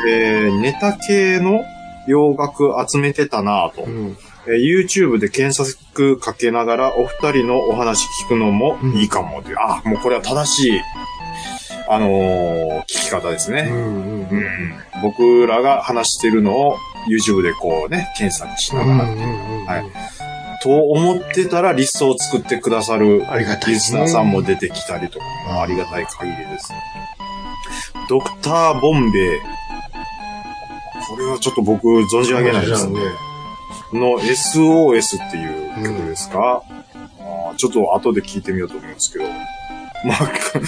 Speaker 4: えーネタ系の洋楽集めてたなぁと、
Speaker 5: ん
Speaker 4: えー YouTube で検索かけながらお二人のお話聞くのもいいかもという。あ、もうこれは正しい、あのー聞き方ですね。
Speaker 5: うん
Speaker 4: うん僕らが話してるのを YouTube でこうね、検索しながら。はい。と思ってたらリストを作ってくださる
Speaker 5: ありがたい
Speaker 4: リ
Speaker 5: で
Speaker 4: ス
Speaker 5: す
Speaker 4: ナ
Speaker 5: ね
Speaker 4: ーさんも出てきたりとか、ありがたい限りです。ドクターボンベイ。これはちょっと僕存じ上げないですね。の SOS っていう曲ですか、あーちょっと後で聞いてみようと思いますけど。まあ、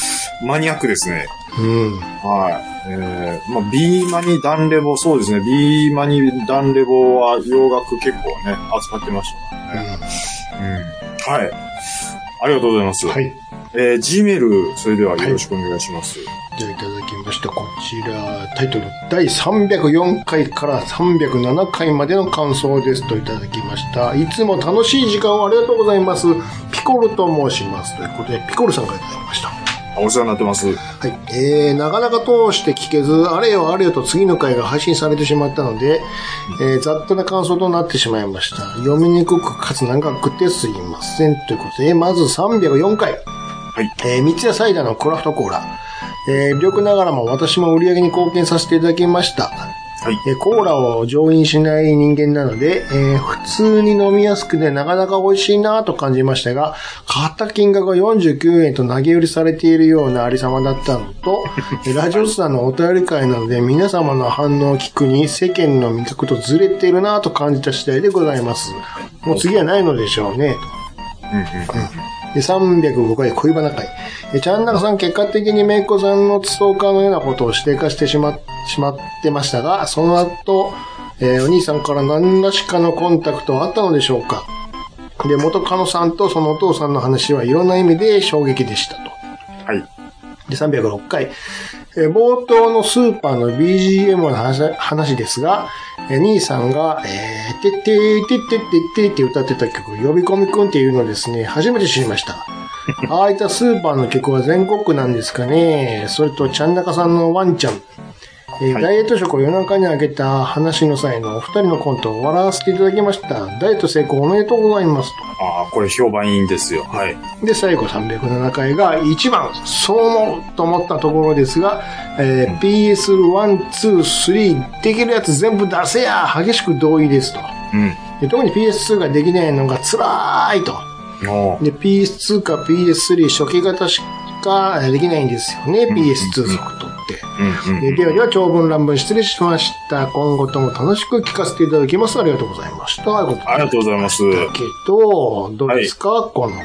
Speaker 4: マニアックですね。
Speaker 5: うん。
Speaker 4: はい。えー、まあ、B マニダンレボ、そうですね。B マニダンレボは洋楽結構ね、集まってましたからね。うん。はい。ありがとうございます。
Speaker 5: はい。
Speaker 4: えー、Gmail、それではよろしくお願いします。
Speaker 5: じゃあいただきました。こちら、タイトル、第304回から307回までの感想ですといただきました。いつも楽しい時間をありがとうございます。ピコルと申します。ということで、ピコルさんからいただきました。
Speaker 4: あお世話になってます。
Speaker 5: はい。えー、なかなか通して聞けず、あれよあれよと次の回が配信されてしまったので、えー、雑多な感想となってしまいました。読みにくくかつ長くてすいません。ということで、まず304回。
Speaker 4: い
Speaker 5: えー、三ツ矢サイダーのクラフトコーラ。えー、微力ながらも私も売り上げに貢献させていただきました。
Speaker 4: い
Speaker 5: えーコーラを上飲しない人間なので、えー普通に飲みやすくてなかなか美味しいなぁと感じましたが、買った金額が49円と投げ売りされているようなありさまだったのと、えーラジオスさんのお便り会なので皆様の反応を聞くに世間の味覚とずれているなぁと感じた次第でございます。もう次はないのでしょうね。で、305回恋バナ会。え、ちゃんなかさん結果的にめいこさんのストーカーのようなことを指定化してしま、しまってましたが、その後、えーお兄さんから何らしかのコンタクトはあったのでしょうかで、元カノさんとそのお父さんの話はいろんな意味で衝撃でしたと。
Speaker 4: はい。
Speaker 5: で、306回。えー冒頭のスーパーの BGM の話話ですが、えー兄さんが、えー、てってーてってってってって歌ってた曲、呼び込みくんっていうのですね、初めて知りました。ああいったスーパーの曲は全国区なんですかね。それと、ちゃんなかさんのワンちゃん。えーダイエット食を夜中にあげた話の際のお二人のコントを笑わせていただきました。ダイエット成功おめでとうございますと。
Speaker 4: ああ、これ評判いいんですよ。はい。
Speaker 5: で、最後307回が1番、そう思うと思ったところですが、えー PS1、2、3、できるやつ全部出せや激しく同意ですと。
Speaker 4: うん。
Speaker 5: で特に PS2 ができないのが辛いと。
Speaker 4: おー
Speaker 5: で、PS2 か PS3 初期型しかできないんですよね、PS2 族とって。
Speaker 4: うんうん。
Speaker 5: でではでは長文乱文失礼しました。今後とも楽しく聞かせていただきます。ありがとうございました。あり
Speaker 4: ありがとうございます。
Speaker 5: だけど、どうですか、この。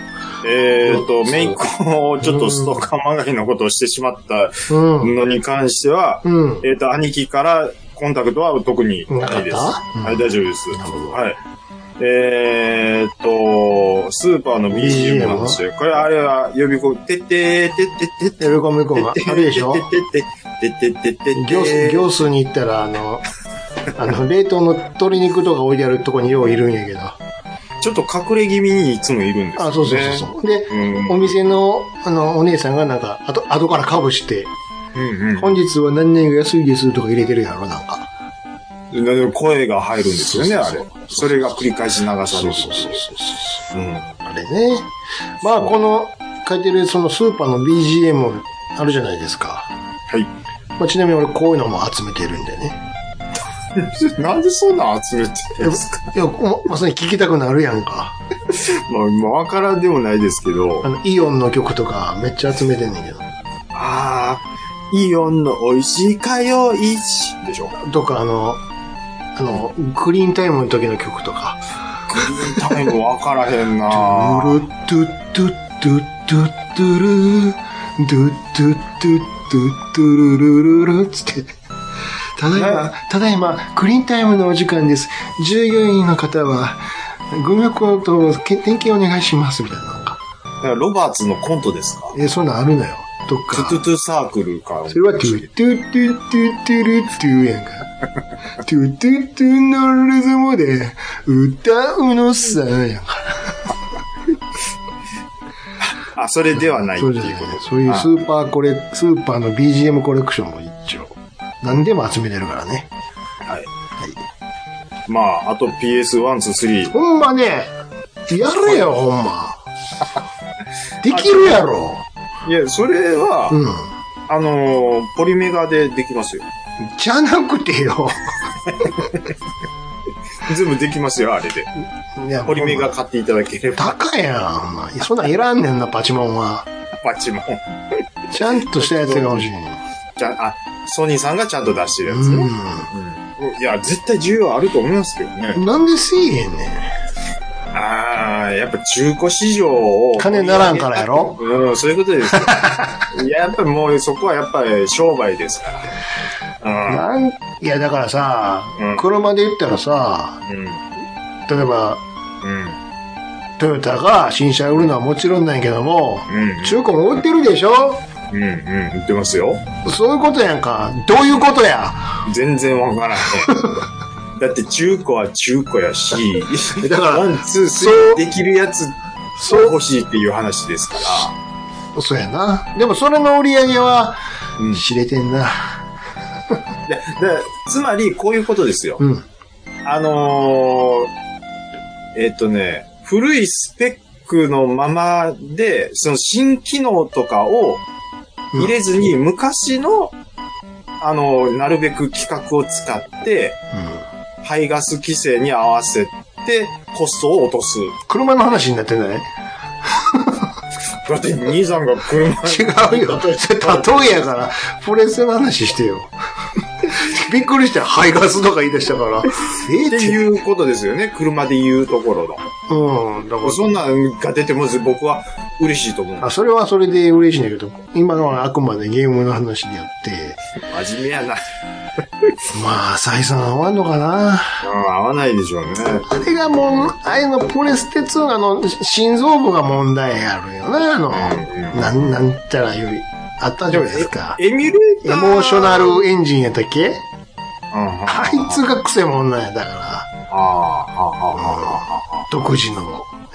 Speaker 4: えーっと、
Speaker 5: そう
Speaker 4: メイクをちょっとストーカーまがいのことをしてしまった
Speaker 5: うん。
Speaker 4: のに関しては、
Speaker 5: うん。
Speaker 4: えーっと、兄貴からコンタクトは特にないです。
Speaker 5: なかった
Speaker 4: はい、大丈夫です。はい。えーっと、スーパーの BGM なんですよ。これ、あれは、呼び込み、てってーてってってって。
Speaker 5: エルコム 君は、あれでしょ
Speaker 4: てってってってってってって
Speaker 5: 行数、行数に行ったら、あの、あの、冷凍の鶏肉とか置いてあるとこによういるんやけど。あ、
Speaker 4: ちょっと隠れ気味にいつもいるんですよ、ね。
Speaker 5: そうそうそうそう。で、
Speaker 4: うん。
Speaker 5: お店の、あの、お姉さんがなんか、あと、後からかぶして、
Speaker 4: うんうん
Speaker 5: 本日は何々が安いですとか入れてるやろ、なんか。
Speaker 4: 声が入るんですよね、
Speaker 5: そう
Speaker 4: あ
Speaker 5: そ
Speaker 4: れ
Speaker 5: うそ
Speaker 4: そ
Speaker 5: う。
Speaker 4: れが繰り返し流される。
Speaker 5: そうそうそうそう。
Speaker 4: うん。
Speaker 5: あれね。まあ、この、書いてるそのスーパーの BGM あるじゃないですか。
Speaker 4: はい。
Speaker 5: まあ、ちなみに俺こういうのも集めてるんでね。
Speaker 4: なんでそんなん集めてるんですか
Speaker 5: いや、ままさに聞きたくなるやんか。
Speaker 4: まあ、まあわからんでもないですけど
Speaker 5: あ。の、イオンの曲とかめっちゃ集めてんねんけど。
Speaker 4: ああ、イオンの美味しいかよ、いち。でしょ。
Speaker 5: とか、あの、あの、グリーンタイムの時の曲とか。
Speaker 4: タイムわからへんな
Speaker 5: ドゥルドゥドゥドゥドゥドゥルードゥドゥドゥドゥドゥルルルルつって。ただいま、ただいま、グリーンタイムのお時間です。従業員の方は、ご旅行とけ点検お願いします、みたいなのが。
Speaker 4: ロバーツのコントですか
Speaker 5: え、そんなんあるのよ。どっ
Speaker 4: トゥ
Speaker 5: か
Speaker 4: ト。ゥトゥサークルか。
Speaker 5: それは、トゥトゥトゥトゥトゥルトゥやんか。トゥトゥトゥのリズムで歌うのさやんか。
Speaker 4: あ、それではないっていう
Speaker 5: そ
Speaker 4: う
Speaker 5: じゃ
Speaker 4: こ
Speaker 5: ない
Speaker 4: と。
Speaker 5: そういうスーパーコレ、スーパーの BGM コレクションも一応。何でも集めれるからね。
Speaker 4: まあ、あと PS1、2、3。
Speaker 5: ほんまね、やれよ、ほんま。できるやろ。
Speaker 4: いや、それは、
Speaker 5: うん。
Speaker 4: あのーポリメガでできますよ。
Speaker 5: じゃなく てよ。
Speaker 4: 全部できますよ、あれで。
Speaker 5: いや
Speaker 4: ポリメガ。買っていただければ、
Speaker 5: 高いやん、ほんま。いやそんなんいらんねんな、パチモンは。
Speaker 4: パチモン。
Speaker 5: ちゃんとしたやつが欲しいねん。
Speaker 4: ちゃん、あ、ソニーさんがちゃんと出してるやつね。
Speaker 5: う
Speaker 4: いや、絶対需要あると思いますけどね。
Speaker 5: ん。なんでせえへんねん。
Speaker 4: ああ、やっぱ中古市場を。
Speaker 5: 金ならんからやろ
Speaker 4: うん、そういうことですよ。 いや、やっぱりもうそこはやっぱり商売ですから。
Speaker 5: なん、いや、だからさ
Speaker 4: うん、
Speaker 5: 車で言ったらさ、
Speaker 4: うん。うん。
Speaker 5: 例えば、
Speaker 4: うん。
Speaker 5: トヨタが新車売るのはもちろんなんやけども、
Speaker 4: うん。
Speaker 5: 中古も売ってるでしょ
Speaker 4: うんうん。言ってますよ。
Speaker 5: そういうことやんか。どういうことや。
Speaker 4: 全然わからへ ん。だって中古は中古やし、
Speaker 5: だから
Speaker 4: ワン、ツー、スリ
Speaker 5: そう
Speaker 4: ーできるやつ
Speaker 5: そ
Speaker 4: を
Speaker 5: う、
Speaker 4: 欲しいっていう話ですから。
Speaker 5: そうやな。でもそれの売り上げは
Speaker 4: うん、
Speaker 5: 知れてんな。
Speaker 4: ででつまり、こういうことですよ。
Speaker 5: うん。
Speaker 4: あのー、えっ、とね、古いスペックのままで、その新機能とかを入れずに、昔の、あのーなるべく規格を使って、排ガス規制に合わせて、コストを落とす。
Speaker 5: 車の話になってない
Speaker 4: だって、兄さんが車
Speaker 5: 違うよ。それ例えやから、プレスの話して よ。びっくりした。排ガスとか言い出したから。え
Speaker 4: って
Speaker 5: う。
Speaker 4: いうことですよね。車で言うところの。
Speaker 5: うん。だから
Speaker 4: そんなんが出ても僕は嬉しいと思う。
Speaker 5: あ、それはそれで嬉しいんだけど、今のはあくまでゲームの話であって、
Speaker 4: 真面目やな。
Speaker 5: まあ、採算合わんのかな。
Speaker 4: うん合わないでしょうね。
Speaker 5: あれがもう、あれのプレステ2があの、心臓部が問題あるよな、あの、なん、なんちゃらより、あったじゃないですか。
Speaker 4: エミュレー
Speaker 5: エ
Speaker 4: ター。
Speaker 5: モーショナルエンジンやったっけ
Speaker 4: うんうん
Speaker 5: あいつが癖もんなんや、だから。
Speaker 4: ああ、ああ、ああ。
Speaker 5: 独自の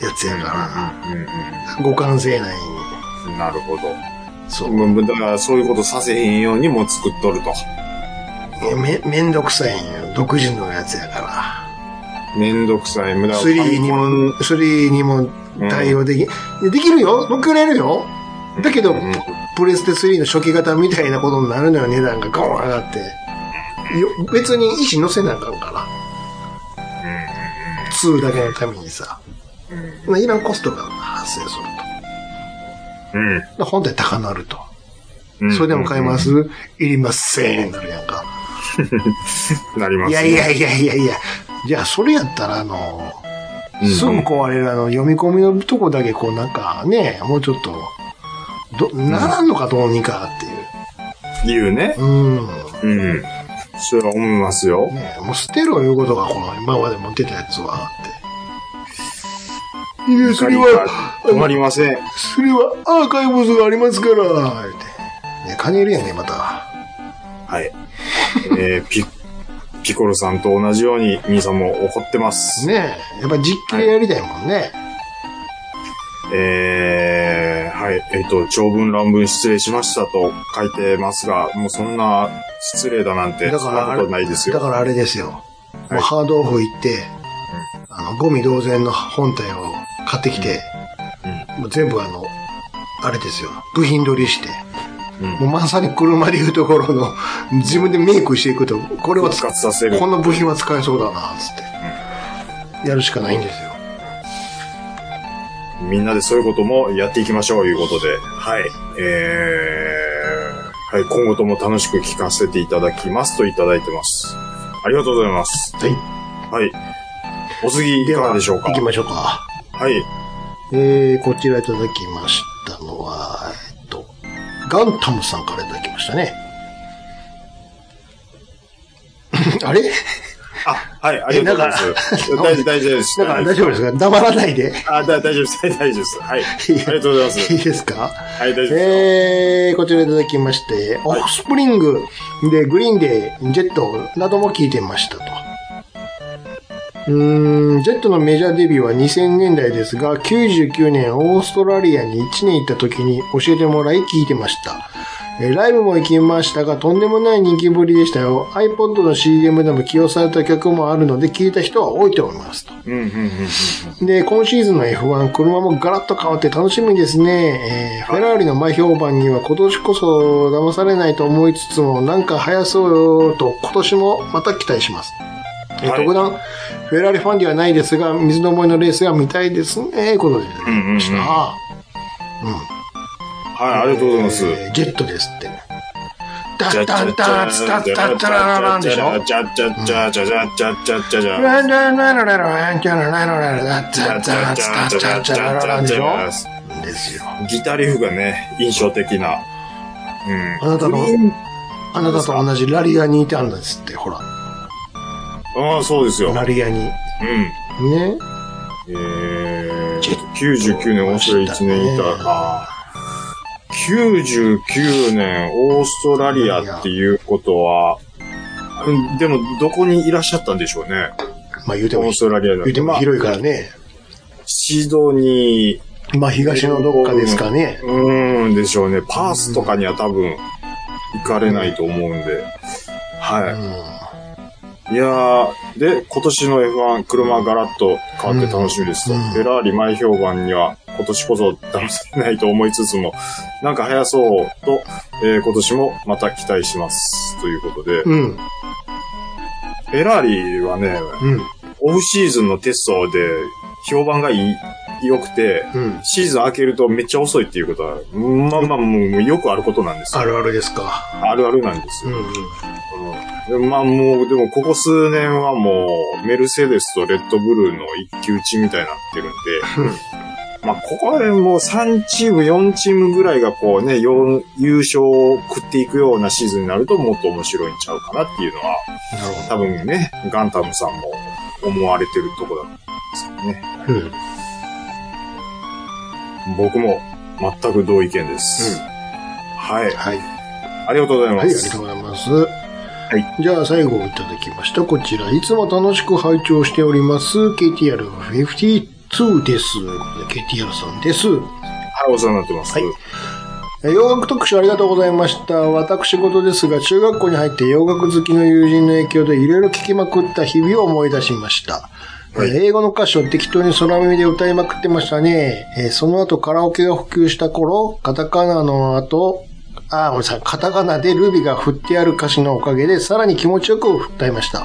Speaker 5: やつやか
Speaker 4: うんうん
Speaker 5: ら、互換性ない。
Speaker 4: うんなるほど。
Speaker 5: そう。
Speaker 4: もうだからそういうことさせへんようにもう作っとると。
Speaker 5: えめ、めんどくさいんよ。独自のやつやから。
Speaker 4: めんどくさい無駄
Speaker 5: 3にも、3にも対応でき、できるよ乗っけれるよだけど、
Speaker 4: うん
Speaker 5: プレステ3の初期型みたいなことになるのよ、値段がゴーン上がって。よ別に意思乗せなあかんから。2だけのためにさ。いらんコストが発生す
Speaker 4: う
Speaker 5: る
Speaker 4: ん。
Speaker 5: と。で本体高なると。
Speaker 4: うん
Speaker 5: それでも買いま。すいりませんなるやんか。
Speaker 4: なります。
Speaker 5: いやい。やいやいやいや。じゃあ、それやったら、あの、
Speaker 4: うん
Speaker 5: すぐ壊れるあの、読み込みのとこだけ、こうなんかね、もうちょっと、ど、ならんのかどうにかってい
Speaker 4: 言うね。
Speaker 5: う。うん。
Speaker 4: うん。それは思いますよ。
Speaker 5: ねもう捨てろいうことが、この今まで持ってたやつは、って。いや、それは、
Speaker 4: 止まりません。
Speaker 5: それはアーカイブスがありますから、って。ね、金いるやんね、また。
Speaker 4: はい。えー、ピ、ピコロさんと同じように、兄さんも怒ってます。
Speaker 5: ねやっぱ実機でやりたいもんね。
Speaker 4: えー、はい。えっ、と、長文乱文失礼しましたと書いてますが、もうそんな失礼だなんて、
Speaker 5: だ
Speaker 4: そ
Speaker 5: か
Speaker 4: んな
Speaker 5: らあ
Speaker 4: こ
Speaker 5: れ、
Speaker 4: とないです
Speaker 5: だ
Speaker 4: よ。
Speaker 5: からあれですよ。もうハードオフ行って、あの、ゴミ同然の本体を買ってきて、もう全部あの、あれですよ。部品取りして、
Speaker 4: うん
Speaker 5: もうまさに車でいうところの、自分でメイクしていくと、これは
Speaker 4: 復活させる
Speaker 5: この部品は使えそうだな、つって。やるしかないんですよ。
Speaker 4: みんなでそういうこともやっていきましょう、いうことで。はい。えー、はい。今後とも楽しく聞かせていただきますといただいてます。ありがとうございます。
Speaker 5: はい。
Speaker 4: はい。お次、い
Speaker 5: で
Speaker 4: か
Speaker 5: は、
Speaker 4: がでしょうか
Speaker 5: 行きましょうか。
Speaker 4: はい。
Speaker 5: えー、こちらいただきましたのは、えっと、ガンタムさんからいただきましたね。 あれ
Speaker 4: あ、はい。ありがとうございます。
Speaker 5: なんか
Speaker 4: 大丈夫、大丈夫です。
Speaker 5: だから大丈夫ですか黙らないで。
Speaker 4: あ、だ大丈夫です。大丈夫です。はい。あ
Speaker 5: い
Speaker 4: りがとうございます。
Speaker 5: いいですか
Speaker 4: はい、大丈夫です。
Speaker 5: えー、こちらいただきまして、オフスプリングでグリーンでジェットなども聞いてましたと。うーん、ジェットのメジャーデビューは2000年代ですが、99年オーストラリアに1年行った時に教えてもらい聞いてました。えーライブも行きましたが、とんでもない人気ぶりでしたよ。iPod の CM でも起用された曲もあるので、聞いた人は多いと思いますと。
Speaker 4: うん、うん、うん。
Speaker 5: で、今シーズンの F1、車もガラッと変わって楽しみですね。えーフェラーリの前評判には今年こそ騙されないと思いつつも、なんか早そうよと、今年もまた期待します。えー
Speaker 4: はい
Speaker 5: 特段、フェラーリファンではないですが、水の思いのレースが見たいですね。ことで、
Speaker 4: うんうんうん
Speaker 5: した。はい、
Speaker 4: はい、ありがとうございます。
Speaker 5: えージェットですって。ダッダッダッツタッタッタララランでしょ
Speaker 4: じゃじゃじゃじゃじゃじゃじゃじゃじゃ。
Speaker 5: ランランランランランランランランランダッダッダッツタッタッタララランでしょですよ。
Speaker 4: ギターリフがね、印象的な。うん。
Speaker 5: あなたの、あなたと同じラリアにいたんですって、ほら。
Speaker 4: ああ、そうですよ。うん。
Speaker 5: ラリアに。ね。
Speaker 4: えー、 99年、オーストラリア1年いた。あー99年、オーストラリアっていうことは、うんでも、どこにいらっしゃったんでしょうね。
Speaker 5: まあ言うて
Speaker 4: オ
Speaker 5: も
Speaker 4: ース、トラリアだ
Speaker 5: 言うて
Speaker 4: と。
Speaker 5: も
Speaker 4: まあ、
Speaker 5: 広いからね。
Speaker 4: シドニー、
Speaker 5: まあ東のどっかですかね。
Speaker 4: うーんでしょうね。パースとかには多分、行かれないと思うんで。
Speaker 5: う
Speaker 4: は
Speaker 5: ん
Speaker 4: い。いやー、で、今年の F1、車ガラッと変わって楽しみですと。
Speaker 5: うん
Speaker 4: フェラーリ前評判には、今年こそ騙されないと思いつつも、なんか早そうと、えー今年もまた期待します。ということで、
Speaker 5: うん。
Speaker 4: フェラーリはね、
Speaker 5: うん。
Speaker 4: オフシーズンのテストで評判がいい、良くて、
Speaker 5: うん。
Speaker 4: シーズン明けるとめっちゃ遅いっていうことは、まあまあもうよくあることなんですよ
Speaker 5: あるあるですか。
Speaker 4: あるあるなんです
Speaker 5: う
Speaker 4: よ。
Speaker 5: ん。
Speaker 4: うんまあもう、でもここ数年はもう、メルセデスとレッドブルーの一騎打ちみたいになってるんで、まあここでもう3チーム、4チームぐらいがこうね、よん優勝を食っていくようなシーズンになるともっと面白いんちゃうかなっていうのは、
Speaker 5: なるほ
Speaker 4: 多分ね、ガンタムさんも思われてるとこだと思うんです
Speaker 5: ど。うん。
Speaker 4: けどね。僕も全く同意見です。はい。
Speaker 5: はい。
Speaker 4: ありがとうございま
Speaker 5: はい、あり
Speaker 4: す
Speaker 5: がと。うございます。はい。じゃあ最後いただきました。こちら、いつも楽しく拝聴しております。KTR52 です。KTR さんです。
Speaker 4: はい、お世話になってます。
Speaker 5: はいえ洋楽特集ありがとうございました。私事ですが、中学校に入って洋楽好きの友人の影響でいろいろ聴きまくった日々を思い出しました。
Speaker 4: はい
Speaker 5: えー英語の歌詞を適当に空耳で歌いまくってましたね。えーその後カラオケが普及した頃、カタカナの後、あー、ごめんなさい、カタカナでルビが振ってある歌詞のおかげで、さらに気持ちよく歌いました。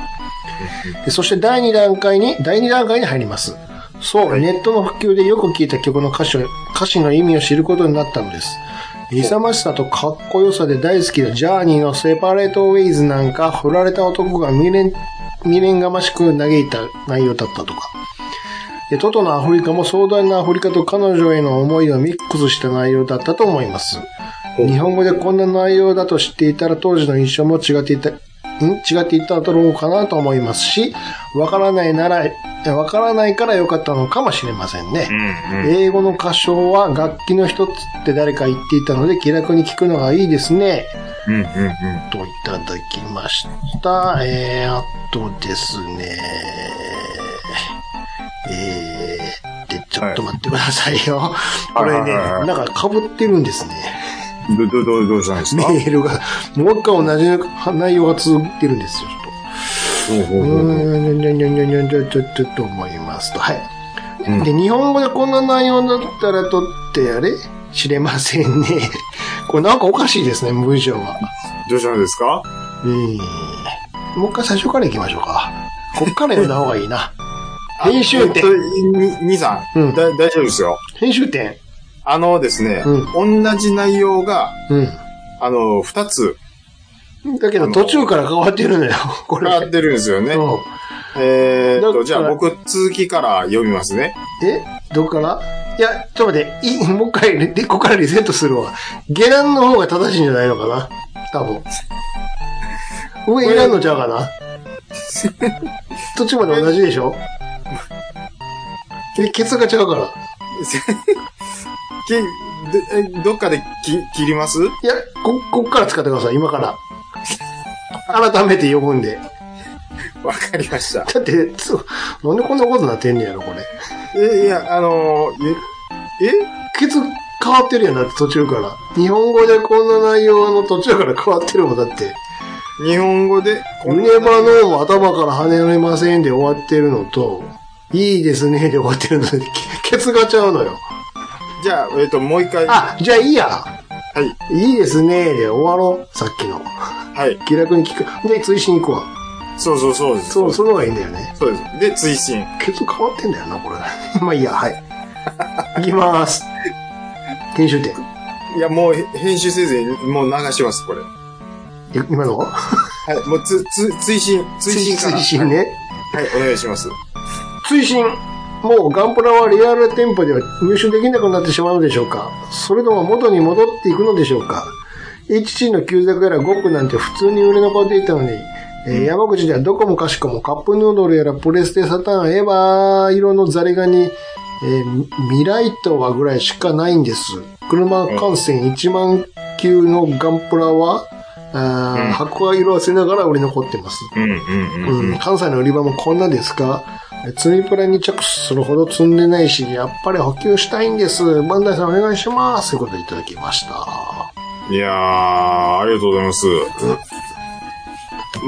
Speaker 5: でそして第2段階に、第2段階に入ります。そう、ネットの普及でよく聴いた曲の歌詞を、歌詞の意味を知ることになったのです。勇ましさとかっこよさで大好きなジャーニーのセパレートウェイズなんか、振られた男が未練、未練がましく嘆いた内容だったとか。で、トトのアフリカも壮大なアフリカと彼女への思いをミックスした内容だったと思います。日本語でこんな内容だと知っていたら当時の印象も違っていた、ん違っていただろうかなと思いますし、わからないなら、えわからないから良かったのかもしれませんね。英語の歌唱は楽器の一つって誰か言っていたので気楽に聞くのがいいですね。
Speaker 4: うん、うん、うん。
Speaker 5: といただきました。えー、あとですね。えー、で、ちょっと待ってくださいよ。これね、
Speaker 4: はいはいはい
Speaker 5: なんか被ってるんですね。
Speaker 4: ど、ど、どどうしたんです
Speaker 5: メ
Speaker 4: か
Speaker 5: ールが、もう一回同じ内容が続いてるんですよ、ちょっと。
Speaker 4: ほうほう
Speaker 5: う
Speaker 4: ほうほう
Speaker 5: ーん、にょにょにょにょにょちょちょっと思いますと。はい。
Speaker 4: うん
Speaker 5: で、日本語でこんな内容だったらとってあれ知れませんね。 これなんかおかしいですね、文章が。
Speaker 4: どうしたんですか
Speaker 5: うん。もう一回最初から行きましょうか。こっから読んだ方がいいな。編集
Speaker 4: えっと
Speaker 5: 点。
Speaker 4: に兄さん、
Speaker 5: うん
Speaker 4: だ、大丈夫ですよ。
Speaker 5: 編集点。
Speaker 4: あのですね、
Speaker 5: う
Speaker 4: 同じ内容が、
Speaker 5: う
Speaker 4: あの、二つ
Speaker 5: ん。だけど途中から変わってるのよ、これ。
Speaker 4: 変わってるんですよね。
Speaker 5: うん
Speaker 4: えーっ
Speaker 5: だから
Speaker 4: と、じゃあ僕、続きから読みます ね。
Speaker 5: えどっからいや、ちょっと待って、い もう一回リ、で、ここからリセットするわ。下段の方が正しいんじゃないのかな多分。上いらんのちゃうかな途中まで同じでしょで、ケツがちゃうから。
Speaker 4: きでえどっかでき切ります
Speaker 5: いや、こ、こっから使ってください、今から。改めて呼ぶんで。
Speaker 4: わかりました。
Speaker 5: だって、つなんでこんなことなってんねやろ、これ。
Speaker 4: え、いや、あの、え、え
Speaker 5: ケツ変わってるやん、だって途中から。日本語でこんな内容の途中から変わってるもん、だって。
Speaker 4: 日本語で、こん
Speaker 5: ネ
Speaker 4: な
Speaker 5: バのも頭から離れませんで終わってるのと、いいですねで終わってるので、 ケケツがちゃうのよ。
Speaker 4: じゃあ、えっと、もう一回。は
Speaker 5: あ、じゃあいいや。はい。いいですねで終わろう。さっきの。
Speaker 4: い。
Speaker 5: 気楽に聞く。で、追伸行くわ。
Speaker 4: そうそうそうです。
Speaker 5: そう、その方がいいんだよね。
Speaker 4: そうです。で、追伸。
Speaker 5: ケツ変わってんだよな、これ。 まあいいや、はい。行きまーす。研修点。
Speaker 4: いや、もう、へ編集せずに、もう流します、これ。
Speaker 5: い今の
Speaker 4: はい、もうつ、つ、追伸、追伸から。
Speaker 5: 追伸ね。
Speaker 4: はい、お願いします。
Speaker 5: 追伸もうガンプラはリアル店舗では入手できなくなってしまうのでしょうかそれとも元に戻っていくのでしょうか ?HC の旧作やら5区なんて普通に売れ残っていたのに、えー山口ではどこもかしこもカップヌードルやらプレステサターンエヴァ色のザリガニえー未来とはぐらいしかないんです。車感染1万球のガンプラは、あー
Speaker 4: うん
Speaker 5: 箱は色あせながら売れ残ってます。
Speaker 4: うんうんうん。
Speaker 5: うん、関西の売り場もこんなですかえ積みプラに着手するほど積んでないし、やっぱり補給したいんです。バンダイさんお願いします。ということでいただきました。
Speaker 4: いやー、ありがとうございます。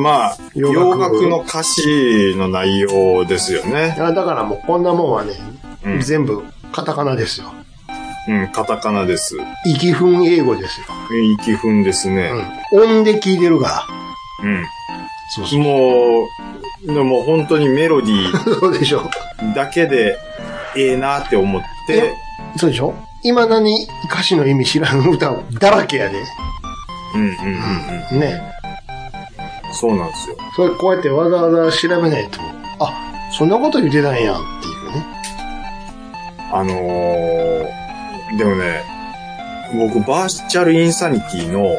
Speaker 4: まあ、
Speaker 5: 洋
Speaker 4: 洋
Speaker 5: 楽
Speaker 4: 楽の歌詞の内容ですよね。
Speaker 5: あだからもうこんなもんはね、
Speaker 4: うん
Speaker 5: 全部カタカナですよ。
Speaker 4: うん、カタカナです。
Speaker 5: 意気分英語ですよ。
Speaker 4: 気分ですね。
Speaker 5: うん。音で聞いてるから。
Speaker 4: うん。
Speaker 5: そう
Speaker 4: もう、でも本当にメロディー
Speaker 5: そうでしょ。
Speaker 4: だけで、ええなって思って、
Speaker 5: そうでしょ未だに歌詞の意味知らん歌だらけやで。
Speaker 4: うんうんうん
Speaker 5: ね。
Speaker 4: うん。そうなんですよ。
Speaker 5: それこうやってわざわざ調べないと、あ、そんなこと言ってたんやんっていうね。
Speaker 4: あのー、でもね、僕、バーチャルインサニティの、
Speaker 5: う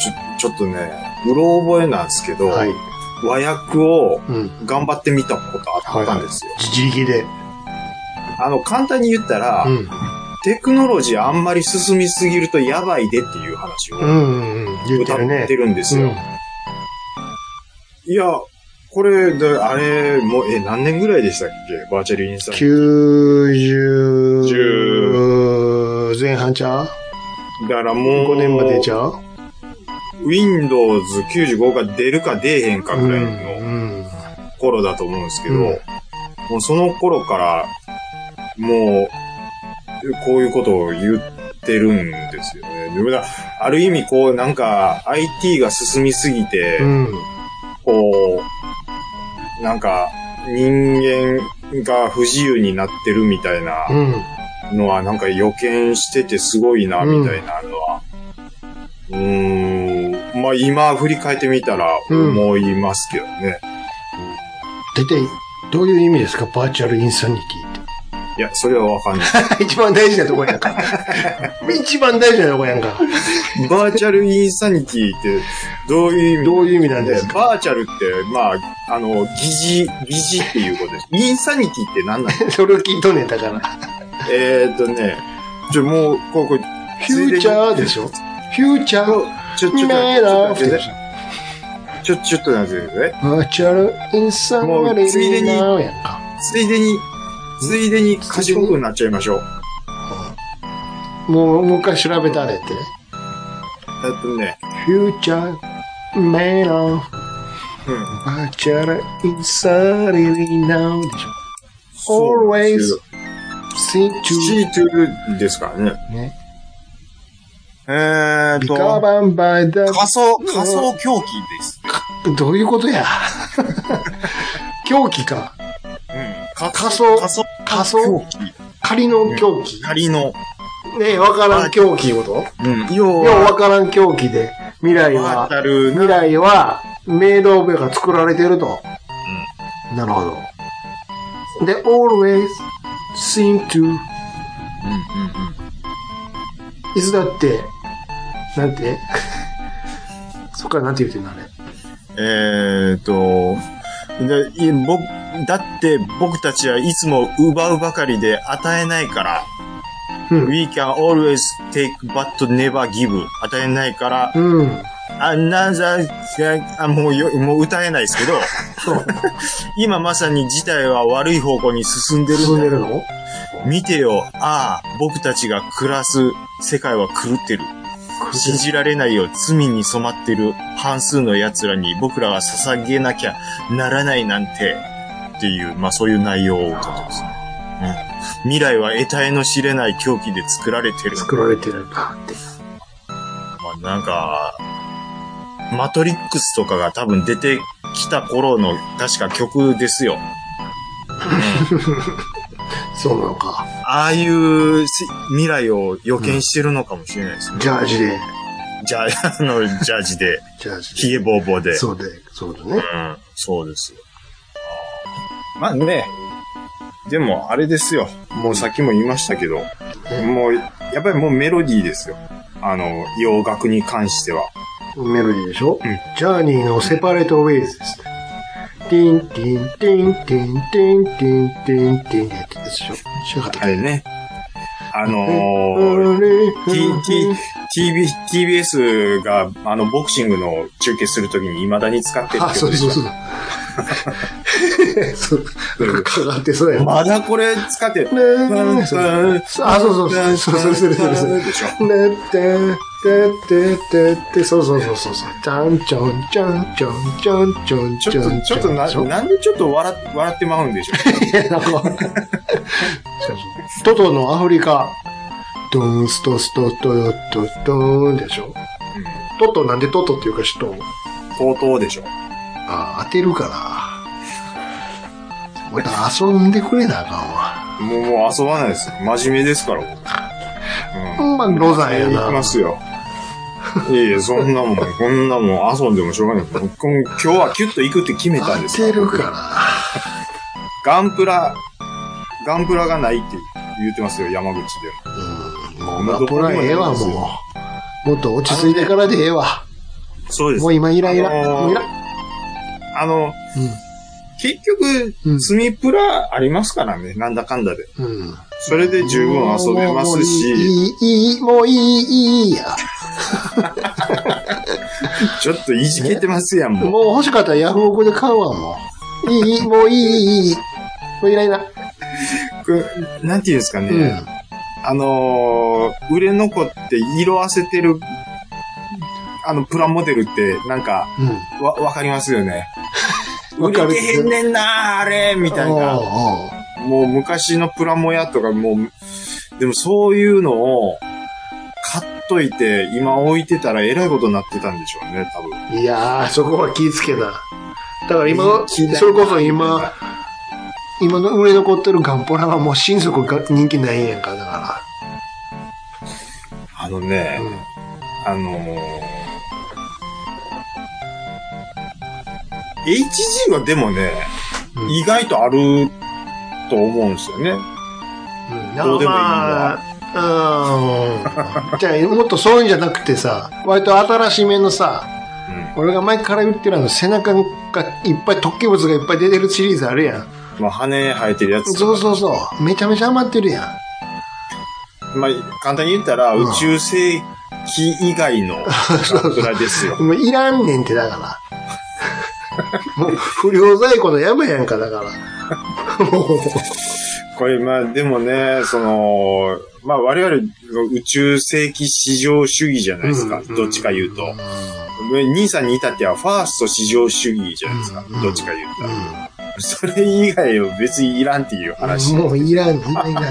Speaker 4: ちょ、ちょっとね、うろ覚えなんですけど、
Speaker 5: ん。はい。
Speaker 4: 和訳を
Speaker 5: うん。
Speaker 4: 頑張ってみたことあったんですよ。
Speaker 5: 自力で。
Speaker 4: あの、簡単に言ったら、
Speaker 5: うん。
Speaker 4: テクノロジーあんまり進みすぎるとやばいでっていう話
Speaker 5: う
Speaker 4: を
Speaker 5: んうんうん。言って
Speaker 4: 歌
Speaker 5: るね。
Speaker 4: ってるんです
Speaker 5: う
Speaker 4: よ。
Speaker 5: ん。
Speaker 4: いや、これで、あれ、もう、え、何年ぐらいでしたっけバーチャルインサニテ
Speaker 5: 90前半ちゃう
Speaker 4: ィ。だからもう、
Speaker 5: ?5 年までちゃう
Speaker 4: Windows 95が出るか出えへんか
Speaker 5: う
Speaker 4: ぐ
Speaker 5: ん
Speaker 4: らいうの
Speaker 5: ん。
Speaker 4: 頃だと思うんですけど、
Speaker 5: うん
Speaker 4: もうその頃から、もう、こういうことを言ってるんですよね。でもだある意味、こう、なんか、IT が進みすぎて、
Speaker 5: うん。
Speaker 4: こう、なんか、人間が不自由になってるみたいな
Speaker 5: うん。
Speaker 4: のは、なんか予見しててすごいな、
Speaker 5: うん
Speaker 4: みたいなのは。うーん、まあ今振り返ってみたら
Speaker 5: うん
Speaker 4: 思いますけどね。
Speaker 5: 大体、どういう意味ですかバーチャルインサニティっ
Speaker 4: いや、それはわかんない。
Speaker 5: て。 一番大事なとこやんか。一番大事なとこやんか。
Speaker 4: バーチャルインサニティってどういう意味
Speaker 5: どういう意味なんですか
Speaker 4: バーチャルって、まあ、あの、疑似、疑似っていうことです。インサニティって何なの
Speaker 5: それを聞いとんねんだから。
Speaker 4: えーっとね、ちょ、もう、こう、こう、
Speaker 5: フューチャーでしょフューチャー、
Speaker 4: ちょ、ちょ、ちょ、ちょ、
Speaker 5: メラ
Speaker 4: ちょ、ちょ、ちょっとなんですけどね。
Speaker 5: バーチャルインサニ
Speaker 4: もうついで
Speaker 5: ティ
Speaker 4: に
Speaker 5: なやんか。
Speaker 4: ついでに、ついでに賢くなっちゃいましょう。
Speaker 5: もう、もう一回調べたれって。
Speaker 4: えっとね、
Speaker 5: フューチャー、メラー。
Speaker 4: うん。
Speaker 5: バーチャルインサリリナウでしょ。always
Speaker 4: そう
Speaker 5: seem
Speaker 4: シートゥーですからね。
Speaker 5: to ね。
Speaker 4: えーっ
Speaker 5: b
Speaker 4: と
Speaker 5: e c、o m e by the...
Speaker 4: 仮想、仮想狂気です。
Speaker 5: どういうことや狂気か。
Speaker 4: 仮
Speaker 5: 仮想
Speaker 4: 仮想、
Speaker 5: 仮想
Speaker 4: 狂気。
Speaker 5: 仮の狂気。
Speaker 4: 仮の、
Speaker 5: ねえ、わからん狂気いうこと
Speaker 4: うん。要
Speaker 5: 要はわ
Speaker 4: は、
Speaker 5: からん狂気で、未来
Speaker 4: バーチ
Speaker 5: は、
Speaker 4: ャル
Speaker 5: 未来は、メイドオブが作られてると。なるほど。で、always seem to いつだって、なんて そっからなんて言うてんのあれ。
Speaker 4: えーっと、だい僕だって僕たちはいつも奪うばかりで与えないから。
Speaker 5: うん
Speaker 4: We can always take but never give. 与えないから。
Speaker 5: うん。
Speaker 4: Another, thing- あもうよもう歌えないですけど、
Speaker 5: そう。
Speaker 4: 今まさに事態は悪い方向に進んでるんだ
Speaker 5: 進んでるの
Speaker 4: 見てよ、ああ、僕たちが暮らす世界は狂ってる。信じられないよ、罪に染まってる半数の奴らに僕らは捧げなきゃならないなんて、っていう、まあそういう内容を書きますね。うん、未来は得体の知れない狂気で作られてる。
Speaker 5: 作られてるかって。
Speaker 4: まあなんか、マトリックスとかが多分出てきた頃の確か曲ですよ。
Speaker 5: そうなのか。
Speaker 4: ああいうせ未来を予見してるのかもしれないですね。
Speaker 5: ジャージで。
Speaker 4: じゃあ、あの、ジャージで、
Speaker 5: ジャージで。
Speaker 4: ヒゲボーボーで。う。
Speaker 5: そうで、そうだね。
Speaker 4: ん、そうですよ。まあね、でもあれですよ。もうさっきも言いましたけど、もう、やっぱりもうメロディーですよ。あの、洋楽に関しては。
Speaker 5: メロディーでしょ、
Speaker 4: ん
Speaker 5: ジャーニーのセパレートウェイズですね。ティンティンティンティンティンティンティンティンってやつでしょ。白かった。
Speaker 4: あれね。あのー、T- T- TV、TBS が、あの、ボクシングの中継するときに未だに使ってる
Speaker 5: あ、
Speaker 4: 曲
Speaker 5: そう
Speaker 4: で
Speaker 5: そう
Speaker 4: し
Speaker 5: そう。そう、かかってそうや
Speaker 4: た。
Speaker 5: ね。
Speaker 4: まだこれ使ってる。
Speaker 5: あ、そうそう、そうそう、それそれそれ。
Speaker 4: でしょ。
Speaker 5: ねって、てって、てって、そうそうそうそう。ちゃんちょんちょんちょんちょんちょん
Speaker 4: ちょっと、ちょっとな、なんでちょっと笑っ笑ってまうんでしょ
Speaker 5: なんか、トトのアフリカ、ドーンストストトヨトドーンでしょ、トトなんでトトっていうか知っとん
Speaker 4: う。とうでしょ。
Speaker 5: あー当てるから。また遊んでくれなあか
Speaker 4: もう、もう遊ばないです。真面目ですから、
Speaker 5: んわ。ほんま、ロザンや
Speaker 4: 行きま
Speaker 5: な。
Speaker 4: すよ。いえいえ、そんなもん、こんなもん遊んでもしょうがない。僕今日はキュッと行くって決めたんで
Speaker 5: 当
Speaker 4: す
Speaker 5: てるか
Speaker 4: ガンプラ、ガンプラがないって言ってますよ、山口で。
Speaker 5: ら。うん。もう、これはええわ、もう。もっと落ち着いてからでええわ。
Speaker 4: そうで
Speaker 5: もう今イライラ。
Speaker 4: あのー
Speaker 5: もういらん。
Speaker 4: あの、結
Speaker 5: う
Speaker 4: 局、
Speaker 5: ん
Speaker 4: 積みプラありますからね、なんだかんだで。
Speaker 5: うん。うん。
Speaker 4: それで十分遊べますし、
Speaker 5: もういい、いい、いいもういい、いい、いいや。
Speaker 4: ちょっといじけてますやん、もう。
Speaker 5: もう欲しかったらヤフオクで買うわ、もう。いいいい、もういい、いい、いい。もういらいら。
Speaker 4: くなんていうんですかね、
Speaker 5: うん。
Speaker 4: あのー売れ残って色あせてる、あの、プラモデルって、なんか、わ、わかりますよね。
Speaker 5: わ
Speaker 4: 売
Speaker 5: か
Speaker 4: れ
Speaker 5: る
Speaker 4: てへんねんなーあれみたいな。
Speaker 5: な。
Speaker 4: もう昔のプラモヤとかもう、でもそういうのを買っといて、今置いてたらえらいことになってたんでしょうね、多分。
Speaker 5: いやー、そこは気ぃつけた。だから今、そ
Speaker 4: 気ぃつけた
Speaker 5: れこそ今、今の売れ残ってるガンプラはもう心底が人気ないんやんか、だか
Speaker 4: あのね
Speaker 5: ら。、うん
Speaker 4: あのー HG はでもね、
Speaker 5: うん
Speaker 4: 意外とあると思うんですよね。どうでもいいのは
Speaker 5: まあうん。じゃあ、もっとそういうんじゃなくてさ、割と新しめのさ、俺が前から言ってるあの背中がいっぱい突起物がいっぱい出てるシリーズあるやん。
Speaker 4: まあ、羽生えてるやつとか
Speaker 5: そうそうそう。めちゃめちゃ余ってるやん。
Speaker 4: まあ、簡単に言ったら、
Speaker 5: うん
Speaker 4: 宇宙世紀以外 のガンプラですよ。
Speaker 5: もういらん ねんってだから。もう不良在庫の山やんか、だから。もう
Speaker 4: これ、まあ、でもね、その、まあ、我々の宇宙世紀至上主義じゃないですか。
Speaker 5: うん
Speaker 4: どっちか言うと。兄さんに至ってはファースト至上主義じゃないですか。
Speaker 5: うん
Speaker 4: どっちか言ったら。それ以外を別にいらんっていう話。
Speaker 5: もういらん、いらん、いらん。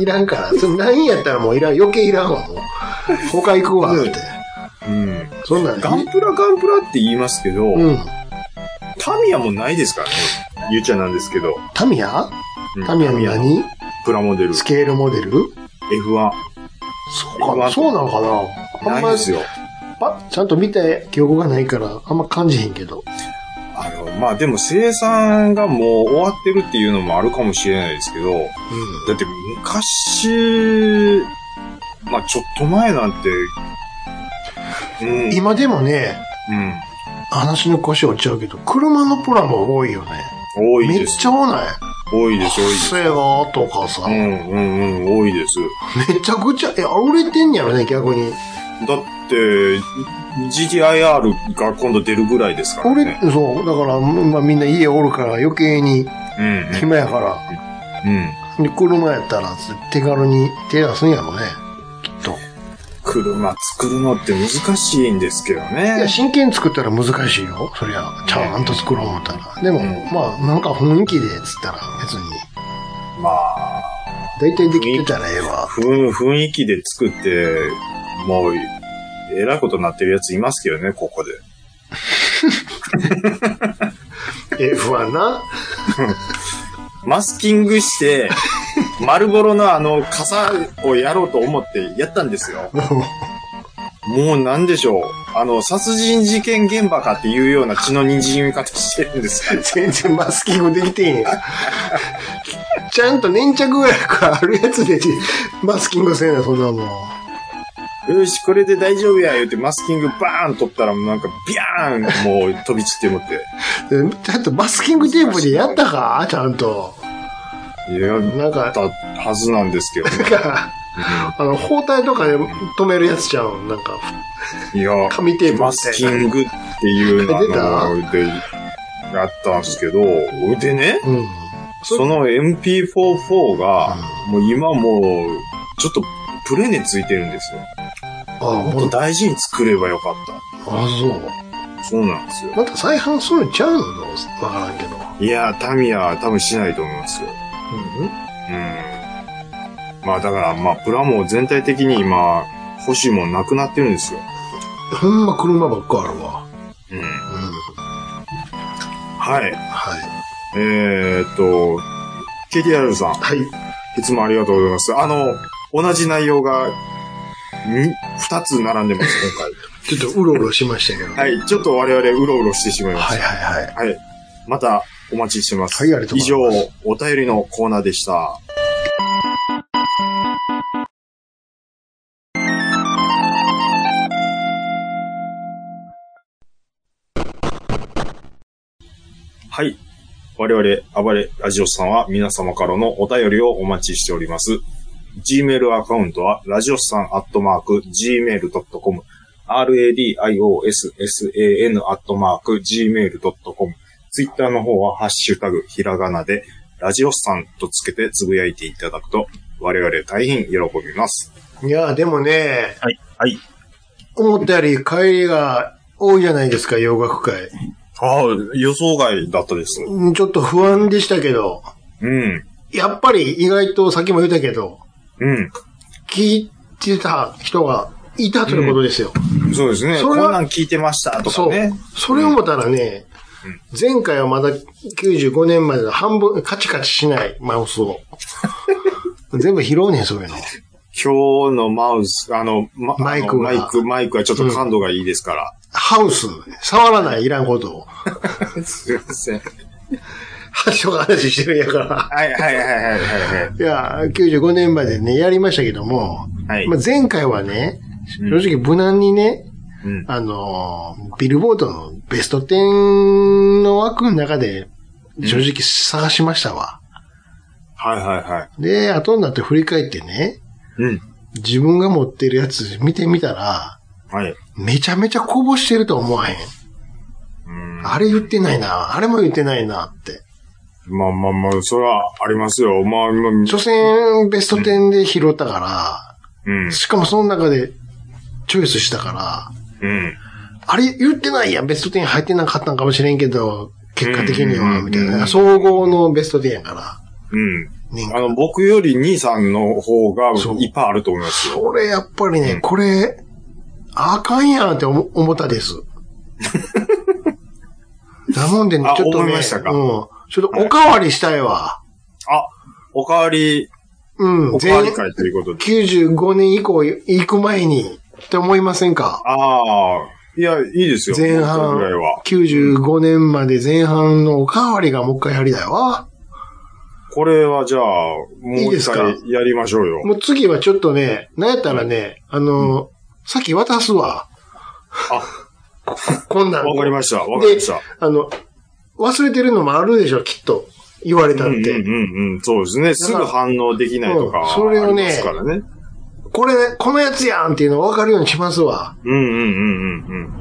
Speaker 5: いらんから。それ何やったらもういらん、余計いらんわ、もう。他行くわ、って。
Speaker 4: うん。
Speaker 5: そんなん
Speaker 4: ガンプラガンプラって言いますけど、
Speaker 5: うん。
Speaker 4: タミヤもないですからね。ゆうちゃんなんですけど。
Speaker 5: タミヤ
Speaker 4: うん
Speaker 5: タミヤの
Speaker 4: の
Speaker 5: 何
Speaker 4: プラモデル。
Speaker 5: スケールモデル
Speaker 4: F1。
Speaker 5: そうかな、そうなのかなあ
Speaker 4: なんい
Speaker 5: ま
Speaker 4: で
Speaker 5: り
Speaker 4: すよ。
Speaker 5: パちゃんと見た記憶がないから、あんま感じへんけど。
Speaker 4: あの、まあでも生産がもう終わってるっていうのもあるかもしれないですけど、だって昔、まあちょっと前なんて、うん。
Speaker 5: 今でもね、
Speaker 4: うん。
Speaker 5: 話の腰落ちちゃうけど、車のプラも多いよね。
Speaker 4: 多い
Speaker 5: め
Speaker 4: で
Speaker 5: っ
Speaker 4: す。
Speaker 5: ちゃ多ない。
Speaker 4: 多いです、多いです。
Speaker 5: セガとかさ、
Speaker 4: う
Speaker 5: め
Speaker 4: ん、うん、うん、多いです。
Speaker 5: ちゃくちゃ、え、あ売れてんやろね、逆に。
Speaker 4: だって、GTIR が今度出るぐらいですから
Speaker 5: 俺、
Speaker 4: ね。
Speaker 5: そう、だから、まあみんな家おるから余計に
Speaker 4: うん、
Speaker 5: 暇やから。
Speaker 4: うん。うん
Speaker 5: で、車やったら手軽に手出すんやろね。きっと。
Speaker 4: 車作るのって難しいんですけど
Speaker 5: いや、
Speaker 4: ね。
Speaker 5: 真剣に作ったら難しいよ。そりゃ、ちゃんと作ろう思ったら。でも、まあ、なんか雰囲気で、つったら別に。
Speaker 4: まあ、
Speaker 5: 大体できてたらええわ。
Speaker 4: 雰雰囲気で作って、もう、えらいことになってるやついますけどね、ここで。
Speaker 5: F1 な。
Speaker 4: マスキング して、丸ボロのあの、傘をやろうと思ってやったんですよ。もうなんでしょう。あの、殺人事件現場かっていうような血の滲み方してるんですよ。
Speaker 5: 全然マスキングできてへんやん。ちゃんと粘着力あるやつで、マスキングせんな、そんなもん。
Speaker 4: よし、これで大丈夫や、言ってマスキングバーン取ったら、もうなんか、ビャーンもう飛び散って思って。
Speaker 5: でちゃんとマスキングテープでやったかちゃんと。
Speaker 4: やっ
Speaker 5: なんか、
Speaker 4: たはずなんですけどね。
Speaker 5: なんか、あの、包帯とかで止めるやつちゃうなんか、
Speaker 4: いや、
Speaker 5: 紙テープみたいな
Speaker 4: マスキングっていう
Speaker 5: 書いてた
Speaker 4: あので、やったんですけど、でね、
Speaker 5: うん。
Speaker 4: その MP44 が、もう今もう、ちょっとプレネついてるんですよ。
Speaker 5: ああ、
Speaker 4: もっ
Speaker 5: も
Speaker 4: と
Speaker 5: う、
Speaker 4: 大事に作ればよかっ
Speaker 5: あそう。
Speaker 4: た。そうなんですよ。
Speaker 5: また再販するんちゃうのわからんけど。
Speaker 4: いや、タミヤは多分しないと思いますよ。
Speaker 5: う
Speaker 4: うん。まあだから、まあプラモ全体的に今、欲しいもんなくなってるんですよ。
Speaker 5: ん。ほんま車ばっかあるわ。
Speaker 4: うん。
Speaker 5: うん。
Speaker 4: はい。
Speaker 5: はい。
Speaker 4: えー、っと、KTR さん。
Speaker 5: はい。
Speaker 4: いつもありがとうございます。あの、同じ内容が、に二つ並んでます、
Speaker 5: ちょっとうろうろしましたけど。
Speaker 4: 今回。はい、ちょっと我々うろうろしてしまいま
Speaker 5: はい
Speaker 4: し
Speaker 5: はいはい。
Speaker 4: た。はい。またお待ちしてます。
Speaker 5: はいありがとうございます
Speaker 4: 以上、お便りのコーナーでした。はい。我々、暴れラジオスさんは皆様からのお便りをお待ちしております。Gmail アカウントは、ラジオスさんアットマーク、gmail.com、radiossan アットマーク、gmail.com、Twitter の方は、ハッシュタグ、ひらがなで、ラジオスさんとつけてつぶやいていただくと、我々大変喜びます。
Speaker 5: いや、でもね、
Speaker 3: はい、はい。
Speaker 5: 思ったより帰りが多いじゃないですか、洋楽会。
Speaker 4: ああ、予想外だったです。
Speaker 5: うんちょっと不安でしたけど、
Speaker 4: うん。
Speaker 5: やっぱり意外とさっきも言ったけど、
Speaker 4: うん。
Speaker 5: 聞いてた人がいたということですよ。
Speaker 4: そうですね。
Speaker 5: そ
Speaker 4: こん
Speaker 5: れは
Speaker 4: なん聞いてましたとか
Speaker 5: そう
Speaker 4: ね。。
Speaker 5: それを思ったらね、前回はまだ95年までの半分、カチカチしないマウスを。 全部拾うねん、そういうの。
Speaker 4: 今日のマウス、あの、まあの
Speaker 5: マイクが
Speaker 4: マイク、マイクはちょっと感度がいいですから。
Speaker 5: ハウス、触らない、いらんことを。
Speaker 4: すいません。
Speaker 5: 発祥が話してるんやから。
Speaker 4: はいはいはいはいはいはい。
Speaker 5: いや、95年までね、やりましたけども、
Speaker 4: はい
Speaker 5: まあ、前回はね、
Speaker 4: うん
Speaker 5: 正直無難にね、
Speaker 4: うん
Speaker 5: あのー、ビルボードのベスト10の枠の中で、正直探しましたわ。
Speaker 4: はいはいはい。
Speaker 5: で、後になって振り返ってね、
Speaker 4: うん。
Speaker 5: 自分が持ってるやつ見てみたら、
Speaker 4: はい。
Speaker 5: めちゃめちゃこぼしてると思わへん。
Speaker 4: うん
Speaker 5: あれ言ってないな、あれも言ってないなって。
Speaker 4: まあまあまあ、それはありますよ。まあ、まあ、
Speaker 5: 所詮、ベスト10で拾ったか
Speaker 4: うん
Speaker 5: ら、。しかもその中でチョイスしたから、
Speaker 4: うん。
Speaker 5: あれ言ってないやん、ベスト10入ってなかったんかもしれんけど、結果的に
Speaker 4: う
Speaker 5: は、
Speaker 4: ん
Speaker 5: みたい
Speaker 4: うん
Speaker 5: な。総合のベスト10やから。
Speaker 4: うん。
Speaker 5: ね
Speaker 4: あの、僕より兄さんの方が
Speaker 5: そう
Speaker 4: いっぱいあると思いますよ。
Speaker 5: それやっぱり
Speaker 4: うん
Speaker 5: ね、これ、あかんやんって思思っ たです。だもんでね
Speaker 4: あ、
Speaker 5: ちょっと
Speaker 4: 思い
Speaker 5: ね、
Speaker 4: ましたか
Speaker 5: うん。ちょっとおかわりしたいわ。
Speaker 4: あ、おかわり、
Speaker 5: うん、
Speaker 4: おかわ
Speaker 5: 全
Speaker 4: り会ということで。
Speaker 5: 95年以降行く前に、って思いませんか
Speaker 4: ああ、いや、いいですよ。
Speaker 5: 前
Speaker 4: こ
Speaker 5: 半
Speaker 4: のぐらいは。、
Speaker 5: 95年まで前半のおかわりがもう一回やりだよわ。
Speaker 4: これはじゃあ、もう
Speaker 5: いいで
Speaker 4: 一
Speaker 5: すか
Speaker 4: 回やりましょうよ。
Speaker 5: もう次はちょっとね、なんやったらね、あの、さっき渡すわ。 こんなん。
Speaker 4: わかりました。わかりました。
Speaker 5: あの、忘れてるのもあるでしょ、きっと。言われたっ
Speaker 4: うんうん
Speaker 5: て。
Speaker 4: うんうん。そうですね。すぐ反応できないとか、
Speaker 5: うんそれをね
Speaker 4: ありますからね。
Speaker 5: これ、このやつやんっていうの分かるようにしますわ。
Speaker 4: うんうんうんうんう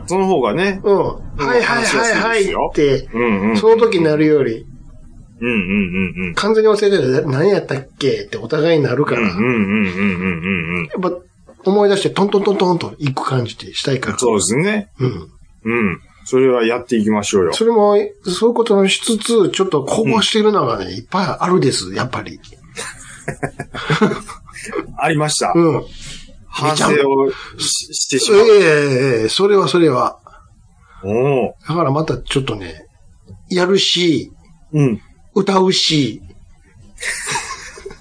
Speaker 4: ん。その方がね。
Speaker 5: うん。はいはいはいはいって、
Speaker 4: うんうん。
Speaker 5: その時になるより、
Speaker 4: うんうんうんうん。
Speaker 5: 完全に忘れてるら何やったっけってお互いになる
Speaker 4: う
Speaker 5: か
Speaker 4: んう
Speaker 5: ら、
Speaker 4: んうんうんうんうんうん。
Speaker 5: やっぱ思い出してトントントントンと行く感じでしたいから。
Speaker 4: そうですね。
Speaker 5: うん。
Speaker 4: うん。それはやっていきましょうよ。
Speaker 5: それも、そういうことをしつつ、ちょっとこぼしてるのがね、いっぱいあるです、やっぱり。
Speaker 4: ありました。
Speaker 5: うん。
Speaker 4: 反省をししてし
Speaker 5: え
Speaker 4: まう。
Speaker 5: えええそれはそれは。
Speaker 4: おー
Speaker 5: だからまたちょっとね、やるし、
Speaker 4: うん。
Speaker 5: 歌うし、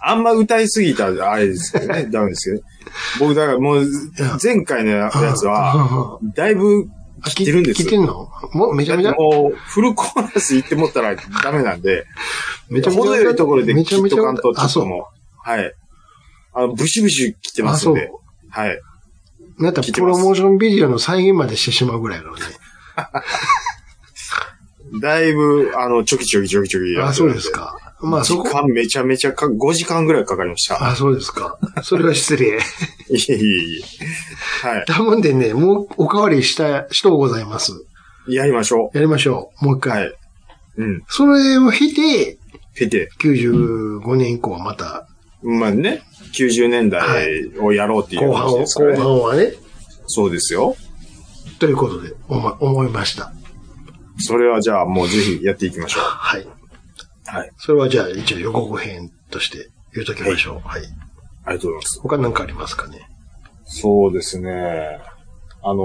Speaker 4: あんま歌いすぎたらあれですけどね。ダ メですけどね。僕、だからもう
Speaker 5: や、
Speaker 4: 前回のやつは、
Speaker 5: は、
Speaker 4: だいぶ
Speaker 5: あ
Speaker 4: 切ってるんです
Speaker 5: 切ってんのもうめちゃめちゃ、
Speaker 4: もう、フルコーラス行ってもったらダメなんで、
Speaker 5: めちゃめちゃ
Speaker 4: 程よいところで
Speaker 5: めちゃ
Speaker 4: 切っ
Speaker 5: めちゃ
Speaker 4: とかんと、ちょ
Speaker 5: あ、
Speaker 4: っ
Speaker 5: そ
Speaker 4: と
Speaker 5: う。
Speaker 4: もう、はい。あの、ブシブシ切ってますんで
Speaker 5: あ、
Speaker 4: はい。
Speaker 5: なんか
Speaker 4: 切って
Speaker 5: プ
Speaker 4: ます
Speaker 5: ロモーションビデオの再現までしてしまうぐらいのね。
Speaker 4: だいぶ、あの、チョキチョキチョキチョキや
Speaker 5: あ、
Speaker 4: って
Speaker 5: そ
Speaker 4: るん
Speaker 5: うですか。まあそ
Speaker 4: 時
Speaker 5: こ、
Speaker 4: 間めちゃめちゃか、5時間ぐらいかかりました。
Speaker 5: あ、そうですか。それは失礼。
Speaker 4: いえいえいえ。は
Speaker 5: だもんでね、もうおかわりした、しとうございます。
Speaker 4: い。やりましょ
Speaker 5: やりましょう。もう一
Speaker 4: う。は
Speaker 5: 回。
Speaker 4: い。うん。
Speaker 5: それを経て、
Speaker 4: ペテ。
Speaker 5: 95年以降はまた、
Speaker 4: まあね、90年代をやろうっていう
Speaker 5: 後半
Speaker 4: 話
Speaker 5: を、
Speaker 4: ですか
Speaker 5: 後
Speaker 4: らね。
Speaker 5: 半はね、
Speaker 4: そうですよ。
Speaker 5: ということで、おま、思いました。
Speaker 4: それはじゃあもうぜひやっていきましょう。
Speaker 5: はい。
Speaker 4: はい。
Speaker 5: それはじゃあ一応予告編として言うときましょう。は
Speaker 4: あ
Speaker 5: い。
Speaker 4: りがとうございます。
Speaker 5: 他何かありますかね
Speaker 4: そうですね。あの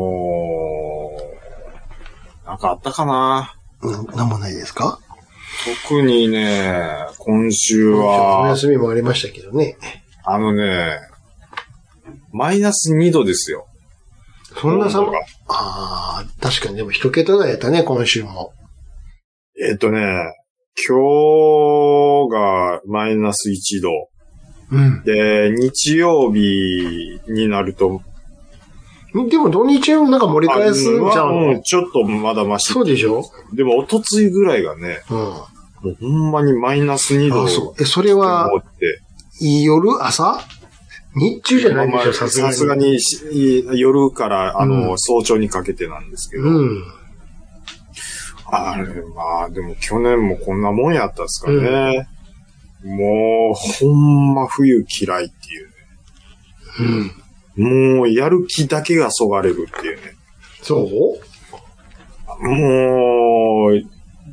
Speaker 4: ー、なんかあったかな
Speaker 5: うん、なんもないですか
Speaker 4: 特にね、今週
Speaker 5: お
Speaker 4: は、
Speaker 5: 休みもありましたけどね。
Speaker 4: あのね、マイナス2度ですよ。
Speaker 5: そんな
Speaker 4: 温
Speaker 5: 寒
Speaker 4: 度が
Speaker 5: ああ、確かにでも一桁台やったね、今週も。
Speaker 4: えっとね、今日がマイナス1度。
Speaker 5: うん。
Speaker 4: で、日曜日になると、
Speaker 5: でも土日はなんか盛り返すんじゃ
Speaker 4: あうんん。ちょっとまだまし。
Speaker 5: そうでしょ
Speaker 4: でも、おとついぐらいがね、
Speaker 5: うん。
Speaker 4: もうほんまにマイナス2度
Speaker 5: あそう。え、それは、
Speaker 4: 思って。
Speaker 5: 夜、朝日中じゃないで
Speaker 4: まあ
Speaker 5: し
Speaker 4: ま
Speaker 5: ょ、
Speaker 4: あ
Speaker 5: さす
Speaker 4: さす
Speaker 5: が
Speaker 4: が
Speaker 5: に。
Speaker 4: にし夜から、あの、
Speaker 5: うん
Speaker 4: 早朝にかけてなんですけど。
Speaker 5: うん。
Speaker 4: あれ、まあ、でも去年もこんなもんやったですかね。もう、ほんま冬嫌いっていう
Speaker 5: うん。
Speaker 4: ね。もう、やる気だけがそがれるっていうね。
Speaker 5: そう
Speaker 4: もう、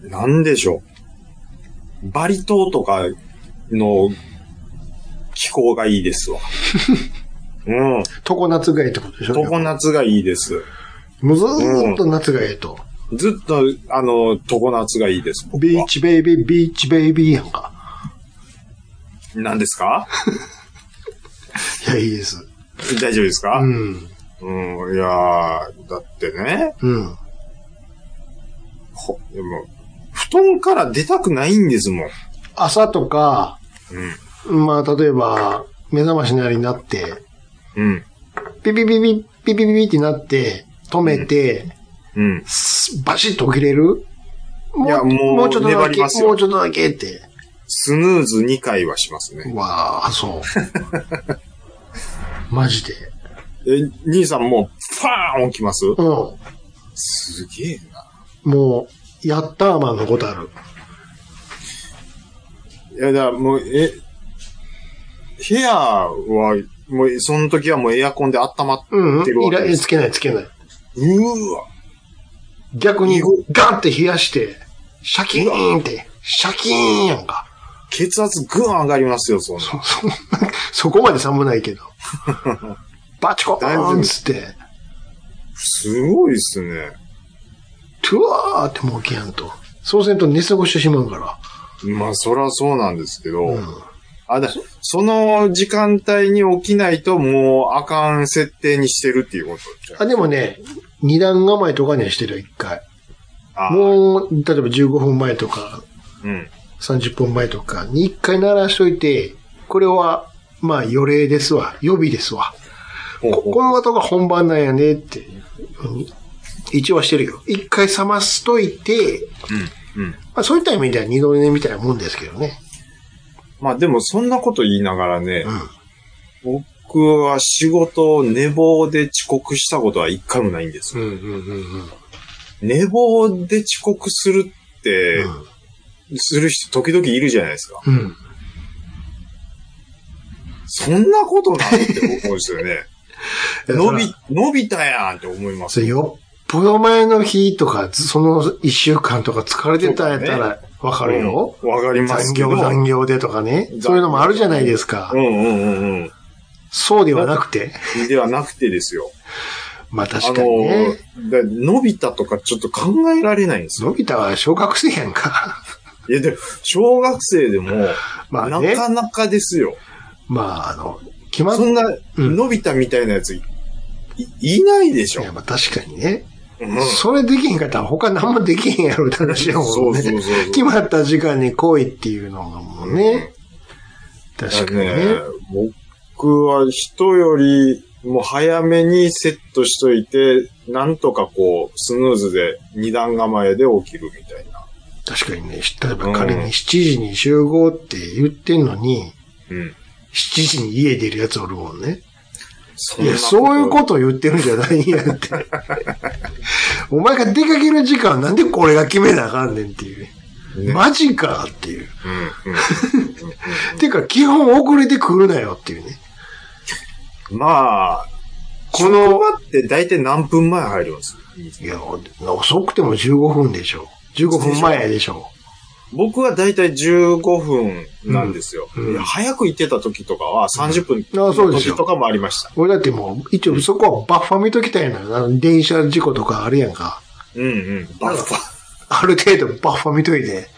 Speaker 4: なんでしょう。バリ島とかの気候がいいです わ。うん。
Speaker 5: 常夏がいいってことでしょ
Speaker 4: 常夏がいいです。
Speaker 5: もうずーっと夏がええと。
Speaker 4: ずっと、あの、常夏がいいです。僕
Speaker 5: ビー
Speaker 4: は。
Speaker 5: チベイビー、ビーチベイビーやんか。
Speaker 4: 何ですか
Speaker 5: いや、いいです。
Speaker 4: 大丈夫です
Speaker 5: う
Speaker 4: か、
Speaker 5: ん。
Speaker 4: うん、いやー、だってね、
Speaker 5: うん。
Speaker 4: ほでも、布団から出たくないんですもん。
Speaker 5: 朝とか、
Speaker 4: うん。
Speaker 5: まあ、例えば、目覚ましなりになって、
Speaker 4: うん。
Speaker 5: ピピピピ、ピピピピってなって、止めて、
Speaker 4: うん。
Speaker 5: スバシッと起きれるも
Speaker 4: いやもう
Speaker 5: もうちょっとだ
Speaker 4: 粘り
Speaker 5: け、もう
Speaker 4: ますよ
Speaker 5: ちょっとだけって。
Speaker 4: スヌーズ2回はしますね。
Speaker 5: わあ、 そう。マジで。
Speaker 4: え、兄さんもう、ファーン起きます
Speaker 5: うん。
Speaker 4: すげえな。
Speaker 5: もう、ヤッターマンのことある。
Speaker 4: いや、だからもう、え、部屋は、もう、その時はもうエアコンで温まっ、
Speaker 5: うん、うん。
Speaker 4: てるわ
Speaker 5: い
Speaker 4: け
Speaker 5: ら
Speaker 4: です
Speaker 5: つけない、つけない。
Speaker 4: うーわ。
Speaker 5: 逆に、ガンって冷やして、シャキーンって、シャキーンやんか。
Speaker 4: 血圧ぐーん上がりますよ、そんな。
Speaker 5: そ、そんな、そこまで寒ないけど。バチコーンっつって、
Speaker 4: すごいっすね。
Speaker 5: トゥワーってもう起きやんと。そうせんと寝過ごしてしまうか
Speaker 4: まあ、そらそうなんですけど。
Speaker 5: ら。うん。
Speaker 4: あ、だ、その時間帯に起きないともうあかん設定にしてるっていうことじゃん
Speaker 5: あ、でもね、二段構えとかにはしてるよ、一回。
Speaker 4: あう、
Speaker 5: もう、例えば15分前とか、
Speaker 4: うん。
Speaker 5: 30分前とかに一回鳴らしといて、これは、まあ、予令ですわ。予備ですわ。
Speaker 4: ほう
Speaker 5: こ
Speaker 4: ほう
Speaker 5: この音が本番なんやねっていうふうに一応はしてるよ。一回冷ますといて、
Speaker 4: うんうん
Speaker 5: まあ、そういった意味では二度寝みたいなもんですけどね。
Speaker 4: まあ、でもそんなこと言いながらね、
Speaker 5: うん
Speaker 4: 僕は仕事を寝坊で遅刻したことは一回もないんですよ。
Speaker 5: うんうんうんうん。
Speaker 4: 寝坊で遅刻するって、する人時々いるじゃないですか。
Speaker 5: うん。
Speaker 4: そんなことないって思うんです よね。伸び、伸びたやんって思います
Speaker 5: それよっぽど前の日とか、ずその一週間とか疲れてたんやったらわかるよ。
Speaker 4: うんわかります
Speaker 5: 残
Speaker 4: けど。
Speaker 5: 業残業でとかね。
Speaker 4: 業
Speaker 5: そういうのもあるじゃないですか
Speaker 4: う。んうんうん
Speaker 5: そうではなくて。
Speaker 4: うん。ではなくてですよ。
Speaker 5: まあ
Speaker 4: あ
Speaker 5: 確
Speaker 4: の
Speaker 5: かにね。
Speaker 4: だ伸びたとかちょっと考えられないんですよ。
Speaker 5: のび太は小学生やんか。
Speaker 4: いや、で、小学生でも、
Speaker 5: まあ
Speaker 4: な
Speaker 5: ね。
Speaker 4: かなかですよ。
Speaker 5: まああの、決まっ
Speaker 4: そんな、
Speaker 5: うん
Speaker 4: 伸びたみたいなやつい、いいないでしょ
Speaker 5: い。や、まあ確かにね。
Speaker 4: うん
Speaker 5: それできへんかったら他何もできへんやろって話や
Speaker 4: そ
Speaker 5: もん
Speaker 4: う
Speaker 5: ね。
Speaker 4: そうそうそう
Speaker 5: 決まった時間に来いっていうのがもうね。確かにね。
Speaker 4: ね僕は人よりもう早めにセットしといて、なんとかこう、スヌーズで二段構えで起きるみたいな。
Speaker 5: 確かにね、例えば仮に7時に集合って言ってんのに、
Speaker 4: うん。
Speaker 5: 7時に家出るやつおるもんね。
Speaker 4: そ
Speaker 5: いや、そういう
Speaker 4: と
Speaker 5: ことを言ってるんじゃないんや って。お前が出かける時間なんでこれが決めなあかんねんっていう。マジかっていう。てか、基本遅れてくるなよっていうね。
Speaker 4: まあ、
Speaker 5: この、
Speaker 4: だって大体何分前入るんです
Speaker 5: いや、遅くても15分でしょ。15分前でしょ。
Speaker 4: 僕は大体15分なんですよ。
Speaker 5: うんうん
Speaker 4: いや早く行ってた時とかは30分
Speaker 5: あ
Speaker 4: の
Speaker 5: そうですよ
Speaker 4: 時とかもありました。
Speaker 5: 俺だってもう、一応そこはバッファ見ときたいのよ。あの電車事故とかあるやんか。
Speaker 4: うんうん。バッファ。
Speaker 5: ある程度バッファ見とい て。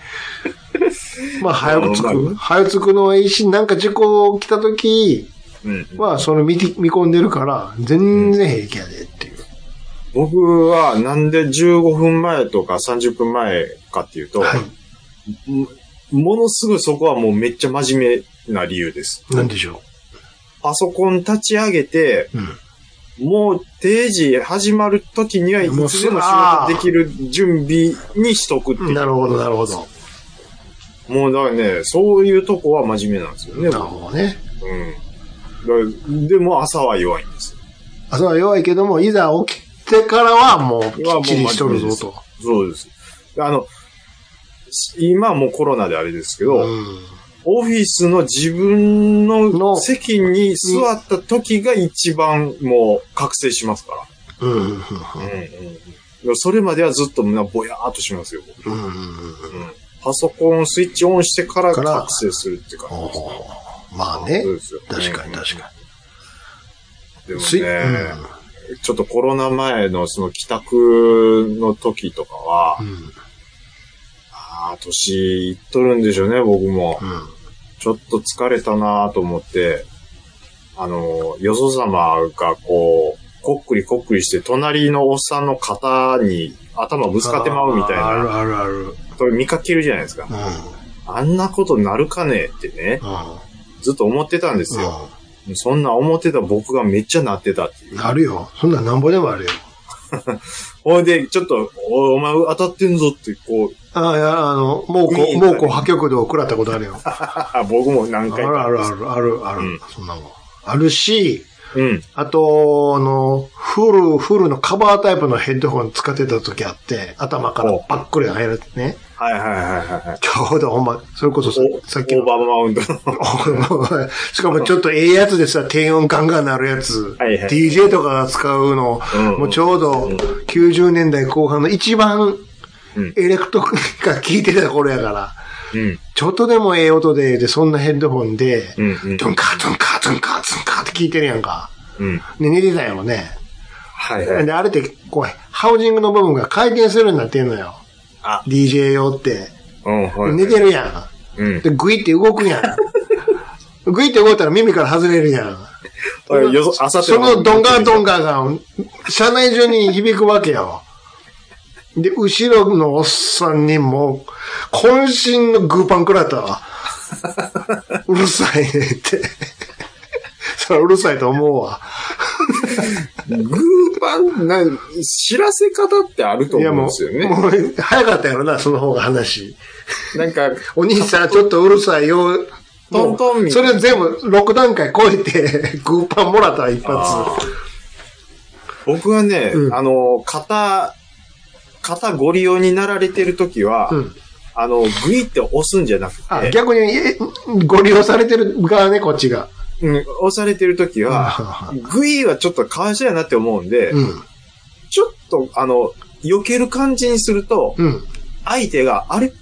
Speaker 5: まあ、早く着
Speaker 4: まあま
Speaker 5: く。早く着くのはいいし、なんか事故来た時
Speaker 4: うん。
Speaker 5: は、その見て見込んでるから、全然平気やでっていう。
Speaker 4: 僕はなんで15分前とか30分前かっていうと、
Speaker 5: は
Speaker 4: もものすごいそこはもうめっちゃ真面目な理由です。
Speaker 5: い。なんでしょ
Speaker 4: パソコン立ち上げて、
Speaker 5: う。うん。
Speaker 4: もう定時始まる時にはいつで
Speaker 5: も
Speaker 4: も
Speaker 5: う
Speaker 4: 仕
Speaker 5: すぐ
Speaker 4: 事できる準備にしとくっていう。
Speaker 5: なるほど、なるほど。
Speaker 4: もうだからね、そういうとこは真面目なんですよね。
Speaker 5: なるほどね。
Speaker 4: うん。だからでも朝は弱いんです。
Speaker 5: 朝は弱いけども、いざ起きてからはもう、きっちりしとるぞと。
Speaker 4: そうです。あの、し今はもうコロナであれですけど、
Speaker 5: うん。
Speaker 4: オフィスの自分の
Speaker 5: の
Speaker 4: 席に座った時が一番もう覚醒しますか
Speaker 5: うんうんう
Speaker 4: ら。う
Speaker 5: ん
Speaker 4: んうんうん。それまではずっとなぼやーっとしますよ。僕
Speaker 5: うんうんうん。
Speaker 4: パソコンスイッチオンしてから
Speaker 5: から
Speaker 4: 覚醒するっていうか。
Speaker 5: おう
Speaker 4: そ
Speaker 5: まあね
Speaker 4: う。ですよ。
Speaker 5: 確かに確か
Speaker 4: に。でも
Speaker 5: に。スイ
Speaker 4: ね、ちょっとコロナ前のその帰宅の時とかは、
Speaker 5: うん。うん。
Speaker 4: ああ、年いっとるんでしょうね、僕も。
Speaker 5: うん。
Speaker 4: ちょっと疲れたなと思って、あの、よそ様がこう、こっくりこっくりして、隣のおっさんの肩に頭ぶつかってまうみたい
Speaker 5: あ
Speaker 4: な、
Speaker 5: るあるある。
Speaker 4: それ見かけるじゃないですか
Speaker 5: う。ん。
Speaker 4: あんなことなるかねってね、
Speaker 5: う
Speaker 4: ずっと思ってたんですよ。
Speaker 5: ん。
Speaker 4: そんな思ってた僕がめっちゃなってたってい
Speaker 5: うん。
Speaker 4: う。
Speaker 5: なるよ。そんなんなんぼでもあるよ。
Speaker 4: ほいで、ちょっと、おお前当たってんぞって、こう、
Speaker 5: ああ、いや、あの、猛
Speaker 4: いい
Speaker 5: 虎、猛虎破局道を食らったことあるよ。あ
Speaker 4: あ僕も何
Speaker 5: る
Speaker 4: 回
Speaker 5: あ
Speaker 4: か。
Speaker 5: るあるあるあ
Speaker 4: う
Speaker 5: る
Speaker 4: ん。
Speaker 5: そんなもん。あるし、
Speaker 4: うん。
Speaker 5: あと、あの、フル、フルのカバータイプのヘッドホン使ってた時あって、頭からパックリ入るってね。
Speaker 4: はいはいはいはいはい。
Speaker 5: ちょうどほんま、それこそさ
Speaker 4: お
Speaker 5: さっき
Speaker 4: オー
Speaker 5: の。
Speaker 4: バーマウンドの。
Speaker 5: しかもちょっとええやつでさ、低音ガンガン鳴るやつ。
Speaker 4: はいはい
Speaker 5: DJ とかが使うの、
Speaker 4: うんうん
Speaker 5: もうちょうど90年代後半の一番
Speaker 4: うん
Speaker 5: エレクトが聴いてた頃やから、
Speaker 4: うん。
Speaker 5: ちょっとでもええ音で、で、そんなヘッドホンで、
Speaker 4: うんうん。
Speaker 5: ドゥンカードゥンカードゥンカードゥンカーって聞いてるやんか。
Speaker 4: うん。
Speaker 5: で、寝てたんやろね。
Speaker 4: はいはい。
Speaker 5: で、あれって、こう、ハウジングの部分が回転するようになってんのよ。
Speaker 4: あ
Speaker 5: DJ 用って。
Speaker 4: うん、はい。
Speaker 5: 寝てるやん。
Speaker 4: うん。
Speaker 5: で、グイって動くやん。グイって動いたら耳から外れるやん。
Speaker 4: あよそ、あさって
Speaker 5: そのドンガードンガーが、車内中に響くわけよ。で、後ろのおっさんにもう、渾身のグーパン食らったわ。うるさいねって。そらうるさいと思うわ。
Speaker 4: グーパン、な、知らせ方ってあると思
Speaker 5: いや
Speaker 4: うん
Speaker 5: も
Speaker 4: ですよ
Speaker 5: う、
Speaker 4: ね。
Speaker 5: もう早かったやろな、その方が話。
Speaker 4: なんか、
Speaker 5: お兄さん、ちょっとうるさいよ。
Speaker 4: トントンみた
Speaker 5: そ
Speaker 4: いな
Speaker 5: れ全部6段階超えて、 グーパンもらったわ一
Speaker 4: あ
Speaker 5: 発。
Speaker 4: 僕はね、
Speaker 5: うん
Speaker 4: あの、肩、肩ご利用になられてるときは、
Speaker 5: うん
Speaker 4: あの、グイって押すんじゃなく
Speaker 5: あ
Speaker 4: て、
Speaker 5: 逆に、えご利用されてる側ね、こっちが。
Speaker 4: うん、押されてるときは、グイはちょっとかわいそうやなって思うんで、
Speaker 5: うん。
Speaker 4: ちょっと、あの、避ける感じにすると、
Speaker 5: うん。
Speaker 4: 相手が、あれ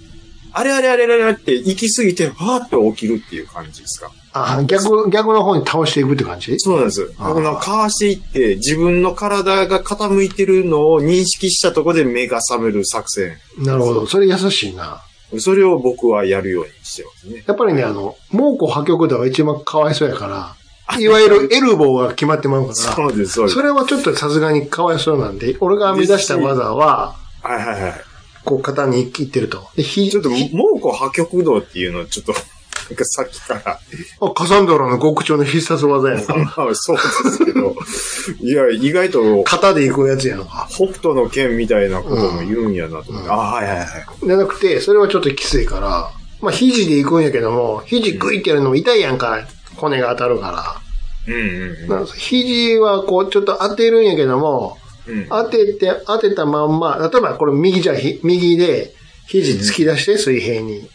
Speaker 4: あれあれあれあれあれって行き過ぎて、はーって起きるっていう感じですか。
Speaker 5: あ逆、逆の方に倒していくって感じ
Speaker 4: そうなんです。
Speaker 5: あー
Speaker 4: このかわしていって、自分の体が傾いてるのを認識したところで目が覚める作戦。
Speaker 5: なるほど。それ優しいな。
Speaker 4: それを僕はやるようにしてますね。
Speaker 5: やっぱりね、あの、猛虎破局だが一番かわいそうやから、いわゆるエルボーが決まってまうから、
Speaker 4: そうです、そうです
Speaker 5: そ。れはちょっとさすがにかわいそうなんで、俺が編み出した技は、
Speaker 4: はいはいはい。
Speaker 5: こう、肩に切ってると。で、ひ、
Speaker 4: ちょっと、
Speaker 5: ひ
Speaker 4: 猛虎破局道っていうのをちょっと、なんかさっきから。
Speaker 5: あ、カサンドラの極長の必殺技やんか。
Speaker 4: まあ、そうですけ ど。いや、意外と、
Speaker 5: 型で行くやつやんか。
Speaker 4: 北斗の剣みたいなことも言うんやなと思って。あ、はいはいはい。
Speaker 5: じゃなくて、それはちょっときついから、まあ、肘で行くんやけども、肘グイってやるのも痛いやんか。骨が当たるから。
Speaker 4: うんうん
Speaker 5: なんか肘はこう、ちょっと当てるんやけども、
Speaker 4: うん。うん。
Speaker 5: 当てて、当てたまんま、例えばこれ右じゃ、ひ右で、肘突き出して水平に。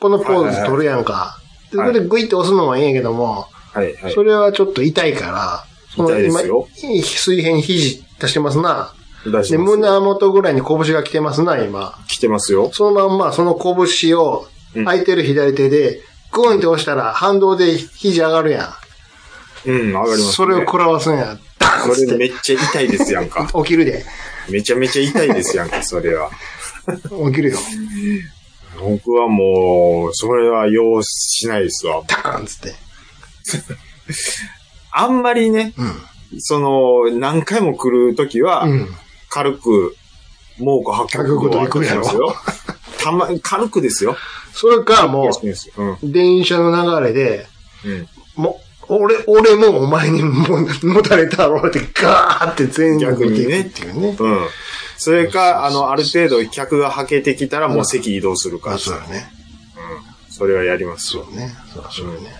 Speaker 5: このポーズ取るやんか。
Speaker 4: いはいはい
Speaker 5: それでグイって押すのはいいんやけども、
Speaker 4: はいはい。
Speaker 5: それはちょっと痛いから、その
Speaker 4: 痛いで
Speaker 5: 今
Speaker 4: すよ、
Speaker 5: 水平に肘出してますな。
Speaker 4: 出し
Speaker 5: で、
Speaker 4: ますよ。
Speaker 5: 胸元ぐらいに拳が来てますな、今。
Speaker 4: 来てますよ。
Speaker 5: そのまんま、その拳を、
Speaker 4: うん
Speaker 5: 空いてる左手で、グーンって押したら反動で肘上がるやん。
Speaker 4: うん、上がります、ね。
Speaker 5: それを食らわすんや。ダンっ
Speaker 4: それ
Speaker 5: て
Speaker 4: めっちゃ痛いですやんか。
Speaker 5: 起きるで。
Speaker 4: めちゃめちゃ痛いですやんか、それは。
Speaker 5: 起きるよ。
Speaker 4: 僕はもう、それは要しないですわ。
Speaker 5: ダーンっつって。
Speaker 4: あんまりね、
Speaker 5: う
Speaker 4: その、何回も来るときは、
Speaker 5: ん。うん。
Speaker 4: 軽く、猛虎破
Speaker 5: 破局
Speaker 4: 局
Speaker 5: と行くやろ
Speaker 4: ですよ。たま、軽くですよ。
Speaker 5: それかも
Speaker 4: 軽くですようん
Speaker 5: う、電車の流れで、
Speaker 4: うん
Speaker 5: もう、俺、俺もお前にも、もたれたろってガーって全員
Speaker 4: 逆にね
Speaker 5: っていうね。
Speaker 4: うん。それか、あの、ある程度客がはけてきたらもう席移動するか
Speaker 5: あ、
Speaker 4: ら。
Speaker 5: そうだね。
Speaker 4: それはやります
Speaker 5: そ
Speaker 4: よ。
Speaker 5: うね。そうそうね。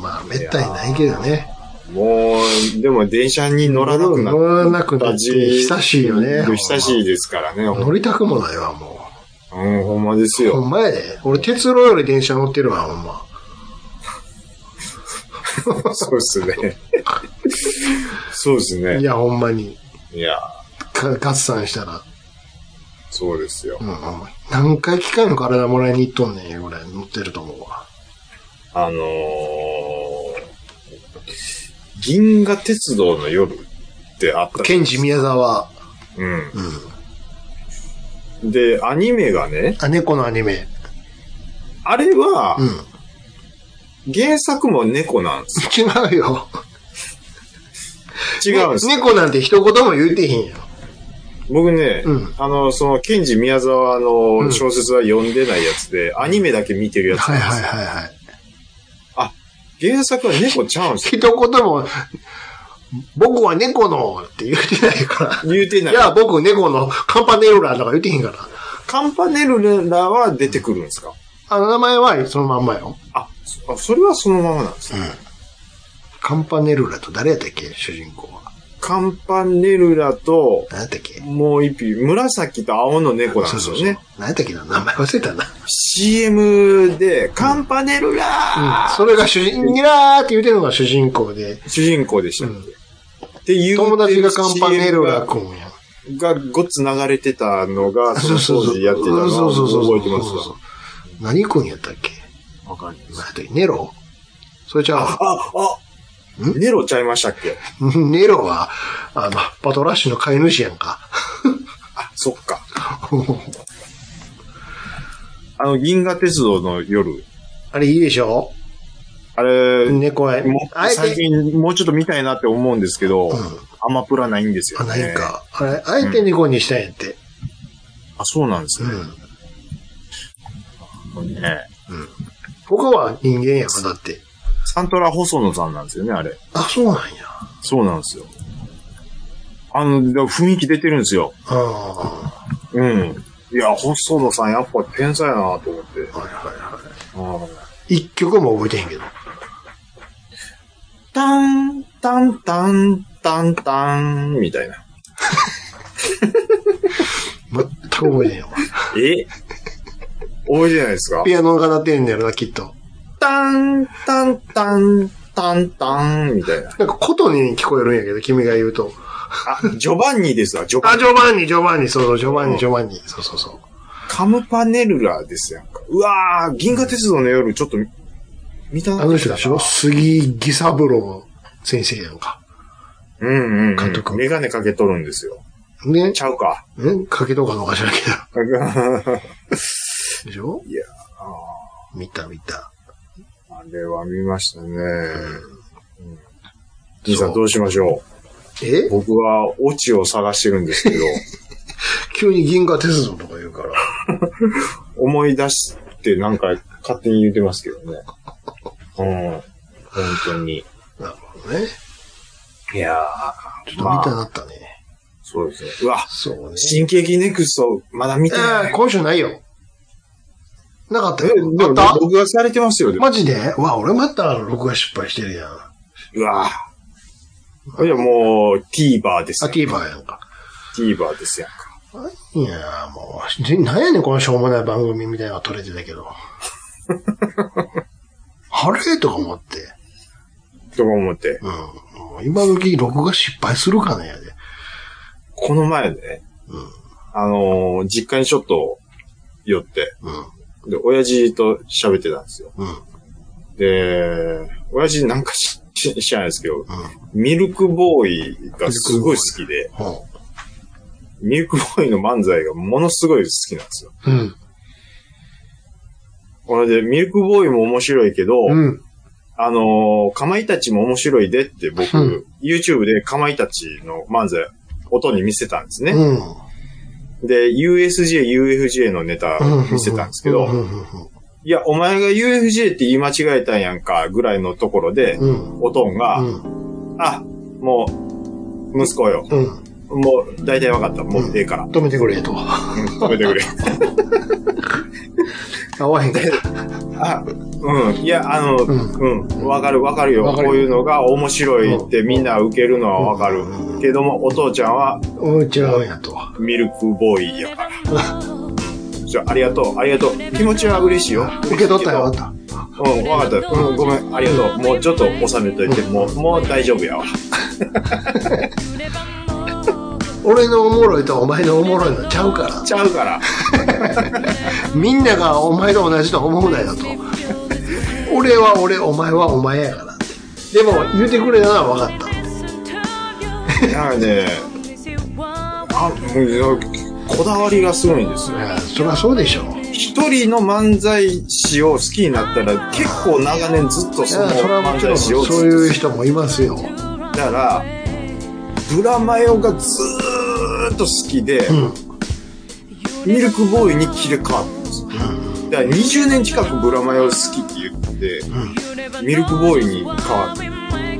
Speaker 5: まあ、めったにないけどね。
Speaker 4: もう、でも電車に乗らなくな
Speaker 5: 乗らなくなって久しいよね
Speaker 4: 久しいですからね。
Speaker 5: 乗りたくもないわ、も
Speaker 4: うん、ほんまです
Speaker 5: う。
Speaker 4: よ
Speaker 5: ほ。んまやで。俺、鉄路より電車乗ってるわ、ほんま。
Speaker 4: そうですね。そうです
Speaker 5: い
Speaker 4: ね。
Speaker 5: や、ほんまに。
Speaker 4: いや、
Speaker 5: か合算したら。
Speaker 4: そうですよ
Speaker 5: う。ん、うん何回機械の体もらいに行っとんねん、ぐらい乗ってると思うわ。
Speaker 4: あのー、銀河鉄道の夜ってあった。
Speaker 5: ケンジ宮沢。
Speaker 4: うん。で、アニメがね、
Speaker 5: あ、猫のアニメ。
Speaker 4: あれは
Speaker 5: うん。
Speaker 4: 原作も猫なんです。
Speaker 5: 違うよ。
Speaker 4: 違うんです。
Speaker 5: ね猫なんて一言も言うてへんよ。
Speaker 4: 僕ね、
Speaker 5: うん
Speaker 4: あの、その、ケンジ宮沢
Speaker 5: うん
Speaker 4: の小説は読んでないやつで、アニメだけ見てるやつなん
Speaker 5: はい
Speaker 4: ですよ。
Speaker 5: はいはいはい。
Speaker 4: 原作は猫ちゃうんですよ。
Speaker 5: 一言も、僕は猫のって言うてないか
Speaker 4: 言うてな
Speaker 5: ら。
Speaker 4: いい。
Speaker 5: や、僕猫のカンパネルラとか言うてへんから。
Speaker 4: カンパネルラは出てくるんですか
Speaker 5: あの名前はそのまんまよ。
Speaker 4: あ、そあそれはそのままなんですね。
Speaker 5: カンパネルラと誰やったっけ主人公は。
Speaker 4: カンパネルラと、
Speaker 5: 何やったっけ
Speaker 4: もう一匹、紫と青の猫なんですよね。。
Speaker 5: 何やったっけな名前忘れたな。
Speaker 4: CM で、カンパネルラ
Speaker 5: うん。それが主人、ニラーって言うてるのが主人公で、
Speaker 4: ー主人公でしたっけ、
Speaker 5: うん
Speaker 4: っていう。
Speaker 5: 友達がカンパネルラ
Speaker 4: が、
Speaker 5: 君や。
Speaker 4: がごっつ流れてたのが、そ
Speaker 5: そう
Speaker 4: の
Speaker 5: そう
Speaker 4: 当
Speaker 5: そう。
Speaker 4: 時やってたの
Speaker 5: そうそうそう
Speaker 4: を覚えてます
Speaker 5: そうそう
Speaker 4: わ。
Speaker 5: そう何君やったっけ
Speaker 4: わかんないです
Speaker 5: 何やったっけネロそれじゃあ、
Speaker 4: あ、あ、ネロちゃいましたっけ
Speaker 5: ネロは、あの、バトラッシュの飼い主やんか。
Speaker 4: あ、そっ か。あの、銀河鉄道の夜。
Speaker 5: あれいいでしょ
Speaker 4: あれ、
Speaker 5: 猫は
Speaker 4: も、
Speaker 5: あえ
Speaker 4: 最
Speaker 5: て、
Speaker 4: 近もうちょっと見たいなって思うんですけど、
Speaker 5: うん
Speaker 4: アマプラないんですよ、
Speaker 5: あ、
Speaker 4: ね。
Speaker 5: ない。か。あれ、あえて猫にしたんやって。
Speaker 4: あ、そうなんです
Speaker 5: う
Speaker 4: ね。
Speaker 5: ん。
Speaker 4: ね
Speaker 5: 他は人間やんか、だって。
Speaker 4: サントラ細野さんなんですよね、あれ。
Speaker 5: あ、そうなんや。
Speaker 4: そうなんですよ。あの、でも雰囲気出てるんですよ。
Speaker 5: あ
Speaker 4: うん。いや、細野さんやっぱ天才やなと思って。
Speaker 5: あ、はいはいは
Speaker 4: うん
Speaker 5: い。一曲も覚えてへんけど。
Speaker 4: タン、タン、タン、タン、タン、みたいな。
Speaker 5: 全く覚えてへんわ。
Speaker 4: え覚えてないですか
Speaker 5: ピアノが鳴ってんねやろな、きっと。
Speaker 4: タン、タン、タン、タン、タン、みたいな。
Speaker 5: なんか、ことに聞こえるんやけど、君が言うと。
Speaker 4: あ、ジョバンニですわ、ジョバ
Speaker 5: あ、
Speaker 4: ンニ。
Speaker 5: ジョバンニ、ジョバンニ、そうそう、ジョバンニ、ジョバンニ。そうそうそう。
Speaker 4: カムパネルラですやんか。うわー、銀河鉄道の夜、ちょっと、見た
Speaker 5: あの人でしょ杉義三郎先生やんか。
Speaker 4: うんうん、うん。
Speaker 5: 監督
Speaker 4: メガネかけとるんですよ。
Speaker 5: ね
Speaker 4: ちゃう か。
Speaker 5: んかけとかのかしらけど。でしょ
Speaker 4: いや
Speaker 5: 見た見た。
Speaker 4: あれは見ましたね。
Speaker 5: そう
Speaker 4: 兄さんどうしましょ
Speaker 5: え
Speaker 4: う僕はオチを探してるんですけ ど、
Speaker 5: 急に銀河鉄道とか言うから。
Speaker 4: 思い出してなんか勝手に言ってますけどね。うん。本当に。
Speaker 5: なるほどね。
Speaker 4: いや
Speaker 5: ちょ
Speaker 4: ー、
Speaker 5: っと見
Speaker 4: ま
Speaker 5: た
Speaker 4: あ、
Speaker 5: なったね。
Speaker 4: そうですね。うわ、
Speaker 5: そうね。
Speaker 4: 新喜劇ネクスト、まだ見て
Speaker 5: え
Speaker 4: な
Speaker 5: ー、
Speaker 4: い。
Speaker 5: 今週ないよ。なかった
Speaker 4: え、で
Speaker 5: よ。あ
Speaker 4: も
Speaker 5: った
Speaker 4: 録画されてますよ。でも
Speaker 5: マジでうわ、俺また録画失敗してるやん。あ、
Speaker 4: うわいや、もう、TVer ですよ。
Speaker 5: TVer やんか。
Speaker 4: TVer ですやんか。
Speaker 5: いやーもう、じなんやねん、このしょうもない番組みたいなのが撮れてたけど。あれとか思って。
Speaker 4: とか思って。
Speaker 5: うん。もう今時、録画失敗するかねやで。
Speaker 4: この前ね、
Speaker 5: うん。
Speaker 4: あのー実家にちょっと寄って、
Speaker 5: うん。
Speaker 4: で、親父と喋ってたんですよ。
Speaker 5: うん。
Speaker 4: で、親父なんかしし知らないですけど、ミルクボーイがすごい好きで、
Speaker 5: ほ
Speaker 4: ミルクボーイの漫才がものすごい好きなんですよ。
Speaker 5: う。うん。
Speaker 4: これで、ミルクボーイも面白いけど、
Speaker 5: うん。
Speaker 4: あのーかまいたちも面白いでって僕、
Speaker 5: うん
Speaker 4: YouTube でかまいたちの漫才、音に見せたんですね。
Speaker 5: うん。
Speaker 4: で、USJ、UFJ のネタ見せたんですけど、
Speaker 5: うんうんうん
Speaker 4: いや、お前が UFJ って言い間違えたんやんか、ぐらいのところで、
Speaker 5: うん。
Speaker 4: おとんが、
Speaker 5: うん。
Speaker 4: あ、もう、息子よ。
Speaker 5: うん。
Speaker 4: もう、大体わかった。もう、ええから。
Speaker 5: 止めてくれ、と。
Speaker 4: うん、止めて くれ。
Speaker 5: 合わへんから。
Speaker 4: あ、うん。いや、あの、
Speaker 5: う
Speaker 4: うんん。わ、かる、わかるよ
Speaker 5: わかる
Speaker 4: こういうのが面白いってみんな受けるのはわかる。
Speaker 5: うん
Speaker 4: けども、お父ちゃんは
Speaker 5: おう、違うんやと。
Speaker 4: ミルクボーイや から。じゃあ、ありがとう、ありがとう。気持ちは嬉しいよ。
Speaker 5: 受け取ったよ、あった。
Speaker 4: うん、わかった。うん、ごめん、ありがとう。もうちょっと収めといて、もう、もう大丈夫やわ。
Speaker 5: 俺のおもろいとお前のおもろいのちゃうから。
Speaker 4: ちゃうから。
Speaker 5: みんながお前と同じとは思うなよと。俺は俺、お前はお前やからって。でも、言うてくれたのは分かっ
Speaker 4: なんかね、あ、うんこだわりがすごいんですよ。
Speaker 5: た。いや、そりゃそうでしょ。い
Speaker 4: 一人の漫才師を好きになったら、結構長年ずっと
Speaker 5: や、
Speaker 4: その
Speaker 5: それはも
Speaker 4: 漫
Speaker 5: ち
Speaker 4: 才
Speaker 5: ろん、
Speaker 4: 師
Speaker 5: そ
Speaker 4: を
Speaker 5: う
Speaker 4: ずっと
Speaker 5: いう人もいますよ。
Speaker 4: だから、ブラマヨがずーっと好きで、
Speaker 5: うん。
Speaker 4: ミルクボーイに切り替わったんですよ。だから20年近くブラマヨ好きって言って、ミルクボーイに変わって、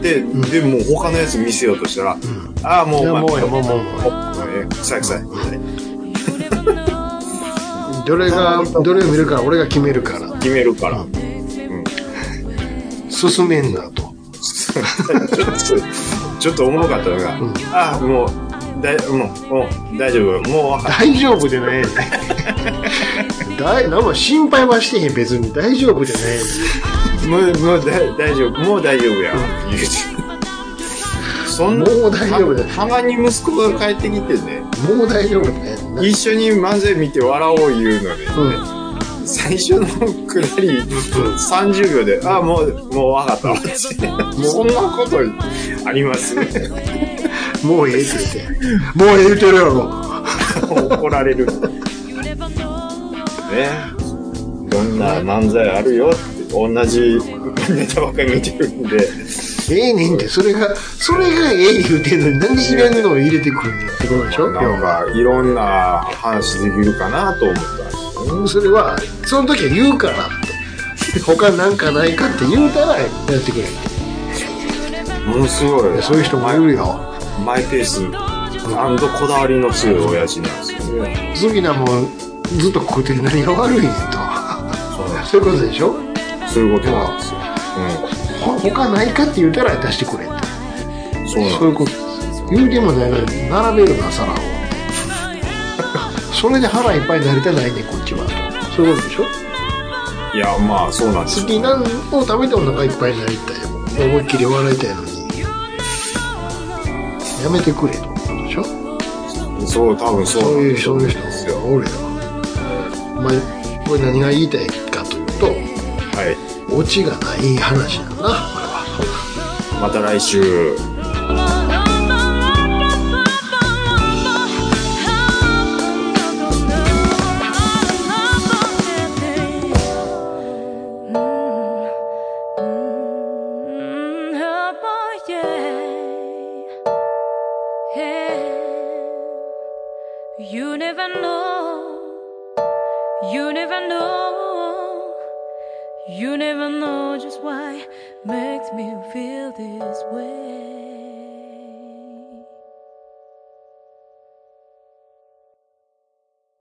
Speaker 4: で、もう他のやつ見せようとしたら、ああ、もう
Speaker 5: いや、
Speaker 4: お前、
Speaker 5: もうや、もう、もう、
Speaker 4: も
Speaker 5: もう。
Speaker 4: う、臭い臭い。みたいな
Speaker 5: どれが、どれを見るか、俺が決めるから。
Speaker 4: 決めるから。
Speaker 5: 進めんなと。
Speaker 4: ちょっと、ちょっとおもろかったのが、
Speaker 5: ん
Speaker 4: あ、もう、だもう、もう、大丈夫、もう分かっ
Speaker 5: 大丈夫でないね。だい、なんも心配はしてへん、別に。大丈夫でないね。
Speaker 4: た、もう、もうだ大丈夫、もう大丈夫や、言うて。そんな、
Speaker 5: もう大丈夫だよ
Speaker 4: たたまに息子が帰ってきてね、
Speaker 5: もう大丈夫でないね。
Speaker 4: 一緒に漫才見て笑おう言うので、
Speaker 5: うん。
Speaker 4: 最初のくだり、30秒で、あ、もう、もう分かったわ、って。そんなことあります
Speaker 5: もうええって言って。もうええ言うてるやろ。
Speaker 4: 怒られる。ね。いろんな漫才あるよって、同じネタばっかり見てるんで、
Speaker 5: ええねんって、それが、それがええ言うてんのに、なんでいらんのを入れてくるんやってことでしょ
Speaker 4: なんかいろんな話できるかなと思ったんですよね。
Speaker 5: それは、その時は言うからって。他なんかないかって言うたら、やってくれって。
Speaker 4: ものすごい、
Speaker 5: そういう人もいるよ。
Speaker 4: マイペースこだわりの強い親父なんですよね。
Speaker 5: 好きなもん、ずっと食うてる何が悪いねんと。そういうことでしょ
Speaker 4: そういうことなんですよ。
Speaker 5: ほ他ないかって言うたら出してくれって。
Speaker 4: うん。そうなん
Speaker 5: そういうこと言うてもないのに並べるな皿をそれで腹いっぱいになりたないねこっちはとそういうことでしょ
Speaker 4: いや、まあそうなんです
Speaker 5: 好
Speaker 4: よ。
Speaker 5: きなのを食べてお腹いっぱいになりたいもん思いっきり笑いたいのにやめてくれと思うでしょ
Speaker 4: そう、多分そう
Speaker 5: そう
Speaker 4: なん
Speaker 5: いう
Speaker 4: でしょ
Speaker 5: そう
Speaker 4: う
Speaker 5: いう
Speaker 4: ね
Speaker 5: 人がおるよまあこれ何が言いたいかというと
Speaker 4: はい。
Speaker 5: オチがない話だなこれは
Speaker 4: また来週。
Speaker 10: You never know, you never know. You never know just why makes me feel this way.